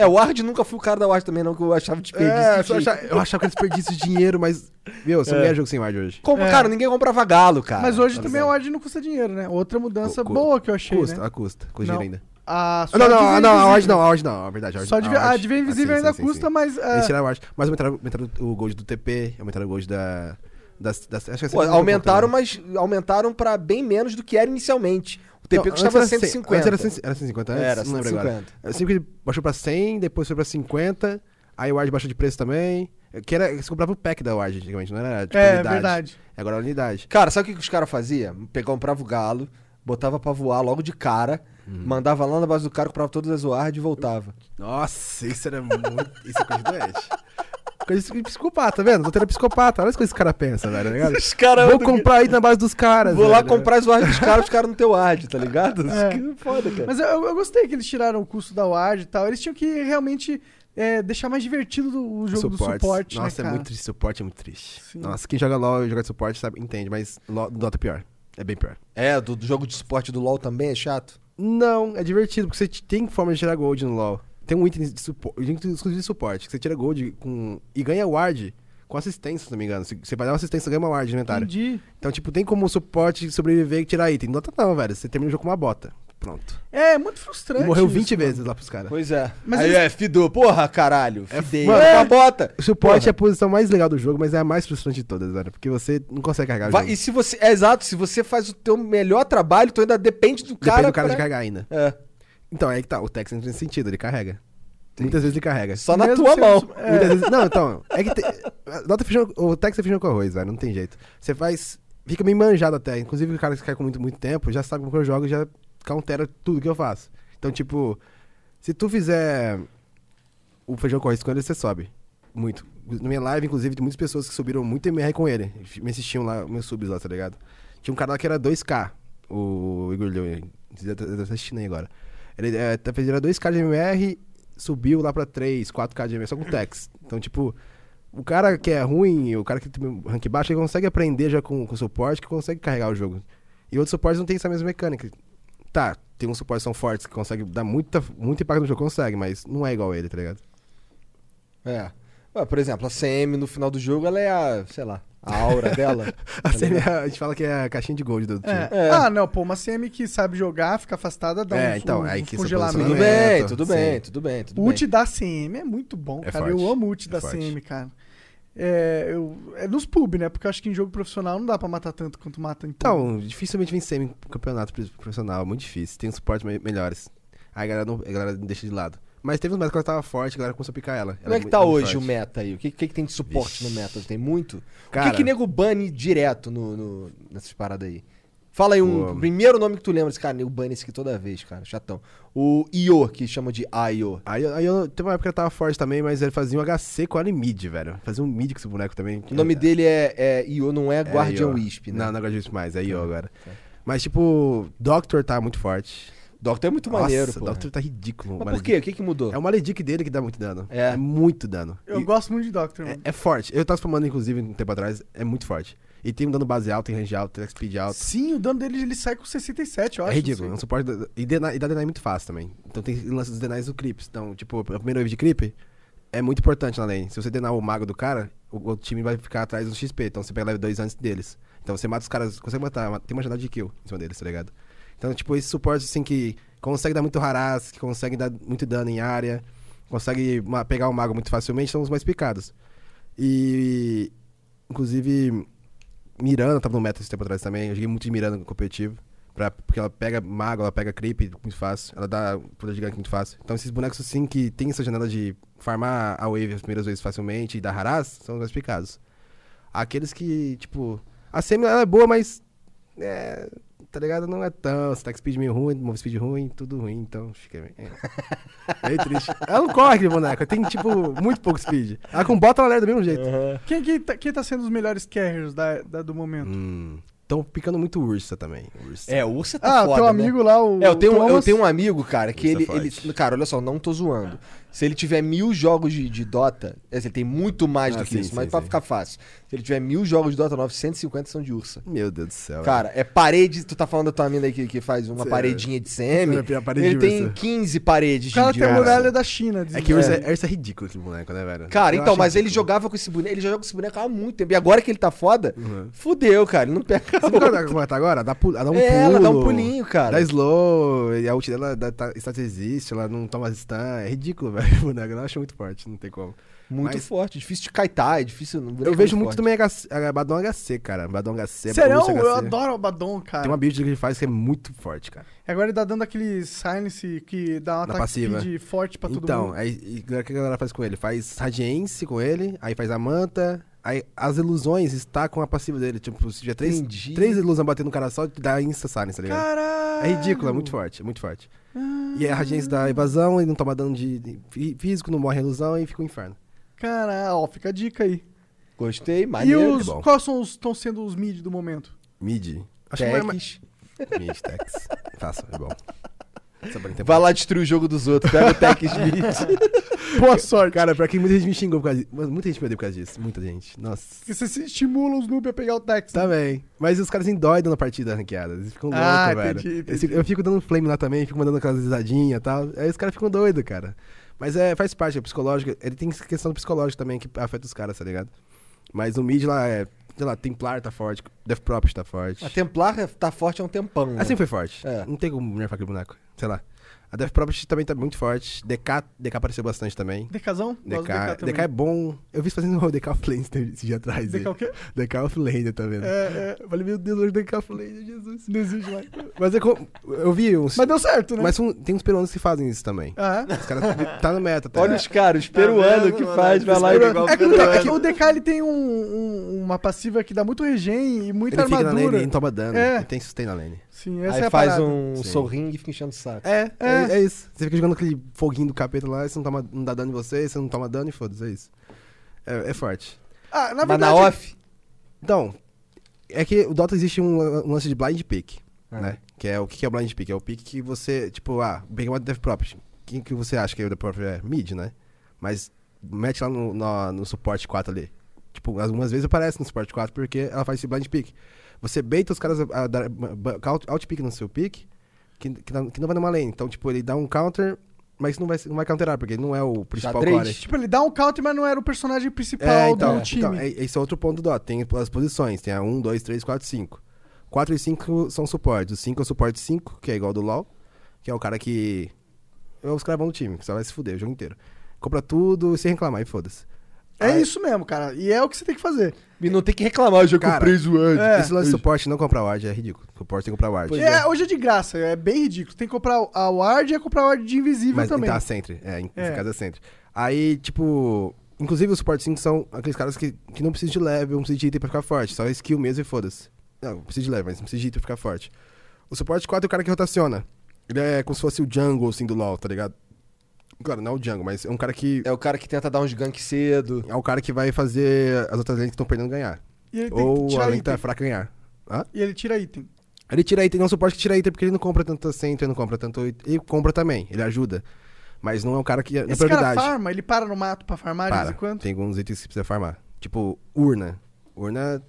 Speaker 2: É, o Ward nunca fui o cara da Ward também, não, que eu achava desperdício.
Speaker 3: É,
Speaker 2: de
Speaker 3: só
Speaker 2: jeito.
Speaker 3: achava- eu achava que era desperdício de dinheiro, mas... Meu, você não ganha jogo sem Ward hoje.
Speaker 2: Como-
Speaker 1: É.
Speaker 2: Cara, ninguém comprava galo, cara.
Speaker 1: Mas hoje
Speaker 2: Tá
Speaker 1: também a
Speaker 2: ligado?
Speaker 1: Ward não custa dinheiro, né? Outra mudança
Speaker 3: Co- co-
Speaker 1: boa que eu achei,
Speaker 3: custa,
Speaker 1: né?
Speaker 3: a custa. Custa dinheiro
Speaker 1: Não.
Speaker 3: ainda.
Speaker 1: A
Speaker 3: Ah, Não, não,
Speaker 1: Divinha
Speaker 3: ah, não, a
Speaker 1: Invisível.
Speaker 3: Ward não, a Ward não. A verdade, a Ward
Speaker 1: Só de, a
Speaker 3: Ward-
Speaker 1: Divinha
Speaker 3: ah,
Speaker 1: Invisível
Speaker 3: sim,
Speaker 1: ainda
Speaker 3: sim, sim,
Speaker 1: custa,
Speaker 3: sim.
Speaker 1: mas... ah,
Speaker 3: Eles tiraram a Ward. Mas aumentaram, aumentaram o gold do TP, aumentaram o gold da, Das, das, acho que é
Speaker 2: Pô,
Speaker 3: 150
Speaker 2: aumentaram,
Speaker 3: né?
Speaker 2: mas aumentaram pra bem menos do que era inicialmente. O TP
Speaker 3: Não,
Speaker 2: custava
Speaker 3: antes era
Speaker 2: 150.
Speaker 3: cem- Antes era, cem- era 150, antes?
Speaker 2: Era,
Speaker 3: não lembro agora.
Speaker 2: 150.
Speaker 3: Eu sempre baixou pra 100, depois foi pra 50, aí o Ward baixou de preço também. Que era, você comprava o pack da Ward antigamente, não era tipo,
Speaker 1: É,
Speaker 3: unidade.
Speaker 1: verdade.
Speaker 3: Agora é unidade.
Speaker 2: Cara, sabe o que, que os caras faziam? Comprava o galo, botava pra voar logo de cara, mandava lá na base do cara, comprava todas as wards e voltava.
Speaker 3: Nossa, isso era muito. Isso é coisa de doente. Coisa de psicopata, tá vendo? Doutor é psicopata. Olha as coisas que os caras pensam, velho. tá ligado?
Speaker 2: Os é caras.
Speaker 3: Vou comprar aí na base dos caras.
Speaker 2: Vou lá
Speaker 3: velho.
Speaker 2: comprar as wards dos caras, os caras não têm ward, tá ligado?
Speaker 1: É.
Speaker 2: Isso que né? é foda, cara.
Speaker 1: Mas eu, eu gostei que eles tiraram o custo da Ward e tal. Eles tinham que realmente é, deixar mais divertido do- o jogo do
Speaker 3: Suportes.
Speaker 1: suporte. né,
Speaker 3: Nossa, é
Speaker 1: cara?
Speaker 3: muito triste. Suporte é muito triste.
Speaker 1: Sim.
Speaker 3: Nossa, quem joga LOL e joga de suporte sabe, entende, mas LOL, Dota é pior. É bem pior.
Speaker 2: É, do, do jogo de esporte do LoL também é chato.
Speaker 3: Não, é divertido, porque você t- tem forma de tirar gold no LoL. Tem um item, de supo- um item exclusivo de suporte, que você tira gold com, e ganha ward com assistência, se não me engano. Se- Você vai dar uma assistência, você ganha uma ward no inventário.
Speaker 1: Entendi.
Speaker 3: Então, tipo, tem como o suporte sobreviver e tirar item. Dota não, velho. Você termina o jogo com uma bota. Pronto.
Speaker 1: É, é muito
Speaker 3: E
Speaker 1: frustrante.
Speaker 3: morreu
Speaker 1: isso,
Speaker 3: 20
Speaker 1: mano.
Speaker 3: vezes lá pros caras.
Speaker 2: Pois é.
Speaker 1: Mas
Speaker 2: Aí
Speaker 1: eles-
Speaker 2: é, fidou. Porra, caralho. Fidei.
Speaker 3: mano.
Speaker 2: É, uma bota.
Speaker 3: O suporte
Speaker 2: Porra.
Speaker 3: é a posição mais legal do jogo, mas é a mais frustrante de todas, velho. Porque você não consegue carregar o
Speaker 2: Vai-
Speaker 3: jogo.
Speaker 2: e se você. É exato, se você faz o teu melhor trabalho, tu ainda depende do
Speaker 3: Depende
Speaker 2: cara.
Speaker 3: do cara
Speaker 2: pra-
Speaker 3: de carregar ainda.
Speaker 2: É.
Speaker 3: Então, aí que tá. O Tex entra nesse sentido, ele carrega. Muitas vezes ele carrega.
Speaker 2: Só na
Speaker 1: Mesmo
Speaker 2: tua
Speaker 1: sendo
Speaker 2: mão.
Speaker 1: su-
Speaker 3: Muitas vezes- Não, então, é que. Te... Nota feijão... O Tex é feijão com arroz, velho. Não tem jeito. Você faz. Fica meio manjado até. Inclusive, o cara que cai com muito, muito tempo já sabe como que eu jogo e já countera tudo que eu faço. Então, tipo, se tu fizer o feijão com arroz com ele, você sobe. Muito. Na minha live, inclusive, tem muitas pessoas que subiram muito MR com ele. Me assistiam lá, meus subs lá, tá ligado? Tinha um canal que era 2K, o Igor Leão. Você tá assistindo aí agora. Ele eh, tá- fez era 2K de MR, subiu lá pra 3, 4K de MR, só com Tex. Então, tipo, o cara que é ruim, o cara que tem um rank baixo, ele consegue aprender já com, com suporte, que consegue carregar o jogo. E outros suportes não tem essa mesma mecânica. Tá, tem uns suportes que são fortes, que conseguem dar muita, muito impacto no jogo, consegue, mas não é igual ele, tá ligado?
Speaker 2: É. Ué, por exemplo, a CM no final do jogo, ela é a, sei lá, a aura dela.
Speaker 3: A, CM é a- a gente fala que é a caixinha de gold do time.
Speaker 1: É.
Speaker 2: Tá É.
Speaker 1: Ah, não, pô, uma CM que sabe jogar, fica afastada, dá
Speaker 3: É,
Speaker 1: um,
Speaker 3: então,
Speaker 1: um
Speaker 3: aí que é você
Speaker 2: Tudo
Speaker 1: congelamento.
Speaker 3: posiciona
Speaker 2: bem,
Speaker 3: Lamento,
Speaker 2: é, tudo
Speaker 3: sim.
Speaker 2: bem, tudo bem, tudo
Speaker 1: O
Speaker 2: bem.
Speaker 1: ult da CM é muito bom,
Speaker 3: É
Speaker 1: cara.
Speaker 3: forte.
Speaker 1: Eu amo o ult
Speaker 3: É
Speaker 1: da
Speaker 3: forte.
Speaker 1: CM, cara. É, eu, é nos pub, né? Porque eu acho que em jogo profissional não dá pra matar tanto quanto mata em pub.
Speaker 3: Então, dificilmente vem semi pro campeonato pro- profissional, é muito difícil. Tem um suporte me- melhores. Aí a galera, não, a galera deixa de lado. Mas teve uns metas que ela tava forte, a galera começou a picar ela. Ela
Speaker 2: Como é que
Speaker 3: muito-
Speaker 2: tá
Speaker 3: muito
Speaker 2: hoje o
Speaker 3: forte.
Speaker 2: meta aí? O que, que, que tem de suporte no meta? Tem muito? o
Speaker 3: Cara-
Speaker 2: que, que nego bane direto no, no- nessas paradas aí? Fala aí um
Speaker 3: Pô.
Speaker 2: primeiro nome que tu lembra. Esse cara, nego bane esse aqui toda vez, cara. Chatão. O Io, que chama de Ayo.
Speaker 3: Aí, eu- aí eu, teve uma época que ela tava forte também, mas ele fazia um HC com ela em mid, velho. Fazia um mid com esse boneco também.
Speaker 2: O nome dele é, é Io, não é
Speaker 3: É
Speaker 2: Guardian
Speaker 3: Io.
Speaker 2: Wisp, né?
Speaker 3: Não, não é Guardian Wisp mais, é Io agora.
Speaker 2: tá.
Speaker 3: Mas, tipo, Doctor tá muito forte.
Speaker 2: Doctor é muito
Speaker 3: Nossa,
Speaker 2: maneiro, pô.
Speaker 3: Doctor tá ridículo.
Speaker 2: Mas por
Speaker 3: Maledic.
Speaker 2: quê? O que, que mudou?
Speaker 3: É o Maledic dele que dá muito dano.
Speaker 2: É.
Speaker 3: muito dano.
Speaker 1: eu
Speaker 3: E-
Speaker 1: gosto muito de Doctor, mano.
Speaker 3: É, é forte. Eu tava formando, inclusive, um tempo atrás, é muito forte. E tem um dano base alto, tem range alto, tem speed alto.
Speaker 1: Sim, o dano dele ele sai com 67, eu acho.
Speaker 3: é ridículo, é
Speaker 1: não
Speaker 3: um
Speaker 1: sei.
Speaker 3: suporte. do- E, deny, e dá deny muito fácil também. Então tem lance dos denies do creeps. Então, tipo, a primeira wave de creep é muito importante na lane. Se você denar o mago do cara, o, o time vai ficar atrás do XP. Então você pega level 2 antes deles. Então você mata os caras, consegue matar, ma- tem uma janela de kill em cima deles, tá ligado? Então, tipo, esse suporte assim que consegue dar muito harass, que consegue dar muito dano em área, consegue ma- pegar o mago muito facilmente, são os mais picados. E. Inclusive, Miranda tava no meta esse tempo atrás também. Eu joguei muito de Miranda no competitivo. Pra, porque ela pega mago, ela pega creep muito fácil. Ela dá poder de gank muito fácil. Então esses bonecos assim que tem essa janela de farmar a wave as primeiras vezes facilmente e dar haras são os mais picados. Aqueles que, tipo. A semi ela é boa, mas. É. Tá ligado? Não é tão. Você tá com speed meio ruim, move speed ruim, tudo ruim, então fica meio. É, meio triste. Ela não corre aquele boneco, tem, tipo, muito pouco speed. Ela com bota ela é do mesmo jeito.
Speaker 1: Quem, que tá, quem tá sendo os melhores carriers da, da- do momento?
Speaker 3: Hum, Estão picando muito ursa também. Ursa.
Speaker 2: É, o Ursa tá
Speaker 1: ah,
Speaker 2: foda,
Speaker 1: teu
Speaker 2: né?
Speaker 1: amigo lá, o.
Speaker 2: É, eu tenho, eu
Speaker 1: Thomas.
Speaker 2: tenho um amigo, cara, que
Speaker 3: Isso é
Speaker 2: ele,
Speaker 3: forte.
Speaker 2: ele- Cara, olha só, não tô zoando. Se ele tiver mil jogos de, de Dota, é, ele tem muito mais
Speaker 3: Ah,
Speaker 2: do que
Speaker 3: sim,
Speaker 2: isso,
Speaker 3: sim,
Speaker 2: mas pra
Speaker 3: sim.
Speaker 2: ficar fácil. Se ele tiver mil jogos de Dota, 950 são de ursa.
Speaker 3: Meu Deus do céu.
Speaker 2: Cara, é parede. Tu tá falando da tua mina aí que, que faz uma
Speaker 3: Cê-
Speaker 2: paredinha de CM.
Speaker 3: É, a parede
Speaker 2: ele
Speaker 3: de
Speaker 2: tem
Speaker 3: ursa.
Speaker 2: 15 paredes
Speaker 1: O cara
Speaker 2: de
Speaker 1: tem um a
Speaker 2: ursa.
Speaker 1: muralha da China.
Speaker 3: É
Speaker 1: dizem.
Speaker 3: que Ursa é, Ursa é ridículo esse boneco, né, velho?
Speaker 2: Cara,
Speaker 3: Eu
Speaker 2: então,
Speaker 3: acho
Speaker 2: mas ele
Speaker 3: ridículo.
Speaker 2: jogava com esse boneco. Ele já joga com esse boneco há muito tempo. E agora que ele tá foda,
Speaker 3: Uhum.
Speaker 2: fudeu, cara. Ele não pega.
Speaker 3: Sabe o que ela vai agora? Dá, pu- ela dá um
Speaker 2: É,
Speaker 3: pulo.
Speaker 2: ela dá um pulinho, cara.
Speaker 3: um Dá slow, e a ult dela dá, tá, status existe, ela não toma stun. É ridículo, velho, o boneco. Eu acho muito forte, não tem como.
Speaker 2: Muito
Speaker 3: Mas-
Speaker 2: forte. Difícil de kaitar, é difícil. não-
Speaker 3: Eu vejo muito
Speaker 2: forte.
Speaker 3: também HC, ah, Badon HC, cara. Badon HC,
Speaker 1: Serão?
Speaker 3: Baruch
Speaker 1: Eu
Speaker 3: HC.
Speaker 1: adoro o Abaddon, cara.
Speaker 3: Tem uma build que ele faz que é muito forte, cara.
Speaker 1: Agora ele tá dando aquele silence que dá um
Speaker 3: Na
Speaker 1: ataque
Speaker 3: passiva.
Speaker 1: speed forte pra todo
Speaker 3: então,
Speaker 1: mundo.
Speaker 3: aí e o que a galera faz com ele? Faz Radiense com ele, aí faz a manta, aí as ilusões estacam a passiva dele. Tipo, se tiver três,
Speaker 2: Entendi.
Speaker 3: três ilusões batendo no cara só, dá insta silence, tá ligado?
Speaker 1: Caralho!
Speaker 3: É ridículo, é muito forte, é muito forte.
Speaker 1: Ah,
Speaker 3: E aí a Radiense dá evasão, ele não toma dano de, de fí- físico, não morre a ilusão, e fica um inferno.
Speaker 1: Caralho, ó, fica a dica aí.
Speaker 2: Gostei,
Speaker 1: e
Speaker 2: maneiro.
Speaker 3: que
Speaker 1: os,
Speaker 3: é bom.
Speaker 1: quais são os estão sendo os mid do momento?
Speaker 3: Mid. Acho
Speaker 2: Techs.
Speaker 3: que vai mais... Mid, Tex. Faça, é bom. Essa bolinha tem
Speaker 2: Vai lá destruir o jogo dos outros. Pega o Tech Smith.
Speaker 1: Boa sorte.
Speaker 3: Cara, pra quem muita gente me xingou por causa disso. Mas muita gente me odeia por causa disso. Muita gente. Nossa.
Speaker 1: Porque você se estimula os noob a pegar o Tex. né?
Speaker 3: Tá bem. Mas os caras endoidam na partida ranqueada. Eles ficam loucos,
Speaker 1: Ah,
Speaker 3: velho.
Speaker 1: entendi,
Speaker 3: Eles ficam-
Speaker 1: entendi.
Speaker 3: Eu fico dando flame lá também, fico mandando aquelas risadinhas e tal. Aí os caras ficam doidos, cara. Mas é, faz parte, é psicológico. Ele tem essa questão psicológica também que afeta os caras, tá ligado? Mas o mid lá é. Sei lá, Templar tá forte, Death Prophet tá forte.
Speaker 1: Ah,
Speaker 2: A Templar tá forte há um tempão. né?
Speaker 3: Assim foi forte.
Speaker 2: É.
Speaker 3: Não tem como nerfar aquele boneco. Sei lá. A Death Prophet também tá muito forte. DK, DK apareceu bastante também.
Speaker 1: Decazão? Gosto do
Speaker 3: DK, DK,
Speaker 1: também.
Speaker 3: é bom. Eu vi você fazendo o DK Offlander esse dia atrás.
Speaker 1: DK o quê?
Speaker 3: ele. DK Offlander, tá vendo?
Speaker 1: É, é.
Speaker 3: Eu falei, meu Deus, hoje DK Offlander, Jesus.
Speaker 1: Não existe mais.
Speaker 3: Mas é como- eu vi uns.
Speaker 1: Mas
Speaker 3: Mas,
Speaker 1: deu certo, né?
Speaker 3: um- tem uns peruanos que fazem isso também.
Speaker 1: Ah, é?
Speaker 3: Os caras tá no meta, tá
Speaker 2: Olha
Speaker 3: ligado?
Speaker 2: os caras, os peruanos
Speaker 4: vendo,
Speaker 2: que
Speaker 4: mano?
Speaker 2: faz,
Speaker 3: Tá
Speaker 2: vai lá e
Speaker 4: Peruano.
Speaker 1: É que o,
Speaker 4: Pedro
Speaker 3: né?
Speaker 1: DK, é que
Speaker 4: Anjo.
Speaker 1: o DK ele tem um- um- uma passiva que dá muito regen e muita
Speaker 3: Ele fica na então. lane,
Speaker 1: armadura.
Speaker 3: ele não toma dano.
Speaker 1: É.
Speaker 3: Ele tem sustain na lane.
Speaker 1: Sim, essa é
Speaker 2: Aí
Speaker 1: a
Speaker 2: faz
Speaker 1: parada.
Speaker 2: um
Speaker 3: Sim.
Speaker 2: sorrinho e fica enchendo o saco.
Speaker 3: É,
Speaker 1: é.
Speaker 3: é, é isso. Você fica jogando aquele foguinho do capeta lá, você não, toma, não dá dano em você, você não toma dano e foda-se, é isso. É, é forte.
Speaker 1: Ah, na
Speaker 2: Mas
Speaker 1: verdade,
Speaker 2: na off,
Speaker 3: Então, é que o Dota existe um, lan- um lance de blind pick,
Speaker 2: Ah.
Speaker 3: né? Que é o que que é blind pick? É o pick que você, tipo, ah, peguei uma dev property. Quem que você acha que é o dev property? É mid, né? Mas mete lá no, no, no suporte 4 ali. Tipo, algumas vezes aparece no suporte 4 porque ela faz esse blind pick. Você baita os caras a, a dar ba- ba- out- out pick no seu pick, que, que, não- que não vai numa lane. Então, tipo, ele dá um counter, mas não vai, não vai counterar, porque ele não é o principal
Speaker 2: Xadrez.
Speaker 3: core.
Speaker 1: tipo, ele dá um counter, mas não era o personagem principal
Speaker 3: É, então,
Speaker 1: do time.
Speaker 3: então, é- esse é outro ponto do Dota. Tem as posições, tem a 1, 2, 3, 4, 5. 4 e 5 são suportes. O 5 é o suporte 5, que é igual ao do LoL, que é o cara que é o escravão do time, que só vai se fuder o jogo inteiro. Compra tudo sem reclamar e foda-se.
Speaker 1: É
Speaker 3: Aí,
Speaker 1: isso mesmo, cara. E é o que você tem que fazer.
Speaker 2: e não tem que reclamar, eu já
Speaker 3: Cara,
Speaker 2: comprei zoando.
Speaker 1: é.
Speaker 3: Esse lance de suporte não comprar ward é ridículo. Suporte tem que comprar ward.
Speaker 2: Pois
Speaker 1: É, Hoje é de graça, é bem ridículo. Tem que comprar a Ward e é comprar a Ward de invisível
Speaker 3: Mas
Speaker 1: também.
Speaker 3: então a Sentry. É, em
Speaker 1: É.
Speaker 3: nesse caso é Sentry. Aí, tipo. Inclusive, os suporte 5 são aqueles caras que, que não precisam de level, não precisam de item pra ficar forte. Só skill mesmo e foda-se. Não, precisa de level, mas não precisa de item pra ficar forte. O suporte 4 é o cara que rotaciona. Ele é como se fosse o jungle, assim, do LoL, tá ligado? Claro, não é o jungle, mas é um cara que.
Speaker 2: É o cara que tenta dar uns gank cedo.
Speaker 3: É o cara que vai fazer as outras lanes que estão perdendo ganhar.
Speaker 1: E ele tem que
Speaker 3: Ou a
Speaker 1: tirar
Speaker 3: lane que
Speaker 1: item.
Speaker 3: tá fraca ganhar.
Speaker 1: E ele tira item.
Speaker 3: Ele tira item, não é um suporte que tira item, porque ele não compra tanto Sentry, não compra tanto. item. Ele compra também, ele ajuda. Mas não é um cara que. é na
Speaker 1: Esse cara
Speaker 3: prioridade.
Speaker 1: farma, ele para no mato pra farmar de vez
Speaker 3: Para.
Speaker 1: em quando.
Speaker 3: Tem alguns itens que precisa farmar. Tipo, urna. Urna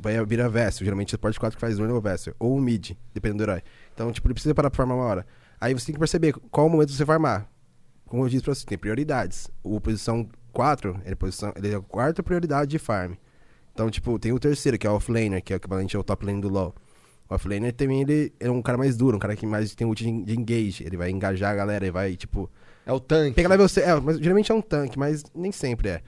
Speaker 3: vai virar vessel. Geralmente o suporte 4 que faz urna ou vessel. Ou mid, dependendo do herói. Então, tipo, ele precisa parar pra farmar uma hora. Aí você tem que perceber qual o momento você farmar. Como eu disse pra você, tem prioridades. O posição 4, ele é, posição, ele é a quarta prioridade de farm. Então, tipo, tem o terceiro, que é o offlaner, que é o equivalente ao top lane do LoL. O offlaner também, ele é um cara mais duro, um cara que mais tem ult de de engage. Ele vai engajar a galera, ele vai, tipo,
Speaker 2: É o tanque.
Speaker 3: Pega level 6, é, mas geralmente é um tanque, mas nem sempre é.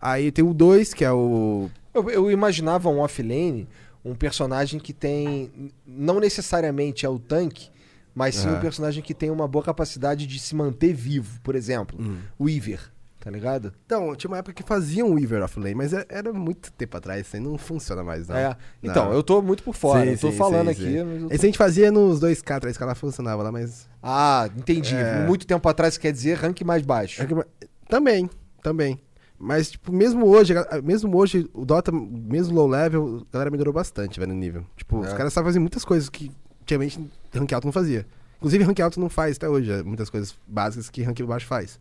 Speaker 3: Aí tem o 2, que é o.
Speaker 2: Eu, eu imaginava um offlane, um personagem que tem. n- Não necessariamente é o tanque, mas sim
Speaker 3: Aham.
Speaker 2: um personagem que tem uma boa capacidade de se manter vivo, por exemplo. O Iver, tá ligado?
Speaker 3: Então, tinha uma época que faziam o Weaver offlane, mas é- era muito tempo atrás, isso aí não funciona mais, não.
Speaker 2: É. Então, eu tô muito por fora. eu tô falando aqui. mas eu tô-
Speaker 3: Esse a gente fazia nos 2K, 3K lá funcionava lá, mas.
Speaker 2: Ah, entendi.
Speaker 3: É.
Speaker 2: Muito tempo atrás quer dizer rank mais baixo.
Speaker 3: é que- Também, também. Mas, tipo, mesmo hoje, a- mesmo hoje, o Dota, mesmo low level, a galera melhorou bastante, velho, no nível. Tipo, os
Speaker 2: É.
Speaker 3: caras estavam fazendo muitas coisas que antigamente rank alto não fazia. Inclusive, rank alto não faz até hoje, é, muitas coisas básicas que rank baixo faz.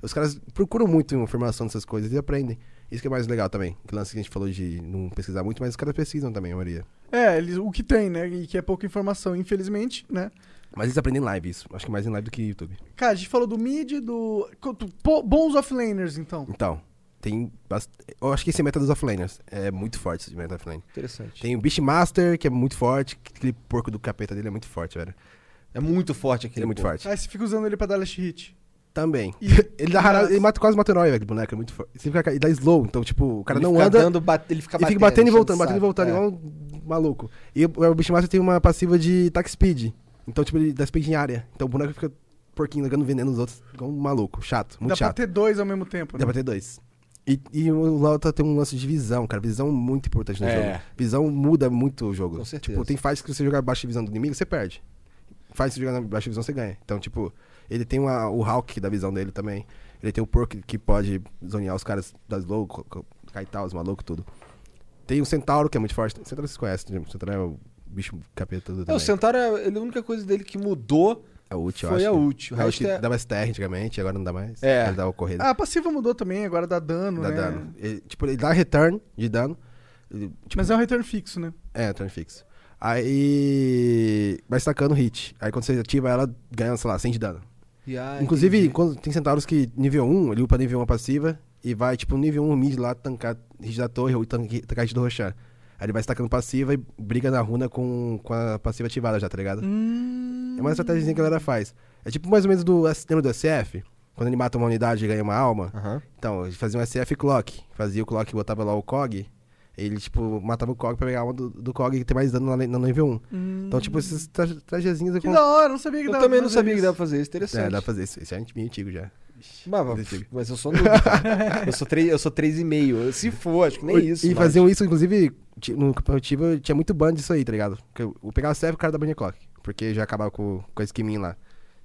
Speaker 3: Os caras procuram muito informação dessas coisas e aprendem. Isso que é mais legal também. Que lance que a gente falou de não pesquisar muito, mas os caras pesquisam também, a maioria.
Speaker 1: É, eles, o que tem, né? E que é pouca informação, infelizmente, né?
Speaker 3: Mas eles aprendem em live isso. Acho que mais em live do que YouTube.
Speaker 1: Cara, a gente falou do mid, do. quanto- po- Bons offlaners, então.
Speaker 3: Então, tem bast... Eu acho que esse é meta dos offlaners. É muito forte esse meta offlane.
Speaker 2: Interessante.
Speaker 3: Tem o Beastmaster, que é muito forte. que- Aquele porco do capeta dele é muito forte, velho.
Speaker 2: É muito forte aquele.
Speaker 3: Ele é muito
Speaker 2: pô.
Speaker 3: forte.
Speaker 1: Aí você fica usando ele pra dar last hit.
Speaker 3: Também.
Speaker 1: E-
Speaker 3: ele, dá rara- ele mata, quase mata o herói, velho, do boneco. É muito forte. Ele, fica, ele dá slow, então, tipo, o cara
Speaker 4: Ele
Speaker 3: não
Speaker 4: fica
Speaker 3: anda.
Speaker 4: dando bate- ele fica
Speaker 3: e fica batendo e voltando, batendo e voltando, igual
Speaker 4: É.
Speaker 3: um maluco. E o, o Beastmaster tem uma passiva de attack speed. Então, tipo, ele dá speed em área. Então o boneco fica porquinho, jogando veneno nos outros. Igual um maluco. Chato, muito
Speaker 1: Dá pra
Speaker 3: chato.
Speaker 1: ter dois ao mesmo tempo. né?
Speaker 2: um
Speaker 3: Dá pra ter dois. E, e o Lauta tem um lance de visão, cara. Visão muito importante no
Speaker 2: É.
Speaker 3: jogo. Visão muda muito o jogo.
Speaker 2: Com certeza.
Speaker 3: Tipo, tem fases que você jogar abaixo da visão do inimigo, você perde. Faz se jogar na baixa visão, você ganha. Então, tipo, ele tem uma- o Hulk da visão dele também. Ele tem o Pork que pode zonear os caras das loucas, Kaital, os malucos, tudo. Tem o Centauro, que é muito forte. O Centauro vocês conhecem, né? o Centauro é o bicho capeta do
Speaker 2: É,
Speaker 3: também.
Speaker 2: o Centauro, é- ele- a única coisa dele que mudou
Speaker 3: É o ult, eu
Speaker 2: foi
Speaker 3: acho.
Speaker 2: a ult. O
Speaker 3: É o
Speaker 2: resto
Speaker 3: que
Speaker 2: é...
Speaker 3: dava STR antigamente, agora não dá mais.
Speaker 2: É.
Speaker 3: Ele dava o correr.
Speaker 1: Ah, a passiva mudou também, agora dá dano,
Speaker 3: Dá
Speaker 1: né?
Speaker 3: dano. Ele, tipo, ele dá return de dano. Ele, tipo,
Speaker 1: Mas é um return fixo, né?
Speaker 3: É, return fixo. Aí. Vai stacando hit. Aí quando você ativa ela, ganha, sei lá, 100 de dano.
Speaker 2: E, ah,
Speaker 3: Inclusive,
Speaker 2: entendi.
Speaker 3: quando tem centauros que nível 1, ele upa nível 1 a passiva e vai, tipo, nível 1 mid lá, tancar hit da torre ou tanque- tancar hit do Rochar. Aí ele vai stacando passiva e briga na runa com, com a passiva ativada já, tá ligado?
Speaker 1: Hum...
Speaker 3: É uma estratégia que a galera faz. É tipo mais ou menos do. Lembra do SF? Quando ele mata uma unidade e ganha uma alma.
Speaker 2: Aham.
Speaker 3: Então, ele fazia um SF Clock. Fazia o Clock e botava lá o Cog. Ele, tipo, matava o Cog pra pegar a alma do, do Cog e ter mais dano lá no no nível 1.
Speaker 1: Hum.
Speaker 3: Então, tipo, essas trajezinhas...
Speaker 1: Que da hora, eu não sabia que
Speaker 2: Eu
Speaker 1: dava
Speaker 2: também
Speaker 1: pra
Speaker 2: não
Speaker 1: fazer
Speaker 2: sabia que
Speaker 1: isso.
Speaker 2: dava pra fazer isso. Interessante.
Speaker 3: É, dá pra fazer isso. Isso é meio antigo já.
Speaker 2: Mas, mas eu sou noob, cara. Eu sou três- eu sou 3,5. Se for, acho que nem isso.
Speaker 3: E um-
Speaker 2: mas-
Speaker 3: faziam isso, inclusive, ti- no competitivo tinha muito ban disso aí, tá ligado? Porque eu eu pegava SF e o cara da Bunny Clock. Porque já acabava com, com a skin lá.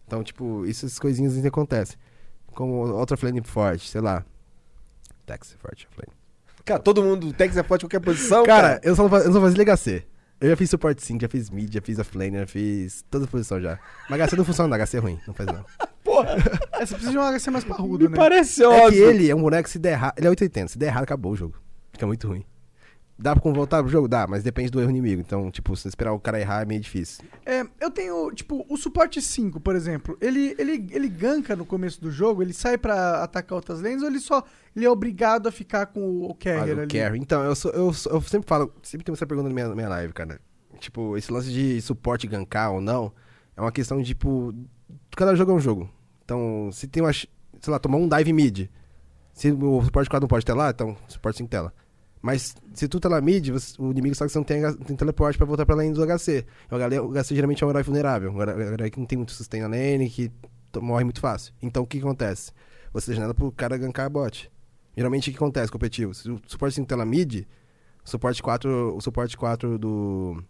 Speaker 3: Então, tipo, isso- essas coisinhas ainda acontecem. Como outra flame forte, sei lá. Tex forte, flame.
Speaker 2: Cara, todo mundo, o Tex é forte em qualquer posição.
Speaker 3: Cara, eu só, fa- eu só fazia HC. Eu já fiz suporte sync, já fiz mid, já fiz a flame, já fiz toda a posição já. Mas HC não funciona, não, HC é ruim, não faz não.
Speaker 1: É, você precisa de um HC mais parrudo,
Speaker 2: Me
Speaker 1: né?
Speaker 2: parece
Speaker 3: É
Speaker 2: óbvio.
Speaker 3: que ele é um boneco que se der errado, ele é 880, se der errado acabou o jogo. Fica muito ruim. Dá pra voltar pro jogo? Dá, mas depende do erro inimigo. Então, tipo, se você esperar o cara errar é meio difícil.
Speaker 1: É, eu tenho, tipo, o suporte 5, por exemplo. Ele, ele, ele ganka no começo do jogo, ele sai pra atacar outras lanes ou ele só ele é obrigado a ficar com o, o
Speaker 3: Ah,
Speaker 1: carrier
Speaker 3: o
Speaker 1: ali?
Speaker 3: carry. Então, eu, sou- eu sou- eu sempre falo, sempre tem essa pergunta na minha, na minha live, cara. Tipo, esse lance de suporte gankar ou não, é uma questão de, tipo, cada jogo é um jogo. Então, se tem uma, ch- sei lá, tomar um dive mid, se o suporte 4 não pode telar, então suporte 5 tela. Mas se tu telar mid, você- o inimigo sabe que você não tem, H- tem teleporte pra voltar pra lane do HC. E O HC, o HC geralmente é um herói vulnerável, um herói um herói que não tem muito sustain na lane, que to- morre muito fácil. Então, o que acontece? Você janela pro cara gankar a bot. Geralmente o que acontece competitivo? Se o suporte 5 tela mid, o suporte 4, o suporte 4 do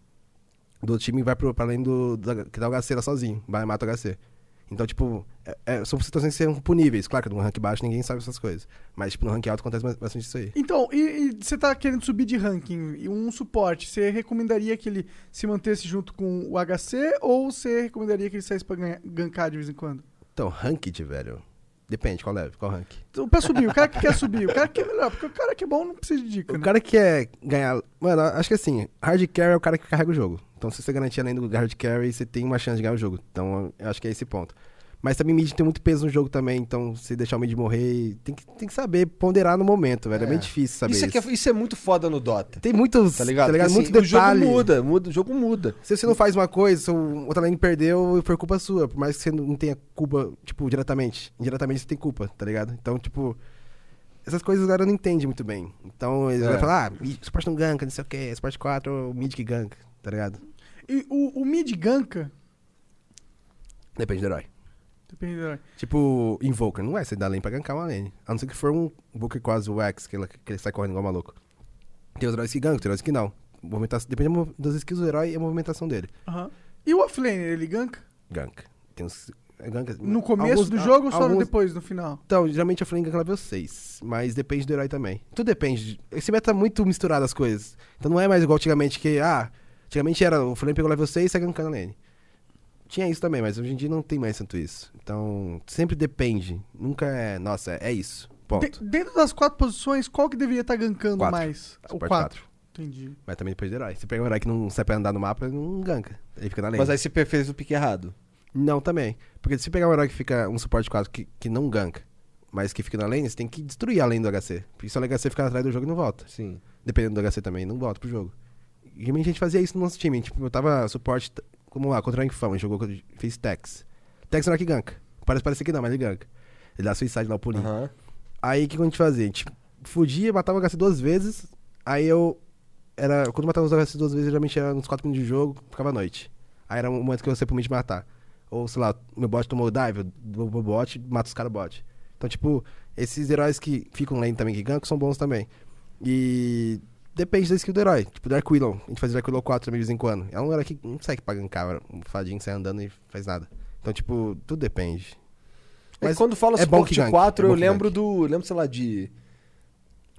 Speaker 3: do outro time vai pro, pra além do, da- que dá o HC lá sozinho, vai e mata o HC. Então, tipo, é- é- são situações que são puníveis. Claro que no rank baixo ninguém sabe essas coisas. Mas, tipo, no rank alto acontece ba- bastante isso aí.
Speaker 1: Então, e, e você tá querendo subir de ranking e um suporte, você recomendaria que ele se mantesse junto com o HC ou você recomendaria que ele saísse pra ganha- gankar de vez em quando?
Speaker 3: Então, ranked, velho. Depende, qual level, qual rank.
Speaker 1: Então, Pra subir, o cara que quer subir, o cara que é melhor, porque o cara que é bom não precisa de dica,
Speaker 3: O
Speaker 1: né?
Speaker 3: cara que quer ganhar. Mano, acho que assim, hard carry é o cara que carrega o jogo. Então, se você garantir além do hard carry, você tem uma chance de ganhar o jogo. Então, eu acho que é esse ponto. Mas também mid tem muito peso no jogo também. Então, se deixar o mid morrer, tem que, tem que saber ponderar no momento, velho. É,
Speaker 2: É.
Speaker 3: bem difícil saber
Speaker 2: Isso,
Speaker 3: isso.
Speaker 2: é que é- isso é muito foda no Dota.
Speaker 3: Tem muitos,
Speaker 2: Tá ligado? Porque,
Speaker 3: Muito
Speaker 2: assim,
Speaker 3: detalhe.
Speaker 2: O jogo muda, muda, o jogo muda.
Speaker 3: Se você não faz uma coisa, se o outro lane perdeu, foi culpa sua. Por mais que você não tenha culpa, tipo, diretamente. Indiretamente você tem culpa, tá ligado? Então, tipo. Essas coisas o cara não entende muito bem. Então ele
Speaker 2: É.
Speaker 3: vai falar, ah, mid, suporte não ganka, não sei o quê, suporte 4 é o mid que ganka, tá ligado?
Speaker 1: E o, o mid ganka,
Speaker 3: Depende do herói.
Speaker 1: depende do herói.
Speaker 3: Tipo, Invoker, não é você dar lane pra gankar uma lane. A não ser que for um Invoker quase o X, que, ele- que ele sai correndo igual maluco. Tem os heróis que gankam, tem heróis que não. Movimentação, depende da mov- das skills do herói e a movimentação dele.
Speaker 1: Aham. E o offlane, ele ganka?
Speaker 3: Gank. Tem uns. é gank-
Speaker 1: No começo
Speaker 3: alguns-
Speaker 1: do
Speaker 3: a-
Speaker 1: jogo ou só
Speaker 3: alguns-
Speaker 1: depois, no final?
Speaker 3: Então, geralmente eu falei em gank level 6, mas depende do herói também. Tudo depende. Esse meta tá muito misturado as coisas. Então não é mais igual antigamente que, ah, antigamente era o Flame pegou level 6 e sai gankando a lane. um Tinha isso também, mas hoje em dia não tem mais tanto isso. Então, sempre depende. Nunca é, nossa, é, é isso. Ponto.
Speaker 1: De- dentro das quatro posições, qual que deveria estar gankando
Speaker 3: Quatro.
Speaker 1: mais?
Speaker 3: Suporte
Speaker 1: o 4. Entendi.
Speaker 3: Mas também depende do herói. Se pega um herói que não sabe andar no mapa, não ganka. Ele fica na lane.
Speaker 2: Mas aí você fez o pique errado.
Speaker 3: Não, também. Porque se pegar um herói que fica um suporte 4 que, que não ganka, mas que fica na lane, você tem que destruir a lane do HC. Porque se o HC ficar atrás do jogo, não volta.
Speaker 2: Sim.
Speaker 3: dependendo do HC também, não volta pro jogo. E realmente a gente fazia isso no nosso time. Tipo, eu tava suporte, t- como lá, contra o Rank Fama, a gente jogou, fez Tex. Tex não é que ganka. Parece, parece que não, mas ele ganka. Ele dá suicide lá, o pulinho.
Speaker 2: Aham.
Speaker 3: Aí o que que a gente fazia? A gente fugia, matava o HC duas vezes. Aí eu. Era, quando matava os HC duas vezes, geralmente era uns 4 minutos de jogo, ficava à noite. Aí era o momento que você permite matar. Ou sei lá, meu bot tomou o dive, eu dou o bot, mata os caras bot. Então, tipo, esses heróis que ficam lane também, que gankam, são bons também. E. Depende da skill do herói. Tipo, Dark Willow. A gente fazia Dark Willow 4 também de vez em quando. É um herói que não sai pra gankar, era um fadinho que sai andando e faz nada. Então, tipo, tudo depende.
Speaker 2: Mas quando fala
Speaker 3: é bom
Speaker 2: suporte
Speaker 3: que gangue,
Speaker 2: 4,
Speaker 3: é bom
Speaker 2: eu
Speaker 3: que
Speaker 2: lembro do. Lembro, sei lá, de.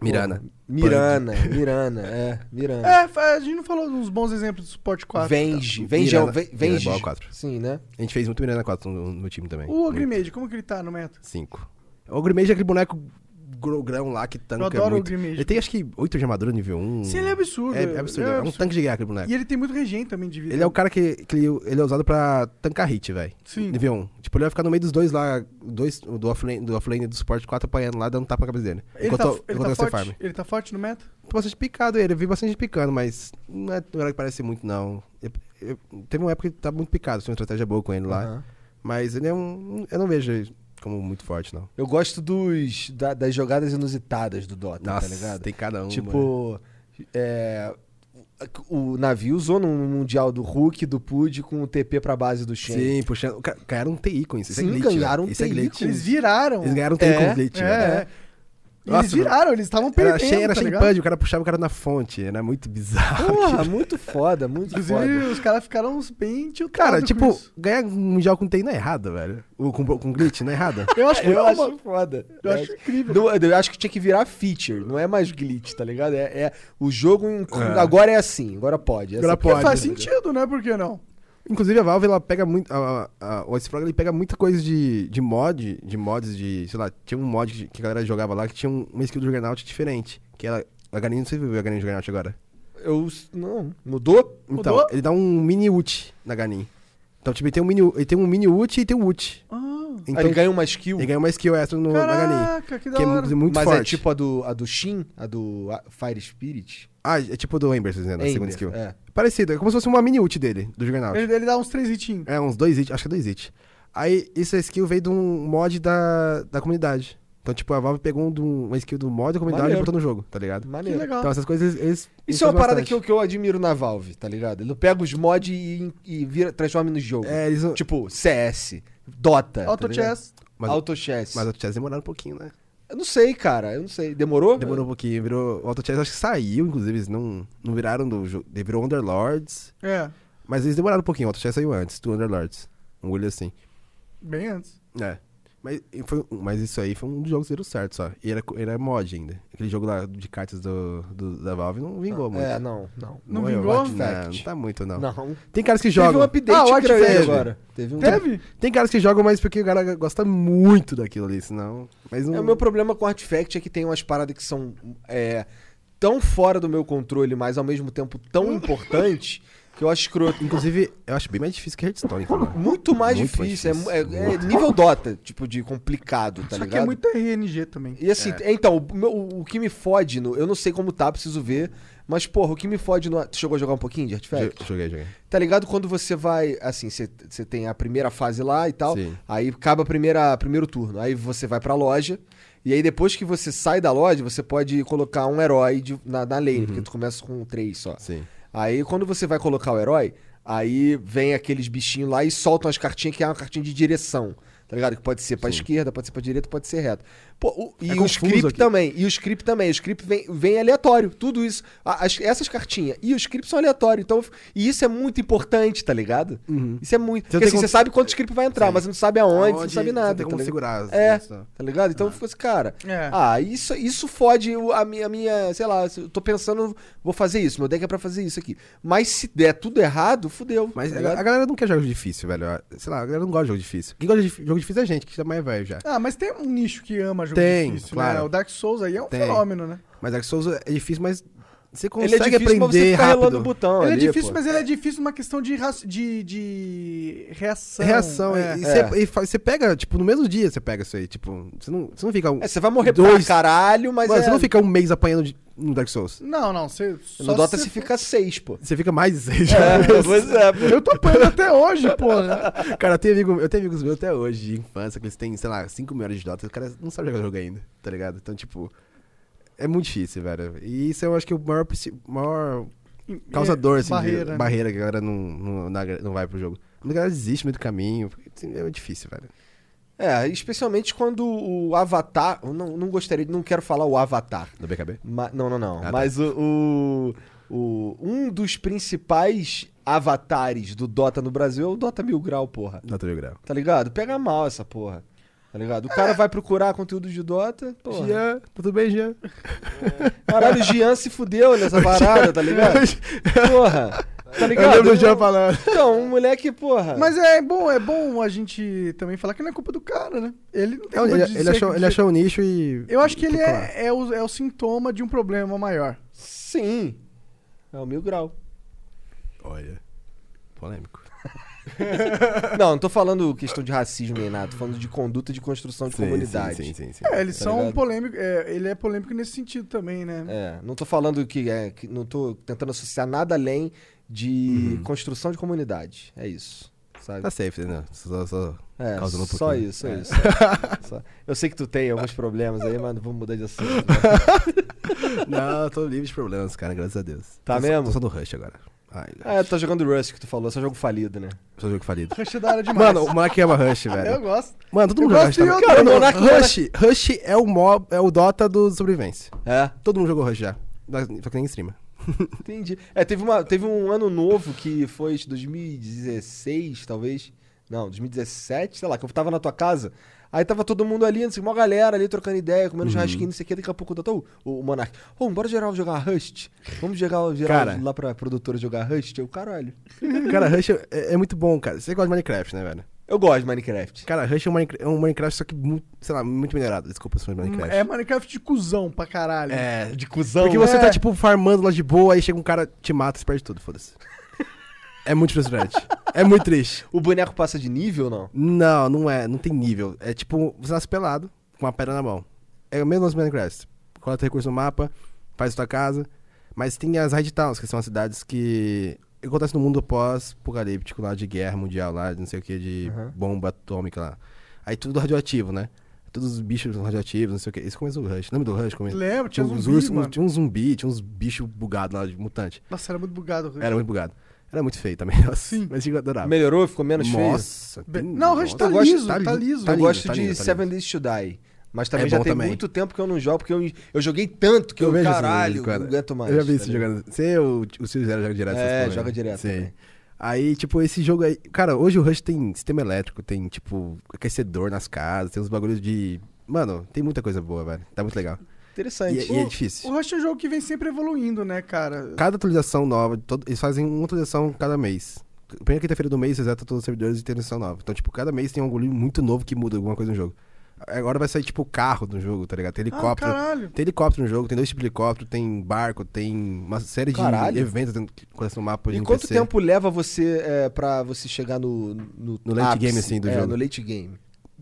Speaker 3: Mirana.
Speaker 2: Mirana, Mirana, é, Mirana.
Speaker 1: É, fa- a gente não falou uns bons exemplos do suporte 4.
Speaker 2: Venge,
Speaker 3: tá.
Speaker 2: Venge é o.
Speaker 3: Mirana-
Speaker 2: Ve-
Speaker 3: Mirana é
Speaker 2: Venge.
Speaker 3: boa, quatro.
Speaker 2: Sim, né?
Speaker 3: A gente fez muito Mirana 4 no, no time também.
Speaker 1: O Ogrimade, como que ele tá no meta?
Speaker 3: 5. O Ogrimage é aquele boneco grogrão lá que tanca
Speaker 1: Eu adoro o
Speaker 3: muito. Ele
Speaker 1: Ogrimade.
Speaker 3: tem acho que 8 de armadura nível 1.
Speaker 1: Sim, ele é absurdo.
Speaker 3: É, é absurdo. É, um tanque de guerra aquele boneco.
Speaker 1: E ele tem muito regen também de vida.
Speaker 3: Ele é o cara que, que ele, ele é usado pra tancar hit, velho.
Speaker 1: Sim.
Speaker 3: Nível 1. Tipo, ele vai ficar no meio dos dois lá, dois, o do offlane, do offlane e do suporte 4 apanhando lá, dando tapa na cabeça dele.
Speaker 1: Ele tá,
Speaker 3: enquanto
Speaker 1: ele
Speaker 3: enquanto
Speaker 1: tá
Speaker 3: você
Speaker 1: forte?
Speaker 3: farm.
Speaker 1: Ele tá forte no meta?
Speaker 3: Tô bastante picado ele, eu vi bastante picando, mas não é um herói que parece muito, não. Eu- eu- teve uma época que tá muito picado, tinha uma estratégia boa com ele lá.
Speaker 2: Aham.
Speaker 3: Mas ele é um. Eu não vejo ele como muito forte, não.
Speaker 2: Eu gosto dos, da- das jogadas inusitadas do Dota,
Speaker 3: Nossa,
Speaker 2: tá ligado?
Speaker 3: tem né? cada um. mano.
Speaker 2: Tipo, é, o navio usou no Mundial do Hulk, do Pud, com o TP pra base do Shen.
Speaker 3: Sim, puxando. Ca- Ganharam um TI com isso. Isso
Speaker 2: Sim,
Speaker 3: é glitch, velho.
Speaker 2: ganharam um
Speaker 3: Isso é
Speaker 2: TI
Speaker 3: glitch.
Speaker 2: com-
Speaker 1: Eles
Speaker 3: Eles,
Speaker 1: viraram.
Speaker 3: ganharam um TI
Speaker 2: É,
Speaker 3: com glitch,
Speaker 1: é,
Speaker 3: velho.
Speaker 1: é. E
Speaker 3: né? Nossa,
Speaker 1: eles viraram, eles estavam
Speaker 3: Era
Speaker 1: perdendo,
Speaker 3: cheio, era
Speaker 1: tá
Speaker 3: cheio
Speaker 1: ligado?
Speaker 3: o cara puxava o cara na fonte. Era muito bizarro.
Speaker 2: Porra, muito foda, muito
Speaker 1: Inclusive,
Speaker 2: foda.
Speaker 1: os caras ficaram uns bem tiltados
Speaker 3: Cara,
Speaker 1: com
Speaker 3: tipo,
Speaker 1: isso.
Speaker 3: ganhar um mundial com TI não é errado, velho. Ou com, com glitch não é errado.
Speaker 1: Eu acho que
Speaker 2: Eu
Speaker 1: não,
Speaker 2: acho
Speaker 1: mano.
Speaker 2: foda. É.
Speaker 1: Eu acho incrível.
Speaker 2: Não, eu acho que tinha que virar feature, não é mais glitch, tá ligado? É, é- o jogo em- agora é assim, agora pode. Essa
Speaker 3: Agora
Speaker 2: que é
Speaker 1: Porque
Speaker 3: pode,
Speaker 1: faz
Speaker 3: né?
Speaker 1: sentido, né? Por que não?
Speaker 3: Inclusive, a Valve, ela pega muito. A, a, a- o Ice Frog, ele pega muita coisa de, de mod, de mods de. Sei lá, tinha um mod que- que a galera jogava lá que tinha um- uma skill do Juggernaut diferente. Que ela. A galinha, não sei se você viu a galinha do Juggernaut agora.
Speaker 2: Eu. Não. Mudou?
Speaker 3: Então,
Speaker 1: Mudou?
Speaker 3: ele dá um mini ult na Ganin. Então, tipo, ele tem um mini, ele tem um mini ult e tem um ult.
Speaker 1: Ah,
Speaker 3: Então,
Speaker 2: Aí ele ganha um. uma skill.
Speaker 3: ele ganha uma skill extra no, na Ganin.
Speaker 1: caraca, que da
Speaker 3: Que é
Speaker 1: hora.
Speaker 3: muito, muito
Speaker 2: mas
Speaker 3: forte.
Speaker 2: é tipo a do, a do Shin, a do a- Fire Spirit.
Speaker 3: Ah, é tipo do Ember, vocês dizendo, a segunda
Speaker 2: Ember,
Speaker 3: skill.
Speaker 2: É.
Speaker 3: Parecido, é como se fosse uma mini ult dele, do Juggernaut.
Speaker 1: Ele, ele dá uns três hitinhos.
Speaker 3: É, uns dois hits, acho que é dois hits. Aí, essa skill veio de um mod da, da comunidade. Então, tipo, a Valve pegou um, de um- uma skill do mod da comunidade
Speaker 2: Maneiro.
Speaker 3: e botou no jogo, tá ligado?
Speaker 1: Que
Speaker 2: Maneiro.
Speaker 1: legal.
Speaker 3: Então, essas coisas, eles...
Speaker 2: Isso é uma parada que eu, que eu admiro na Valve, tá ligado? Ele pega os mods e, e vira, transforma no jogo.
Speaker 3: É, eles... não-
Speaker 2: Tipo, CS,
Speaker 3: é,
Speaker 2: Dota. tá
Speaker 1: Auto
Speaker 2: ligado?
Speaker 1: chess.
Speaker 3: Mas-
Speaker 2: Auto Chess.
Speaker 3: Mas o Chess demoraram um pouquinho, né?
Speaker 2: Eu não sei, cara. Eu não sei. Demorou?
Speaker 3: Demorou um pouquinho, virou. O Auto Chess acho que saiu, inclusive, eles não, não viraram do jogo. Ele virou Underlords.
Speaker 1: É,
Speaker 3: Mas eles demoraram um pouquinho, o Auto Chess saiu antes do Underlords. Um olho assim.
Speaker 1: bem antes.
Speaker 3: É. Mas, e foi, um- mas isso aí foi um dos jogos que deu certo só. E era, co- era mod ainda. Aquele jogo lá de cartas do, do- da Valve não vingou muito.
Speaker 2: É, não, não.
Speaker 1: Não
Speaker 3: é, eu
Speaker 1: vingou?
Speaker 3: acho que Não,
Speaker 2: Fact.
Speaker 3: não tá muito, não.
Speaker 2: Não.
Speaker 3: Tem caras que
Speaker 2: Teve um
Speaker 3: jogam.
Speaker 2: update
Speaker 1: Ah, o
Speaker 2: grande
Speaker 3: Artifact.
Speaker 2: agora. Teve
Speaker 3: Então,
Speaker 2: um.
Speaker 1: Teve?
Speaker 3: Tem caras que jogam, mas porque o cara gosta muito daquilo ali, senão. Mas um não.
Speaker 2: É, o meu problema com Artifact é que tem umas paradas que são é, tão fora do meu controle, mas ao mesmo tempo tão importantes, que eu acho escroto.
Speaker 3: Inclusive, eu acho bem mais difícil que Hearthstone, cara.
Speaker 2: Muito mais
Speaker 3: Muito
Speaker 2: difícil.
Speaker 3: mais
Speaker 2: é-
Speaker 3: difícil.
Speaker 2: É, é nível Dota, tipo, de complicado,
Speaker 1: Só
Speaker 2: tá ligado?
Speaker 1: que é muito RNG também.
Speaker 2: E assim, então, o, meu- o que me fode, no, eu não sei como tá, preciso ver, mas porra, o que me fode no. Tu chegou a jogar um pouquinho de Artifact?
Speaker 3: Jo- Joguei, joguei.
Speaker 2: Tá ligado quando você vai, assim, você você tem a primeira fase lá e tal,
Speaker 3: Sim.
Speaker 2: aí acaba a primeira primeiro turno, aí você vai pra loja, e aí depois que você sai da loja, você pode colocar um herói de- na, na lane, porque tu começa com três só.
Speaker 3: Sim.
Speaker 2: Aí quando você vai colocar o herói, aí vem aqueles bichinhos lá e soltam as cartinhas que é uma cartinha de direção. Tá ligado? Que pode ser pra esquerda, pode ser pra direita, pode ser reto. Pô, o- e
Speaker 3: É
Speaker 2: o
Speaker 3: confuso
Speaker 2: script
Speaker 3: aqui.
Speaker 2: também. E o script também. O script vem, vem aleatório. Tudo isso. A- as- essas cartinhas e o script são aleatórios. Então, eu f- e isso é muito importante, tá ligado? Isso é muito.
Speaker 3: Uhum. Você não
Speaker 2: Porque
Speaker 3: tem
Speaker 2: assim,
Speaker 3: como-
Speaker 2: você sabe quanto script vai entrar,
Speaker 3: Sim.
Speaker 2: mas você não sabe aonde, você não sabe
Speaker 3: Você
Speaker 2: nada.
Speaker 3: tem
Speaker 2: tá
Speaker 3: como
Speaker 2: ligado?
Speaker 3: segurar. assim, Ah. as-
Speaker 2: É.
Speaker 3: essa-
Speaker 2: Tá ligado? Então eu fico assim, cara.
Speaker 1: É.
Speaker 2: Ah, isso, isso fode o- a minha, a minha. Sei lá, eu tô pensando, vou fazer isso, meu deck é pra fazer isso aqui. Mas se der tudo errado, fudeu.
Speaker 3: Mas é
Speaker 2: tá
Speaker 3: a,
Speaker 2: ligado?
Speaker 3: a galera não quer jogo difícil, velho. Sei lá, a galera não gosta de jogo difícil. Quem gosta de dif- jogo difícil é a gente, que tá mais velho já.
Speaker 1: Ah, mas tem um nicho que ama jogo
Speaker 3: Tem,
Speaker 1: difícil, né?
Speaker 3: claro.
Speaker 1: O Dark Souls aí é um
Speaker 3: Tem.
Speaker 1: fenômeno, né?
Speaker 3: Mas Dark Souls é difícil, mas você consegue
Speaker 2: ele é difícil,
Speaker 3: aprender
Speaker 2: mas você fica relando
Speaker 3: rápido.
Speaker 2: o botão.
Speaker 1: ele
Speaker 2: ali,
Speaker 1: é difícil,
Speaker 2: pô.
Speaker 1: mas ele é difícil numa questão de, raci- de, de reação.
Speaker 3: Reação.
Speaker 1: é.
Speaker 3: E
Speaker 2: é.
Speaker 3: você e fa- você pega, tipo, no mesmo dia você pega isso aí. Tipo, você não, você não fica. Um,
Speaker 2: É, você vai morrer
Speaker 3: Dois.
Speaker 2: pra caralho, mas.
Speaker 3: Mano,
Speaker 2: é...
Speaker 3: você não fica um mês apanhando de- no Dark Souls.
Speaker 1: Não, não, você.
Speaker 4: No Dota se fica seis, pô.
Speaker 3: Você fica mais seis.
Speaker 4: É, pois é, pô.
Speaker 1: Eu tô apanhando até hoje, porra.
Speaker 3: Cara, eu tenho, amigo, eu tenho amigos meus até hoje, de infância, que eles têm, sei lá, 5 mil horas de Dota. O cara não sabe jogar o jogo ainda, tá ligado? Então, tipo, é muito difícil, velho. E isso eu acho que é o maior, possi- maior causador, assim,
Speaker 1: É,
Speaker 3: barreira,
Speaker 1: barreira. né?
Speaker 3: de, barreira que a galera não, não, não agra- não vai pro jogo. A galera desiste meio do caminho. assim, É difícil, velho.
Speaker 2: É, especialmente quando o Avatar. eu Não, não gostaria, de- não quero falar o Avatar.
Speaker 3: No BKB?
Speaker 2: Ma- não, não, não.
Speaker 3: Ah, tá.
Speaker 2: Mas o, o, o- Um dos principais avatares do Dota no Brasil é o Dota Mil Grau, porra.
Speaker 3: Não, tô ligado.
Speaker 2: Tá ligado? Pega mal essa porra. Tá ligado? O cara vai procurar conteúdo de Dota, porra.
Speaker 3: Jean, tá tudo bem, Jean?
Speaker 2: Caralho, o Jean se fudeu nessa parada, tá ligado? Porra. Tá
Speaker 3: Eu
Speaker 2: ligado?
Speaker 3: lembro do Jean falando.
Speaker 2: Então, um moleque, porra.
Speaker 1: Mas é bom, é bom a gente também falar que não é culpa do cara, né? Ele não tem
Speaker 3: Não,
Speaker 1: como
Speaker 3: ele,
Speaker 1: dizer
Speaker 3: ele achou,
Speaker 1: que-
Speaker 3: ele achou o nicho e.
Speaker 1: Eu acho que ele
Speaker 3: Claro.
Speaker 1: é, é, o, é o sintoma de um problema maior.
Speaker 2: Sim. É o Mil Grau.
Speaker 3: Olha. Polêmico.
Speaker 2: Não, não tô falando questão de racismo nem nada. Tô falando de conduta de construção de comunidade.
Speaker 3: Sim, sim, sim. sim.
Speaker 1: É, eles
Speaker 2: Tá
Speaker 1: são
Speaker 2: ligado?
Speaker 1: polêmicos. é, ele é polêmico nesse sentido também, né?
Speaker 2: É, não tô falando que é. que não tô tentando associar nada além de
Speaker 3: Uhum.
Speaker 2: construção de comunidade. É isso. Sabe?
Speaker 3: Tá safe, né? Só, só...
Speaker 2: É,
Speaker 3: Causando um
Speaker 2: só
Speaker 3: pouquinho.
Speaker 2: isso, só isso. Só- Eu sei que tu tem alguns problemas aí, mas não vou mudar de assunto.
Speaker 3: Não, eu tô livre de problemas, cara, graças a Deus.
Speaker 2: Tá
Speaker 3: Tô só-
Speaker 2: mesmo?
Speaker 3: Tô só no rush agora. Ai,
Speaker 2: Ah, é, tu tá jogando Rust que tu falou, só jogo falido, né?
Speaker 3: só jogo falido.
Speaker 1: Rush da hora demais.
Speaker 3: É. Mano, o moleque ama Rush,
Speaker 1: eu
Speaker 3: velho.
Speaker 1: gosto.
Speaker 3: Mano, todo
Speaker 1: eu
Speaker 3: mundo
Speaker 1: gosto
Speaker 3: joga Rush.
Speaker 1: de
Speaker 3: também.
Speaker 1: outro-
Speaker 3: Cara,
Speaker 2: o Monark-
Speaker 3: Rush, Rush é o, mob, é o Dota do sobrevivência.
Speaker 2: É,
Speaker 3: Todo mundo jogou Rush já. Mas- Só que nem streama.
Speaker 2: entendi. É, teve, uma, teve um ano novo que foi de 2016, talvez. Não, 2017, sei lá, que eu tava na tua casa. Aí tava todo mundo ali, assim, uma galera ali trocando ideia, comendo churrasquinho, não sei o que. Daqui a pouco o Dota, ô, o Monark, ô, bora geral jogar Rust? Vamos geral, geral
Speaker 3: Cara.
Speaker 2: lá pra produtora jogar Rust? Eu, caralho.
Speaker 3: Cara, Rush é, é muito bom, cara. Você gosta de Minecraft, né, velho?
Speaker 2: Eu gosto de Minecraft.
Speaker 3: Cara, Rush é um, Minecraft, é um Minecraft, só que, mu- sei lá, muito melhorado. Desculpa se for de Minecraft.
Speaker 1: É Minecraft de cuzão pra caralho.
Speaker 3: É,
Speaker 2: De cuzão.
Speaker 3: Porque você
Speaker 1: É.
Speaker 3: tá, tipo, farmando lá de boa, aí chega um cara, te mata, você perde tudo, foda-se. É muito frustrante. é muito triste.
Speaker 2: O boneco passa de nível ou não?
Speaker 3: Não, não é, não tem nível. É tipo, você nasce pelado, com uma pedra na mão. É o mesmo lance do Minecraft. Coleta recurso no mapa, faz sua casa. Mas tem as Raid Towns, que são as cidades que acontece no mundo pós-apocalíptico lá, de guerra mundial lá, de não sei o que, de
Speaker 2: Aham.
Speaker 3: bomba atômica lá. Aí tudo radioativo, né? Todos os bichos radioativos, não sei o que. Isso começou o Rush. Lembra do Rush? Começo?
Speaker 1: Lembro, tinha
Speaker 3: Tinha uns
Speaker 1: zumbi,
Speaker 3: ursos,
Speaker 1: mano.
Speaker 3: tinha um zumbi, tinha uns bichos bugados lá, de mutante.
Speaker 1: Nossa, era muito bugado. Rush.
Speaker 3: Era muito bugado. Era muito feio também, nossa.
Speaker 1: Sim.
Speaker 3: Mas eu adorava.
Speaker 2: Melhorou? Ficou menos feio?
Speaker 3: Nossa.
Speaker 1: Be-
Speaker 3: tem-
Speaker 1: Não, o Rush tá
Speaker 3: eu gosto-
Speaker 1: liso, tá liso.
Speaker 3: tá
Speaker 2: eu gosto
Speaker 3: tá
Speaker 2: de
Speaker 3: liso, tá
Speaker 2: Seven
Speaker 3: liso.
Speaker 2: Days to Die. Mas também
Speaker 3: É
Speaker 2: já
Speaker 3: bom
Speaker 2: tem
Speaker 3: também.
Speaker 2: muito tempo que eu não jogo, porque eu, eu joguei tanto que eu,
Speaker 3: vejo esses
Speaker 2: caralho,
Speaker 3: vídeos, cara.
Speaker 2: não aguento mais.
Speaker 3: Eu já vi
Speaker 2: tá
Speaker 3: isso
Speaker 2: ligado?
Speaker 3: jogando. Você, o, o Silvio Zero joga direto.
Speaker 2: É,
Speaker 3: vocês também.
Speaker 2: joga direto também.
Speaker 3: Aí, tipo, esse jogo aí... Cara, hoje o Rush tem sistema elétrico, tem, tipo, aquecedor nas casas, tem uns bagulhos de... Mano, tem muita coisa boa, velho. Tá muito legal. E,
Speaker 2: Interessante.
Speaker 3: e é difícil.
Speaker 1: O Rush é um jogo que vem sempre evoluindo, né, cara?
Speaker 3: Cada atualização nova, todo- eles fazem uma atualização cada mês. Primeira quinta-feira do mês, eles atam todos os servidores de atualização nova. Então, tipo, cada mês tem um bagulho muito novo que muda alguma coisa no jogo. Agora vai sair, tipo, carro do jogo, tá ligado? Tem
Speaker 1: Ah,
Speaker 3: helicóptero.
Speaker 1: caralho.
Speaker 3: Tem helicóptero no jogo, tem dois tipos de helicóptero, tem barco, tem uma série
Speaker 2: Caralho.
Speaker 3: de eventos dentro- que acontece no mapa de
Speaker 2: E quanto
Speaker 3: NPC.
Speaker 2: tempo leva você é, pra você chegar no... No,
Speaker 3: No late
Speaker 2: ápice?
Speaker 3: game, assim, do
Speaker 2: É,
Speaker 3: jogo.
Speaker 2: no late game.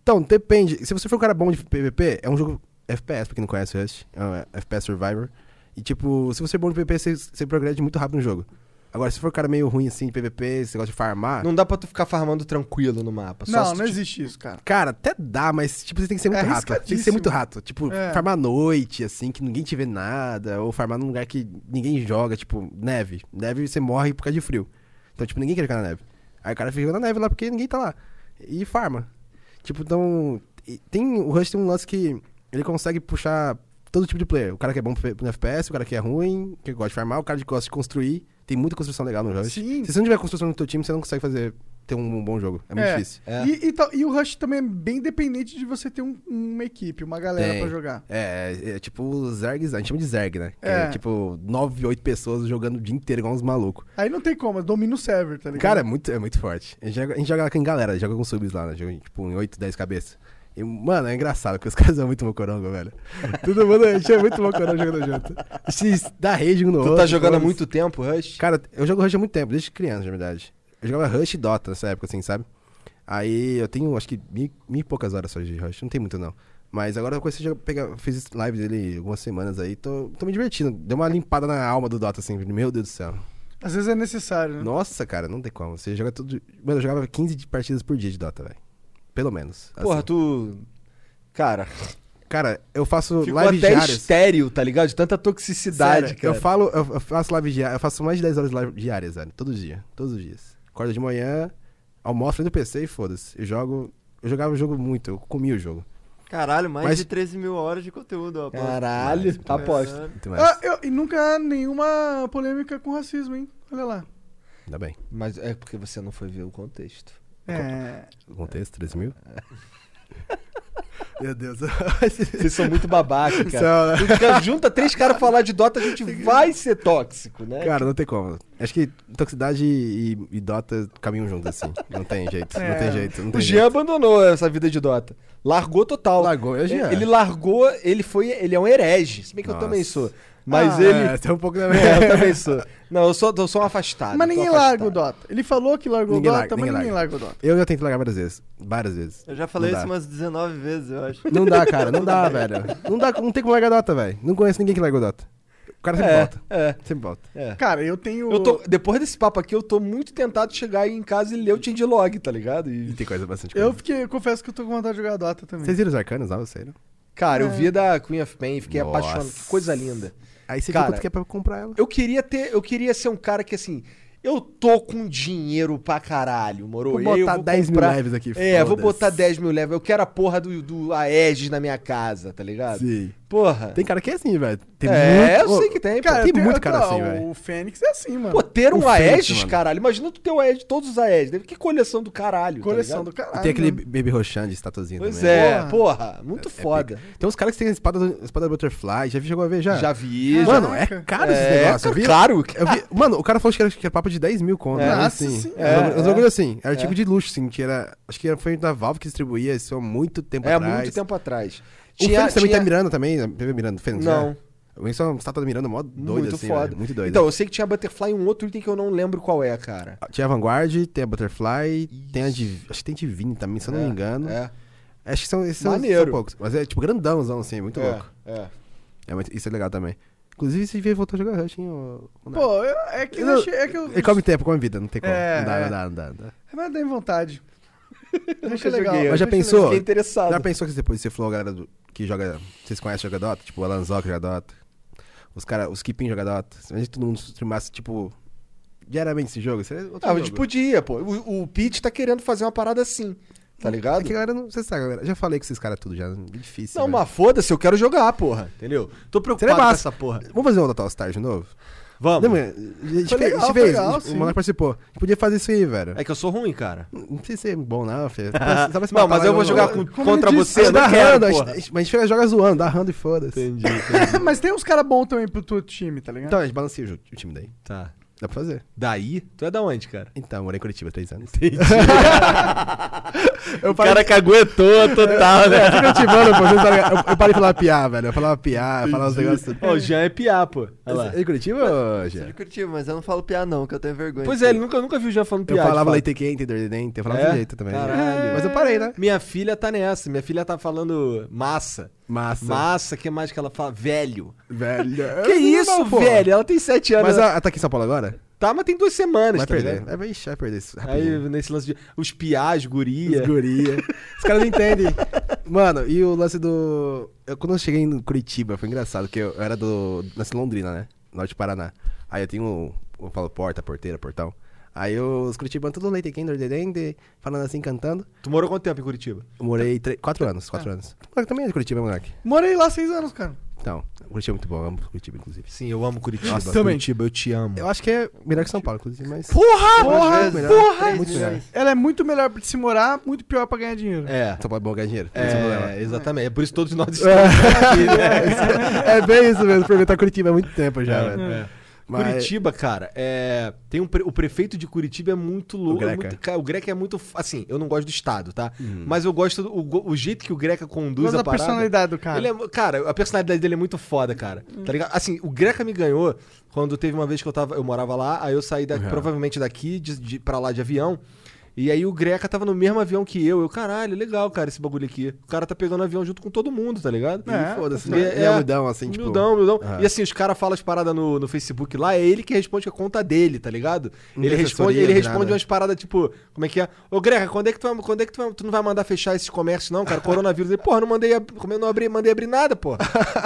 Speaker 3: Então, depende. Se você for um cara bom de PVP, é um jogo FPS, pra quem não conhece Rust, é um FPS Survivor. E tipo, se você é bom de PVP, você, você progrede muito rápido no jogo. Agora, se for um cara meio ruim assim de PVP, você gosta de farmar.
Speaker 2: Não dá pra tu ficar farmando tranquilo no mapa. só se
Speaker 1: Não,
Speaker 2: tu
Speaker 1: não
Speaker 2: te-
Speaker 1: existe isso, cara.
Speaker 3: Cara, até dá, mas tipo, você tem que ser muito
Speaker 1: É
Speaker 3: rato. Tem que ser
Speaker 1: arriscadíssimo.
Speaker 3: muito rato. Tipo,
Speaker 1: É.
Speaker 3: farmar à noite, assim, que ninguém te vê nada. Ou farmar num lugar que ninguém joga, tipo, neve. Neve você morre por causa de frio. Então, tipo, ninguém quer jogar na neve. Aí o cara fica jogando na neve lá porque ninguém tá lá. E farma. Tipo, então. e Tem, o Rush tem um lance que ele consegue puxar todo tipo de player. O cara que é bom pro no FPS, o cara que é ruim, que gosta de farmar, o cara que gosta de construir. Tem muita construção legal no Rush.
Speaker 1: Sim.
Speaker 3: Se você não tiver construção no teu time, você não consegue fazer ter um bom jogo. É muito
Speaker 1: É.
Speaker 3: difícil.
Speaker 2: É.
Speaker 1: E, e tal- e o Rush também é bem dependente de você ter um- uma equipe, uma galera
Speaker 3: Tem.
Speaker 1: pra jogar.
Speaker 3: É, é tipo zergs, a gente chama de zerg, né? Que é.
Speaker 1: É.
Speaker 3: tipo nove, oito pessoas jogando o dia inteiro igual uns malucos.
Speaker 1: Aí não tem como, domina o server, tá ligado?
Speaker 3: Cara, é muito, é muito forte. A gente joga, a gente joga com galera, joga com subs lá, né? Joga, tipo em oito, dez cabeças. E, mano, é engraçado, porque os caras são muito mocorongo, velho. Todo mundo, a gente é muito mocorongo jogando junto. A gente dá rage um no
Speaker 2: Tu
Speaker 3: outro.
Speaker 2: tá jogando há
Speaker 3: foda-se.
Speaker 2: muito tempo, Rush?
Speaker 3: Cara, eu jogo Rush há muito tempo, desde criança, na verdade. Eu jogava Rush e Dota nessa época, assim, sabe? Aí eu tenho, acho que, mil, mil e poucas horas só de Rush. Não tem muito, não. Mas agora eu comecei a pegar, fiz live dele algumas semanas aí, tô, tô me divertindo. Deu uma limpada na alma do Dota, assim, meu Deus do céu.
Speaker 1: Às vezes é necessário, né?
Speaker 3: Nossa, cara, não tem como. Você joga tudo. Mano, eu jogava 15 de partidas por dia de Dota, velho. Pelo menos.
Speaker 2: Porra,
Speaker 3: Assim.
Speaker 2: tu. Cara,
Speaker 3: Cara, eu faço
Speaker 2: ficou
Speaker 3: live
Speaker 2: até
Speaker 3: diárias.
Speaker 2: estéreo, tá ligado? De tanta toxicidade,
Speaker 3: Sério,
Speaker 2: cara.
Speaker 3: Eu falo, eu eu faço live diária, eu faço mais de 10 horas live diárias, velho. Todo dia. Todos os dias. Acordo de manhã, almoço no PC e foda-se. Eu jogo. Eu jogava o jogo muito, eu comia o jogo.
Speaker 5: Caralho, mais
Speaker 3: Mas-
Speaker 5: de 13 mil horas de conteúdo, ó.
Speaker 2: Caralho,
Speaker 5: Mas,
Speaker 2: aposto.
Speaker 5: começando.
Speaker 3: Muito mais.
Speaker 1: Ah, eu- e nunca há nenhuma polêmica com racismo, hein? Olha lá.
Speaker 3: Ainda bem.
Speaker 2: Mas é porque você não foi ver o contexto.
Speaker 1: É.
Speaker 3: O contexto, 3 mil. Meu Deus.
Speaker 2: Vocês são muito babaca, cara.
Speaker 3: Só-
Speaker 2: Fica- Junta três caras falar de Dota, a gente vai ser tóxico, né?
Speaker 3: Cara, não tem como. Acho que toxicidade e, e Dota caminham juntos, assim. Não tem jeito, não
Speaker 1: É.
Speaker 3: tem jeito. Não tem
Speaker 2: o Jean
Speaker 3: jeito.
Speaker 2: abandonou essa vida de Dota. Largou total.
Speaker 3: Largou, é o Jean.
Speaker 2: Ele largou, ele foi, ele é um herege. Se bem que eu
Speaker 3: Nossa.
Speaker 2: também sou. Mas
Speaker 1: Ah,
Speaker 2: ele.
Speaker 3: É, tem um pouco da
Speaker 2: É, eu também sou. Não, eu sou, eu sou um
Speaker 3: Ah,
Speaker 2: afastado.
Speaker 1: Mas
Speaker 2: tô
Speaker 1: ninguém
Speaker 2: afastado.
Speaker 1: larga o Dota. Ele falou que largou
Speaker 3: Ninguém
Speaker 1: o Dota,
Speaker 3: larga,
Speaker 1: mas
Speaker 3: ninguém
Speaker 1: ninguém larga
Speaker 3: larga.
Speaker 1: o Dota.
Speaker 3: Eu já tentei largar várias vezes. Várias vezes.
Speaker 5: Eu já falei
Speaker 3: Não
Speaker 5: isso
Speaker 3: dá.
Speaker 5: umas 19 vezes, eu acho.
Speaker 3: Não dá, cara. Não dá, velho. Não dá, não tem como largar Dota, velho. Não conheço ninguém que largou Dota. O cara sempre
Speaker 2: É,
Speaker 3: volta.
Speaker 2: é,
Speaker 3: Sempre volta.
Speaker 2: é.
Speaker 1: Cara, eu tenho.
Speaker 2: Eu tô, depois desse papo aqui, eu tô muito tentado de chegar aí em casa e ler o change log, tá ligado? E,
Speaker 3: E tem coisa bastante coisa.
Speaker 1: Eu fiquei, eu confesso que eu tô com vontade de jogar Dota também.
Speaker 3: Vocês viram os arcanos lá, sério?
Speaker 2: cara, eu
Speaker 1: É.
Speaker 2: vi da Queen of Pain, fiquei
Speaker 3: Nossa.
Speaker 2: apaixonado. Que coisa linda.
Speaker 3: Aí você
Speaker 2: Cara,
Speaker 3: viu quanto que é pra comprar ela.
Speaker 2: Eu queria ter, eu queria ser um cara que assim, eu tô com dinheiro pra caralho, moro?
Speaker 3: Vou botar
Speaker 2: eu
Speaker 3: 10 mil
Speaker 2: comprar-
Speaker 3: lives aqui,
Speaker 2: É, vou
Speaker 3: foda-se.
Speaker 2: botar 10 mil level. Eu quero a porra do, do Aegis na minha casa, tá ligado?
Speaker 3: Sim.
Speaker 2: Porra.
Speaker 3: Tem cara que é assim, velho. Tem
Speaker 2: é,
Speaker 3: muito-
Speaker 2: eu sei que
Speaker 1: Cara,
Speaker 2: tem, cara.
Speaker 1: eu
Speaker 3: tem
Speaker 1: tenho-
Speaker 3: muito
Speaker 1: eu
Speaker 3: cara
Speaker 1: tô-
Speaker 3: assim,
Speaker 1: ah,
Speaker 3: velho.
Speaker 1: O Fênix é assim, mano.
Speaker 2: Pô, ter um
Speaker 3: o Fênix,
Speaker 2: Aegis,
Speaker 3: mano.
Speaker 2: caralho. Imagina tu ter o Aegis, todos os Aegis. dele. Que coleção do caralho.
Speaker 1: Coleção
Speaker 2: tá
Speaker 1: do caralho.
Speaker 3: E tem aquele
Speaker 1: né?
Speaker 3: Baby Roshan de estatuazinha
Speaker 2: Pois
Speaker 3: também. né?
Speaker 2: é,
Speaker 1: Porra.
Speaker 2: porra. Muito foda.
Speaker 3: Tem uns caras que tem espada, do- espada Butterfly. Já vi- chegou a ver? Já?
Speaker 2: Já vi. já-
Speaker 3: Mano,
Speaker 1: Caraca.
Speaker 3: é caro esse
Speaker 2: É,
Speaker 3: negócio. Eu vi, um
Speaker 2: claro.
Speaker 3: eu vi- mano, o cara falou que era, que era papo de 10 mil conto.
Speaker 2: É.
Speaker 3: né?
Speaker 1: Nossa
Speaker 3: assim,
Speaker 1: senhora.
Speaker 3: é,
Speaker 2: É,
Speaker 3: Os bagulho assim, era
Speaker 2: é.
Speaker 3: artigo de luxo, assim, que era. Acho que era- foi da Valve que distribuía isso há muito tempo
Speaker 2: É, há
Speaker 3: atrás.
Speaker 2: muito tempo atrás.
Speaker 3: O Fênix também tá mirando também, né? teve mirando, Fênix,
Speaker 2: Não.
Speaker 3: né? O Isso é uma estátua do Miranda mó doida,
Speaker 2: muito
Speaker 3: assim,
Speaker 2: foda.
Speaker 3: velho, muito doida.
Speaker 2: Então, eu sei que tinha Butterfly e um outro item que eu não lembro qual é, cara.
Speaker 3: Tinha a Vanguard, tem a Butterfly, tem a Div... Acho que tem Divine também, se eu não
Speaker 2: É,
Speaker 3: me engano.
Speaker 2: É.
Speaker 3: Acho que são esses são-
Speaker 2: Maneiro.
Speaker 3: são poucos. Mas é tipo grandãozão, assim, muito
Speaker 2: é,
Speaker 3: louco.
Speaker 2: É.
Speaker 3: É muito- Isso é legal também. Inclusive, você devia voltar a jogar Rush, hein? ô- ô, Nath?
Speaker 1: Pô, eu- é que,
Speaker 3: né? Eu não-
Speaker 1: deixei- é que eu.
Speaker 3: Ele come tempo, come vida, não tem como.
Speaker 1: É,
Speaker 3: não, dá,
Speaker 1: é.
Speaker 3: não dá, não dá, não dá.
Speaker 1: Mas dá em vontade. Eu
Speaker 2: nunca
Speaker 1: achei legal.
Speaker 2: joguei,
Speaker 3: Mas já
Speaker 1: Eu achei
Speaker 3: pensou?
Speaker 1: legal.
Speaker 2: Fiquei interessado.
Speaker 3: Já pensou que depois você falou a galera do- que joga. Vocês conhecem joga Dota? Tipo, o Alanzó que joga Dota. Os caras, os Kipin joga Dota. Imagina que todo mundo streamasse, tipo, diariamente esse jogo. Seria outro
Speaker 2: Ah, a
Speaker 3: jogo.
Speaker 2: gente podia, pô. O, o Pete tá querendo fazer uma parada assim, tá
Speaker 3: É
Speaker 2: ligado?
Speaker 3: que a galera não. Você sabe, galera. Já falei com esses caras tudo já. É difícil.
Speaker 2: Não,
Speaker 3: velho.
Speaker 2: mas foda-se, eu quero jogar, porra. Entendeu? Tô preocupado com
Speaker 3: massa.
Speaker 2: essa porra.
Speaker 3: Vamos fazer um Dota All Star de novo?
Speaker 2: Vamos.
Speaker 3: Lembra? A gente
Speaker 1: Foi legal, foi
Speaker 3: fez. a gente fez,
Speaker 1: legal,
Speaker 3: a gente-
Speaker 1: sim.
Speaker 3: o Monark participou. A gente podia fazer isso aí, velho.
Speaker 2: É que eu sou ruim, cara.
Speaker 3: Não sei se é bom, não, filho. Só vai se
Speaker 2: Não,
Speaker 3: matar
Speaker 2: mas
Speaker 3: lá
Speaker 2: eu
Speaker 3: no-
Speaker 2: vou jogar com-
Speaker 1: Como
Speaker 2: contra
Speaker 1: eu
Speaker 2: você,
Speaker 1: disse,
Speaker 2: eu
Speaker 3: Dá
Speaker 2: não
Speaker 3: rando,
Speaker 2: quero,
Speaker 3: a
Speaker 2: porra.
Speaker 3: gente- mas a gente fica- joga zoando, dá rando e foda-se.
Speaker 1: Mas tem uns caras bons também pro teu time, tá ligado?
Speaker 3: Então, a gente balanceia o, ju- o time daí.
Speaker 2: Tá.
Speaker 3: Dá pra fazer.
Speaker 2: Daí, tu é da onde, cara?
Speaker 3: Então, eu morei em Curitiba três anos.
Speaker 2: o cara que aguentou total, né?
Speaker 3: É, Fica ativando, pô. vocês sabem, eu, eu parei de falar piá, velho. Eu falava piá, eu falava os negócios. assim. tudo.
Speaker 2: Ó, o Jean é piá, pô. Olha lá.
Speaker 3: Em Curitiba, ô,
Speaker 5: Sou
Speaker 3: Jean?
Speaker 5: de Curitiba, mas eu não falo piá não, que eu tenho vergonha.
Speaker 2: Pois
Speaker 5: de
Speaker 2: é,
Speaker 5: ser.
Speaker 2: ele nunca, eu nunca viu o Jean falando
Speaker 3: Eu
Speaker 2: piá. de
Speaker 3: falava
Speaker 2: fato.
Speaker 3: leite quente, dente, eu falava
Speaker 2: É?
Speaker 3: desse jeito também.
Speaker 2: Caralho.
Speaker 3: Mas eu parei, né?
Speaker 2: Minha filha tá nessa. Minha filha tá falando massa.
Speaker 3: Massa.
Speaker 2: Massa, que mais que ela fala? Velho.
Speaker 3: Velho.
Speaker 2: que isso, velho? Ela tem sete anos.
Speaker 3: É Mas
Speaker 2: ela...
Speaker 3: ela ela tá aqui em São Paulo agora?
Speaker 2: Tá, mas tem duas semanas,
Speaker 3: Vai
Speaker 2: tá
Speaker 3: perder.
Speaker 2: ligado?
Speaker 3: Vai, ixi, vai perder isso.
Speaker 2: Aí,
Speaker 3: rapidinho.
Speaker 2: nesse lance de... Os piás, guria.
Speaker 3: Os guria. Os caras não entendem. Mano, e o lance do. Eu, quando eu cheguei em Curitiba, foi engraçado, porque eu, eu era do. Nasci em Londrina, né? Norte do Paraná. Aí eu tenho. Eu falo porta, porteira, portão. Aí os curitibanos, tudo leite quente, ordedende, falando assim, cantando.
Speaker 2: Tu morou quanto tempo em Curitiba?
Speaker 3: Eu morei tre- quatro anos, quatro anos. Moleque também é de Curitiba, moleque.
Speaker 1: Morei lá seis anos, cara.
Speaker 3: Então, Curitiba é muito bom, eu amo Curitiba, inclusive.
Speaker 2: Sim, eu amo Curitiba.
Speaker 3: Nossa,
Speaker 1: também.
Speaker 2: Curitiba, eu te amo.
Speaker 3: Eu acho que é melhor que São Paulo, inclusive, mas.
Speaker 2: é, Porra! né?
Speaker 5: Duas
Speaker 1: Porra,
Speaker 5: vezes,
Speaker 3: melhor.
Speaker 5: porra!
Speaker 3: Muito melhor.
Speaker 1: Ela é muito melhor pra se morar, muito pior pra ganhar dinheiro.
Speaker 2: É.
Speaker 3: São Paulo é bom ganhar dinheiro. esse é o problema.
Speaker 2: É, exatamente. É por isso que todos nós estamos aqui, né?
Speaker 3: É bem isso mesmo, por mim tá Curitiba há muito tempo já,
Speaker 2: É,
Speaker 3: velho.
Speaker 2: é.
Speaker 3: Mas-
Speaker 2: Curitiba, cara, é, tem um pre- o prefeito de Curitiba é muito louco.
Speaker 3: Greca.
Speaker 2: é muito- cara, O Greca é muito. f- Assim, eu não gosto do Estado, tá? Mas eu gosto do o go- o jeito que o Greca conduz
Speaker 1: Mas
Speaker 2: a
Speaker 1: a
Speaker 2: parada.
Speaker 1: personalidade do cara.
Speaker 2: Ele é mu- cara, a personalidade dele é muito foda, cara. Tá ligado? Assim, o Greca me ganhou quando teve uma vez que eu tava. Eu morava lá, aí eu saí da- provavelmente daqui de, de, pra lá de avião. E aí o Greca tava no mesmo avião que eu. Eu, caralho, legal, cara, esse bagulho aqui. O cara tá pegando avião junto com todo mundo, tá ligado?
Speaker 1: É.
Speaker 3: E foda-se.
Speaker 2: É,
Speaker 3: né? Ele
Speaker 2: é.
Speaker 3: é humildão, assim, tipo.
Speaker 2: humildão, humildão.
Speaker 3: Aham.
Speaker 2: E assim, os caras falam as paradas no, no Facebook lá, é ele que responde com a conta dele, tá ligado?
Speaker 3: Não
Speaker 2: ele responde,
Speaker 3: tem assessoria,
Speaker 2: ele
Speaker 3: não tem
Speaker 2: responde
Speaker 3: nada.
Speaker 2: umas paradas tipo, como é que é? Ô Grega, quando é que tu, vai- quando é que tu, vai- tu não vai mandar fechar esses comércios não, cara? Coronavírus. Ele, porra, não mandei, ab- como eu não abri, mandei abrir nada, pô.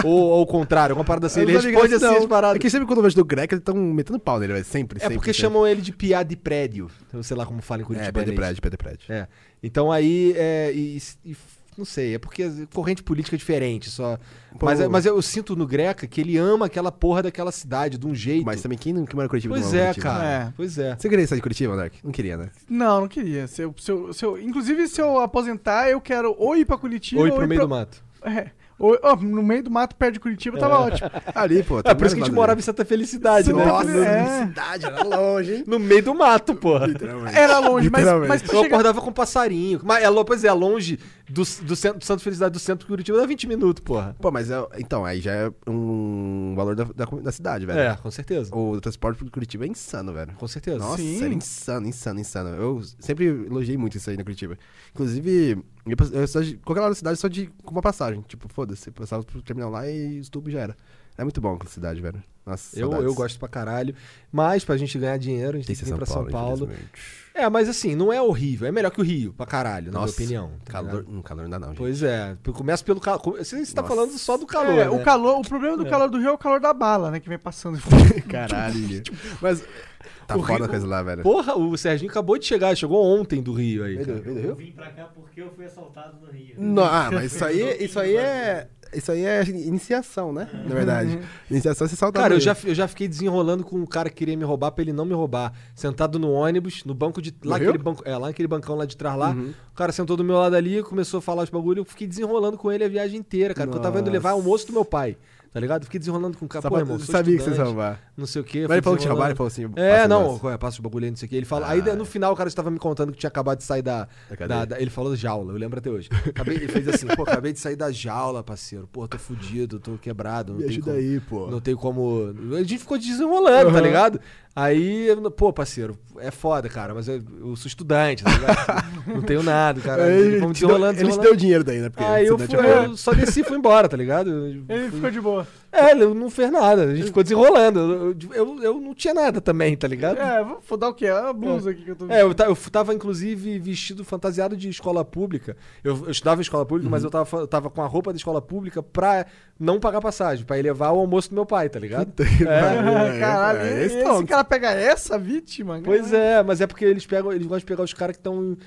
Speaker 2: ou, ou o contrário, uma parada assim,
Speaker 3: Eu
Speaker 2: ele
Speaker 3: não tô
Speaker 2: responde
Speaker 3: ligado,
Speaker 2: assim as
Speaker 3: não. É
Speaker 2: paradas.
Speaker 3: que sempre quando eu vejo do Greca, eles estão metendo pau nele, velho. Sempre,
Speaker 2: É
Speaker 3: sempre.
Speaker 2: porque
Speaker 3: sempre.
Speaker 2: chamam ele de piada de prédio. Eu sei lá como fala em Curitiba.
Speaker 3: É, pé de
Speaker 2: né?
Speaker 3: prédio, pé de prédio.
Speaker 2: É. Então aí, é, e- e- e não sei, é porque a corrente política é diferente, só.
Speaker 3: Pô.
Speaker 2: Mas, é- mas eu sinto no Greca que ele ama aquela porra daquela cidade de um jeito.
Speaker 3: Mas também quem não que mora em Curitiba
Speaker 2: pois
Speaker 3: não ama
Speaker 2: é,
Speaker 3: Curitiba?
Speaker 2: cara.
Speaker 1: É.
Speaker 2: Pois é.
Speaker 3: Você queria sair de Curitiba, Monark? Não queria, né?
Speaker 1: Não, não queria. Se eu, se eu- se eu- inclusive, se eu aposentar, eu quero ou ir pra Curitiba
Speaker 2: Ou ir
Speaker 1: ou
Speaker 2: pro
Speaker 1: ir
Speaker 2: meio
Speaker 1: pra-
Speaker 2: do mato.
Speaker 1: É. Ou- ó, no meio do mato, perto de Curitiba, tava ótimo.
Speaker 3: Ali, pô.
Speaker 2: É por isso que a gente morava em Santa Felicidade,
Speaker 3: tá
Speaker 2: né?
Speaker 1: Nossa. É.
Speaker 3: cidade, era longe, hein?
Speaker 2: No meio do mato, porra.
Speaker 1: Era longe, mas,
Speaker 3: Literalmente.
Speaker 1: mas pra
Speaker 2: Eu
Speaker 1: chegar...
Speaker 2: acordava com passarinho. Mas é, lo- pois é, longe do, do centro, do Santo Felicidade do centro de Curitiba dá 20 minutos, porra.
Speaker 3: Pô, mas é, então, aí já é um valor da, da, da cidade, velho.
Speaker 2: É, com certeza.
Speaker 3: O transporte pro Curitiba é insano, velho.
Speaker 2: Com certeza.
Speaker 3: Nossa,
Speaker 1: Sim.
Speaker 3: era insano, insano, insano. Eu sempre elogiei muito isso aí na Curitiba. Inclusive, eu, pas- eu só de, qualquer hora da cidade só de com uma passagem. Tipo, foda-se, eu passava pro terminal lá e estubo já era. É muito bom aquela cidade, velho. Nossa,
Speaker 2: Eu,
Speaker 3: saudades.
Speaker 2: eu gosto pra caralho. Mas pra gente ganhar dinheiro, a gente tem
Speaker 3: Tem que
Speaker 2: que
Speaker 3: ser
Speaker 2: vir
Speaker 3: São
Speaker 2: pra
Speaker 3: Paulo,
Speaker 2: São Paulo.
Speaker 3: infelizmente.
Speaker 2: É, mas assim, não é horrível. É melhor que o Rio, pra caralho, na minha opinião. tá
Speaker 3: calor,
Speaker 2: ligado?
Speaker 3: não, calor não dá não, gente.
Speaker 2: Pois é. Começa pelo calor. Você está
Speaker 3: Nossa.
Speaker 2: falando só do calor.
Speaker 1: É,
Speaker 2: né?
Speaker 1: o calor, o problema do calor do Rio é o calor da bala, né? Que vem passando.
Speaker 3: Caralho. Mas Tipo, tá
Speaker 2: O
Speaker 3: foda
Speaker 2: Rio-
Speaker 3: a coisa lá, velho.
Speaker 2: Porra, o Serginho acabou de chegar, chegou ontem do Rio aí. cara.
Speaker 6: Eu vim pra cá porque eu fui assaltado no Rio.
Speaker 3: Não, ah, mas isso aí, isso aí é. Isso aí é iniciação, né? Na verdade. Iniciação é você
Speaker 2: Uhum.
Speaker 3: saltar.
Speaker 2: Cara,
Speaker 3: no
Speaker 2: eu
Speaker 3: Rio.
Speaker 2: já, eu já fiquei desenrolando com um cara que queria me roubar pra ele não me roubar. Sentado no ônibus, no banco de. Lá,
Speaker 3: No Rio? Uhum.
Speaker 2: aquele banco, é, lá naquele bancão lá de trás lá. O cara sentou do meu lado ali, começou a falar os bagulho. Eu fiquei desenrolando com ele a viagem inteira, cara. Porque eu tava indo levar almoço do meu pai. Tá ligado? Fiquei desenrolando com o cara.
Speaker 3: Só
Speaker 2: Pô,
Speaker 3: pra-
Speaker 2: irmão, sou
Speaker 3: sabia que vocês
Speaker 2: estudante,
Speaker 3: iam roubar.
Speaker 2: Não sei o quê.
Speaker 3: Mas
Speaker 2: fui
Speaker 3: ele falou que te roubaram e
Speaker 2: desenrolando.
Speaker 3: falou assim.
Speaker 2: É,
Speaker 3: passa o
Speaker 2: não,
Speaker 3: negócio.
Speaker 2: qual é, passa o bagulho aí, não sei o que. Ele fala.
Speaker 3: Ah,
Speaker 2: Aí
Speaker 3: é.
Speaker 2: no final o cara estava me contando que tinha acabado de sair da.
Speaker 3: cadeia.
Speaker 2: da- da- ele falou da jaula, eu lembro até hoje. Acabei- ele fez assim, pô, acabei de sair da jaula, parceiro. Pô, tô fudido, tô quebrado. Não
Speaker 3: Me
Speaker 2: tem
Speaker 3: ajuda
Speaker 2: como,
Speaker 3: aí, pô.
Speaker 2: Não tem como. A gente ficou desenrolando, tá ligado? Aí, eu- pô, parceiro, é foda, cara, mas eu, eu sou estudante, tá ligado? não tenho nada, cara.
Speaker 3: Aí ele
Speaker 2: Vamos
Speaker 3: te deu-
Speaker 2: desenrolando,
Speaker 3: Ele te
Speaker 2: desenrolando.
Speaker 3: deu dinheiro daí, né? Porque
Speaker 2: Aí eu,
Speaker 3: você
Speaker 2: fui,
Speaker 3: não tinha
Speaker 2: eu só desci e fui embora, tá ligado? Eu-
Speaker 1: Ele
Speaker 2: fui-
Speaker 1: ficou de boa.
Speaker 2: É, ele não fez nada, a gente ficou desenrolando. Eu, eu, eu não tinha nada também, tá ligado?
Speaker 1: É, vou, vou dar o quê? A blusa aqui que eu tô
Speaker 2: É, eu, ta- eu tava inclusive vestido fantasiado de escola pública. Eu, eu estudava em escola pública,
Speaker 3: Uhum.
Speaker 2: mas eu tava, fa- eu tava com a roupa da escola pública pra não pagar passagem, pra ir levar o almoço do meu pai, tá ligado?
Speaker 1: É, Caralho,
Speaker 3: Ah, é,
Speaker 1: esse,
Speaker 3: esse tom.
Speaker 1: cara pega essa vítima?
Speaker 2: Pois
Speaker 1: caralho.
Speaker 2: é, mas é porque eles pegam, eles gostam de pegar os caras que estão em,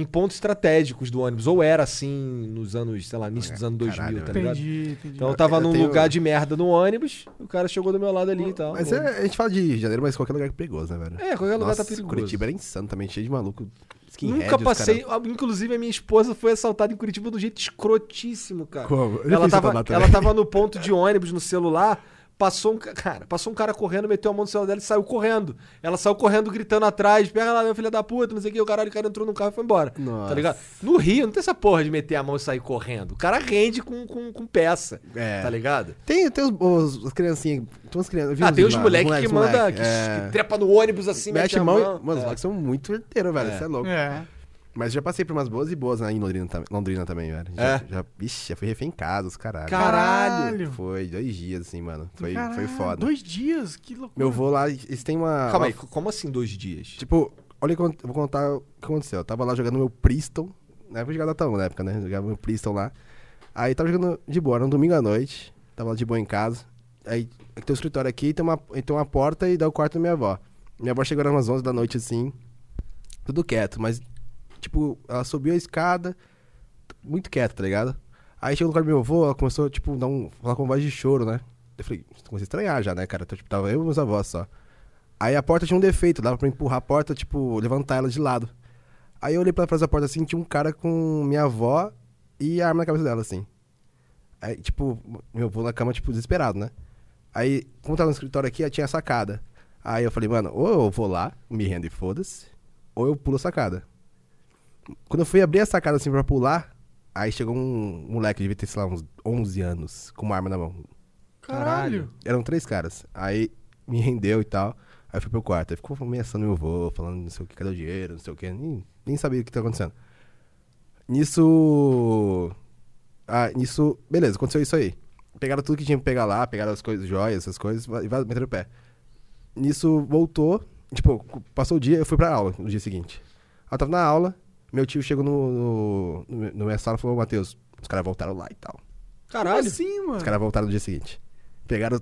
Speaker 2: em pontos estratégicos do ônibus. Ou era assim nos anos, sei lá, início dos anos 2000,
Speaker 3: É, Caralho,
Speaker 2: tá
Speaker 3: velho.
Speaker 2: ligado?
Speaker 1: Entendi, entendi.
Speaker 2: Então eu tava
Speaker 3: Eu
Speaker 2: num
Speaker 3: tenho-
Speaker 2: lugar de merda no ônibus, o cara chegou do meu lado ali e tal.
Speaker 3: Mas
Speaker 2: bom.
Speaker 3: é, a gente fala de janeiro, mas qualquer lugar é perigoso, né, velho?
Speaker 2: É, qualquer lugar tá
Speaker 3: Nossa,
Speaker 2: perigoso.
Speaker 3: Curitiba era insano também, cheio de maluco. skinhead,
Speaker 2: Nunca
Speaker 3: os
Speaker 2: passei.
Speaker 3: cara-
Speaker 2: ah, Inclusive, a minha esposa foi assaltada em Curitiba de um jeito escrotíssimo, cara.
Speaker 3: Como? Eu já
Speaker 2: Ela
Speaker 3: fiz
Speaker 2: tava,
Speaker 3: assaltado
Speaker 2: ela
Speaker 3: também.
Speaker 2: tava no ponto de ônibus no celular. Passou um ca- cara, passou um cara correndo, meteu a mão no celular dela e saiu correndo. Ela saiu correndo, gritando atrás, pega lá, meu filho da puta, não sei o que, o caralho, o cara entrou num carro e foi embora. Tá
Speaker 3: Nossa.
Speaker 2: ligado? No Rio, não tem essa porra de meter a mão e sair correndo. O cara rende com, com, com peça.
Speaker 3: É.
Speaker 2: Tá ligado?
Speaker 3: Tem, tem os, os, as criancinhas. Tem umas crianças. eu vi
Speaker 2: Ah,
Speaker 3: uns
Speaker 2: tem os
Speaker 3: lá,
Speaker 2: moleques
Speaker 3: moleques,
Speaker 2: que manda,
Speaker 3: moleque,
Speaker 2: que,
Speaker 3: é.
Speaker 2: que trepa no ônibus assim,
Speaker 3: Mexe
Speaker 2: mete
Speaker 3: a mão. e- Mano,
Speaker 2: é.
Speaker 3: os moleques são muito verdadeiros, velho. Você é. louco.
Speaker 1: É.
Speaker 3: Mas já passei por umas boas e boas né, em Londrina, tam- Londrina também, velho. Já,
Speaker 2: É.
Speaker 3: já, vixe, já fui refém em casa, os caralho.
Speaker 2: Caralho.
Speaker 3: Foi dois dias, assim, mano. Foi, foi
Speaker 1: Caralho,
Speaker 3: foda.
Speaker 1: Dois dias, que loucura.
Speaker 3: Meu vô lá, eles têm uma.
Speaker 2: Calma
Speaker 3: uma-
Speaker 2: aí, como assim dois dias?
Speaker 3: Tipo, olha, o que eu eu vou contar o que aconteceu. Eu tava lá jogando meu Priston. Na época eu jogava Datão, na época, né? Eu jogava meu Priston lá. Aí tava jogando de boa, era um domingo à noite. Tava lá de boa em casa. Aí tem um escritório aqui, tem uma, tem uma porta e dá o quarto da minha avó. Minha avó chegou era umas 11 da noite assim. Tudo quieto, mas, tipo, ela subiu a escada, muito quieto, tá ligado? Aí chegou no quarto do meu avô, ela começou, tipo, dar um, falar com voz de choro, né? Eu falei, comecei a estranhar já, né, cara? Então, tipo, tava eu e meus avós só. Aí a porta tinha um defeito, dava pra empurrar a porta, tipo, levantar ela de lado. Aí eu olhei pra trás da porta assim, tinha um cara com minha avó e a arma na cabeça dela, assim. Aí, tipo, meu avô na cama, tipo, desesperado, né? Aí, como tava no escritório aqui, aí tinha a sacada. Aí eu falei, mano, ou eu vou lá, me rendo e foda-se, ou eu pulo a sacada. Quando eu fui abrir a sacada assim pra pular, aí chegou um moleque, devia ter, sei lá, uns 11 anos, com uma arma na mão.
Speaker 1: Caralho.
Speaker 3: Eram três caras. Aí me rendeu e tal. Aí eu fui pro quarto. Aí ficou ameaçando meu avô, falando não sei o que, cadê o dinheiro, não sei o que. Nem nem sabia o que tá acontecendo. Nisso. Ah, nisso. Beleza, aconteceu isso aí. Pegaram tudo que tinha pra pegar lá, pegaram as coisas, joias, essas coisas, e va- meteram o pé. Nisso voltou, tipo, cu- passou o dia, eu fui pra aula no dia seguinte. Ela tava na aula, meu tio chegou no, no, no, na minha sala e falou: Matheus, os caras voltaram lá e tal.
Speaker 2: Caralho.
Speaker 1: Assim, mano.
Speaker 3: Os caras voltaram no dia seguinte. Pegaram